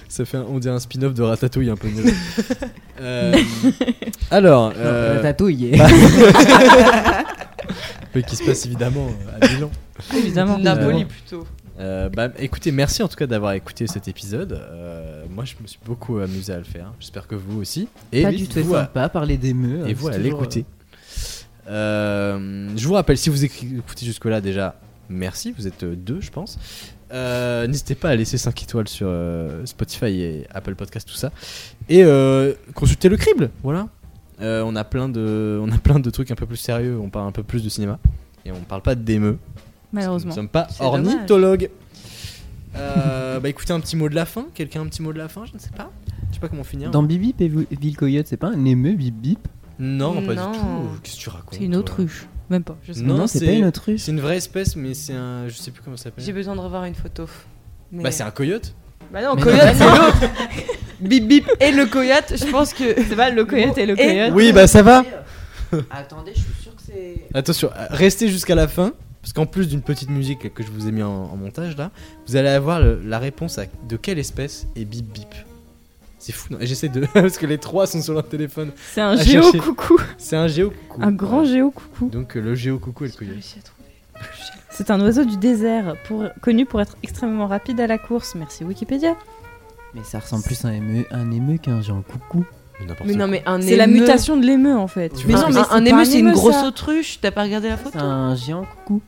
Speaker 5: Ça fait un- on dirait un spin-off de Ratatouille un peu. nul. Euh, alors, <laughs> euh,
Speaker 6: La tatouille.
Speaker 5: mais qui se passe évidemment euh, à Milan.
Speaker 7: Évidemment.
Speaker 8: Napoli
Speaker 5: Euh,
Speaker 8: plutôt.
Speaker 5: Euh, bah, écoutez, merci en tout cas d'avoir écouté cet épisode. Euh, moi, je me suis beaucoup amusé à le faire. J'espère que vous aussi. Et
Speaker 6: Pas
Speaker 5: oui,
Speaker 6: du tout
Speaker 5: vous, euh, à-
Speaker 6: sympa, parler des meux.
Speaker 5: et vous à l'écouter. Euh, je vous rappelle, si vous éc- écoutez jusque-là déjà, merci, vous êtes euh, deux, je pense. Euh, N'hésitez pas à laisser 5 étoiles sur euh, Spotify et Apple Podcast, tout ça. Et euh, consultez le crible, voilà. Euh, on, a plein de, on a plein de trucs un peu plus sérieux, on parle un peu plus de cinéma. Et on parle pas d'émeux. Nous
Speaker 7: Malheureusement.
Speaker 5: sommes pas
Speaker 8: C'est dommage.
Speaker 5: ornithologues. Euh, bah écoutez, un petit mot de la fin. Quelqu'un a un petit mot de la fin Je ne sais pas. Je sais pas comment finir.
Speaker 6: Dans Bip Bip et Vou- Ville Coyote, c'est pas un émeu Bip Bip
Speaker 5: Non, pas
Speaker 8: Non.
Speaker 5: du tout. Qu'est-ce que tu racontes
Speaker 7: C'est une
Speaker 5: toi
Speaker 7: autruche. Même pas.
Speaker 8: Je sais
Speaker 5: Non,
Speaker 8: pas.
Speaker 6: c'est
Speaker 5: c'est-
Speaker 6: pas une autruche.
Speaker 5: C'est une vraie espèce, mais c'est un. Je sais plus comment ça
Speaker 8: J'ai
Speaker 5: s'appelle.
Speaker 8: besoin de revoir une photo. Mais-
Speaker 5: Bah, c'est un coyote
Speaker 8: Bah non,
Speaker 6: Mais
Speaker 8: coyote,
Speaker 6: non,
Speaker 8: c'est l'autre.
Speaker 7: <laughs>
Speaker 8: bip bip et le coyote, je pense que.
Speaker 7: C'est pas le coyote et le
Speaker 8: Et-
Speaker 7: coyote.
Speaker 5: Oui, bah ça va
Speaker 6: <laughs> Attendez, je suis sûr que c'est.
Speaker 5: Attention, euh, restez jusqu'à la fin, parce qu'en plus d'une petite musique que je vous ai mis en, en montage là, vous allez avoir le- la réponse à de quelle espèce est bip bip. C'est fou, non Et J'essaie de. <laughs> parce que les trois sont sur leur téléphone.
Speaker 7: C'est un
Speaker 5: À
Speaker 7: géo
Speaker 5: chercher.
Speaker 7: coucou.
Speaker 5: C'est un géocoucou.
Speaker 7: Un grand
Speaker 5: Voilà.
Speaker 7: géo coucou.
Speaker 5: Donc euh, le géocoucou et le coyote.
Speaker 7: C'est un oiseau du désert, pour- connu pour être extrêmement rapide à la course. Merci Wikipédia.
Speaker 6: Mais ça ressemble plus à un émeu, un émeu qu'un géant coucou.
Speaker 5: n'importe
Speaker 8: Mais non,
Speaker 5: quoi.
Speaker 8: mais un
Speaker 7: C'est la
Speaker 8: émeu-
Speaker 7: mutation de l'émeu en fait.
Speaker 5: Tu
Speaker 8: Mais
Speaker 5: vois,
Speaker 8: non,
Speaker 5: c'est-
Speaker 8: Ah, mais
Speaker 7: c'est
Speaker 8: un
Speaker 7: pas
Speaker 8: émeu,
Speaker 7: un
Speaker 8: c'est une
Speaker 7: émeu,
Speaker 8: grosse
Speaker 7: ça.
Speaker 8: autruche. T'as pas regardé la photo
Speaker 6: C'est un géant coucou.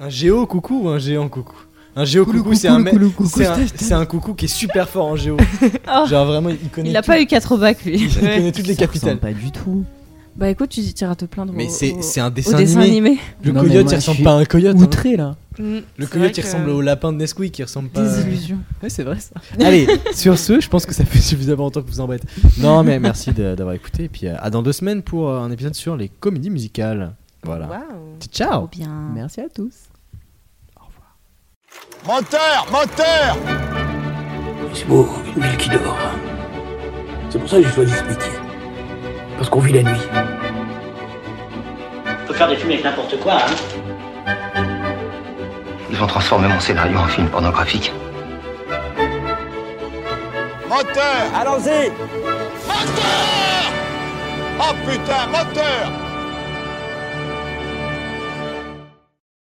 Speaker 5: Un géocoucou ou un géant coucou Un géocoucou, c'est un mec. C'est un, c'est un coucou qui est super fort en géo.
Speaker 7: <laughs> Oh.
Speaker 5: Genre vraiment, il connaît,
Speaker 7: Il a
Speaker 5: tout-
Speaker 7: pas eu 4 bacs lui.
Speaker 5: il connaît toutes les
Speaker 6: Ça ressemble
Speaker 5: capitales.
Speaker 6: Pas du tout.
Speaker 10: Bah écoute, tu tu iras te plaindre.
Speaker 5: Mais
Speaker 10: au-
Speaker 5: c'est
Speaker 10: au-
Speaker 5: c'est un
Speaker 7: Au
Speaker 5: dessin,
Speaker 7: dessin
Speaker 5: animé.
Speaker 7: animé.
Speaker 5: Le
Speaker 6: Non, mais
Speaker 5: coyote,
Speaker 6: moi,
Speaker 5: il
Speaker 6: je
Speaker 5: ressemble
Speaker 6: suis
Speaker 5: pas à un coyote. hein.
Speaker 6: Outré là.
Speaker 8: Mm,
Speaker 5: Le
Speaker 8: c'est vrai
Speaker 5: coyote, il
Speaker 8: que-
Speaker 5: ressemble au lapin de Nesquik, il ressemble pas. euh.
Speaker 10: illusions.
Speaker 6: Ouais, c'est vrai ça.
Speaker 5: Allez, sur ce, je pense que ça fait suffisamment longtemps que vous embête. Non, mais merci de- d'avoir écouté. Et puis euh, à dans deux semaines pour euh, un épisode sur les comédies musicales. Voilà.
Speaker 8: Waouh.
Speaker 5: Ciao.
Speaker 7: bien.
Speaker 6: Merci à tous.
Speaker 1: Moteur Moteur
Speaker 2: C'est beau, une ville qui dort. C'est pour ça que j'ai choisi ce métier. Parce qu'on vit la nuit.
Speaker 3: peut faire des films avec n'importe quoi. Hein.
Speaker 4: Ils ont transformé mon scénario en film pornographique.
Speaker 1: Moteur
Speaker 2: Allons-y
Speaker 1: Moteur Oh putain, moteur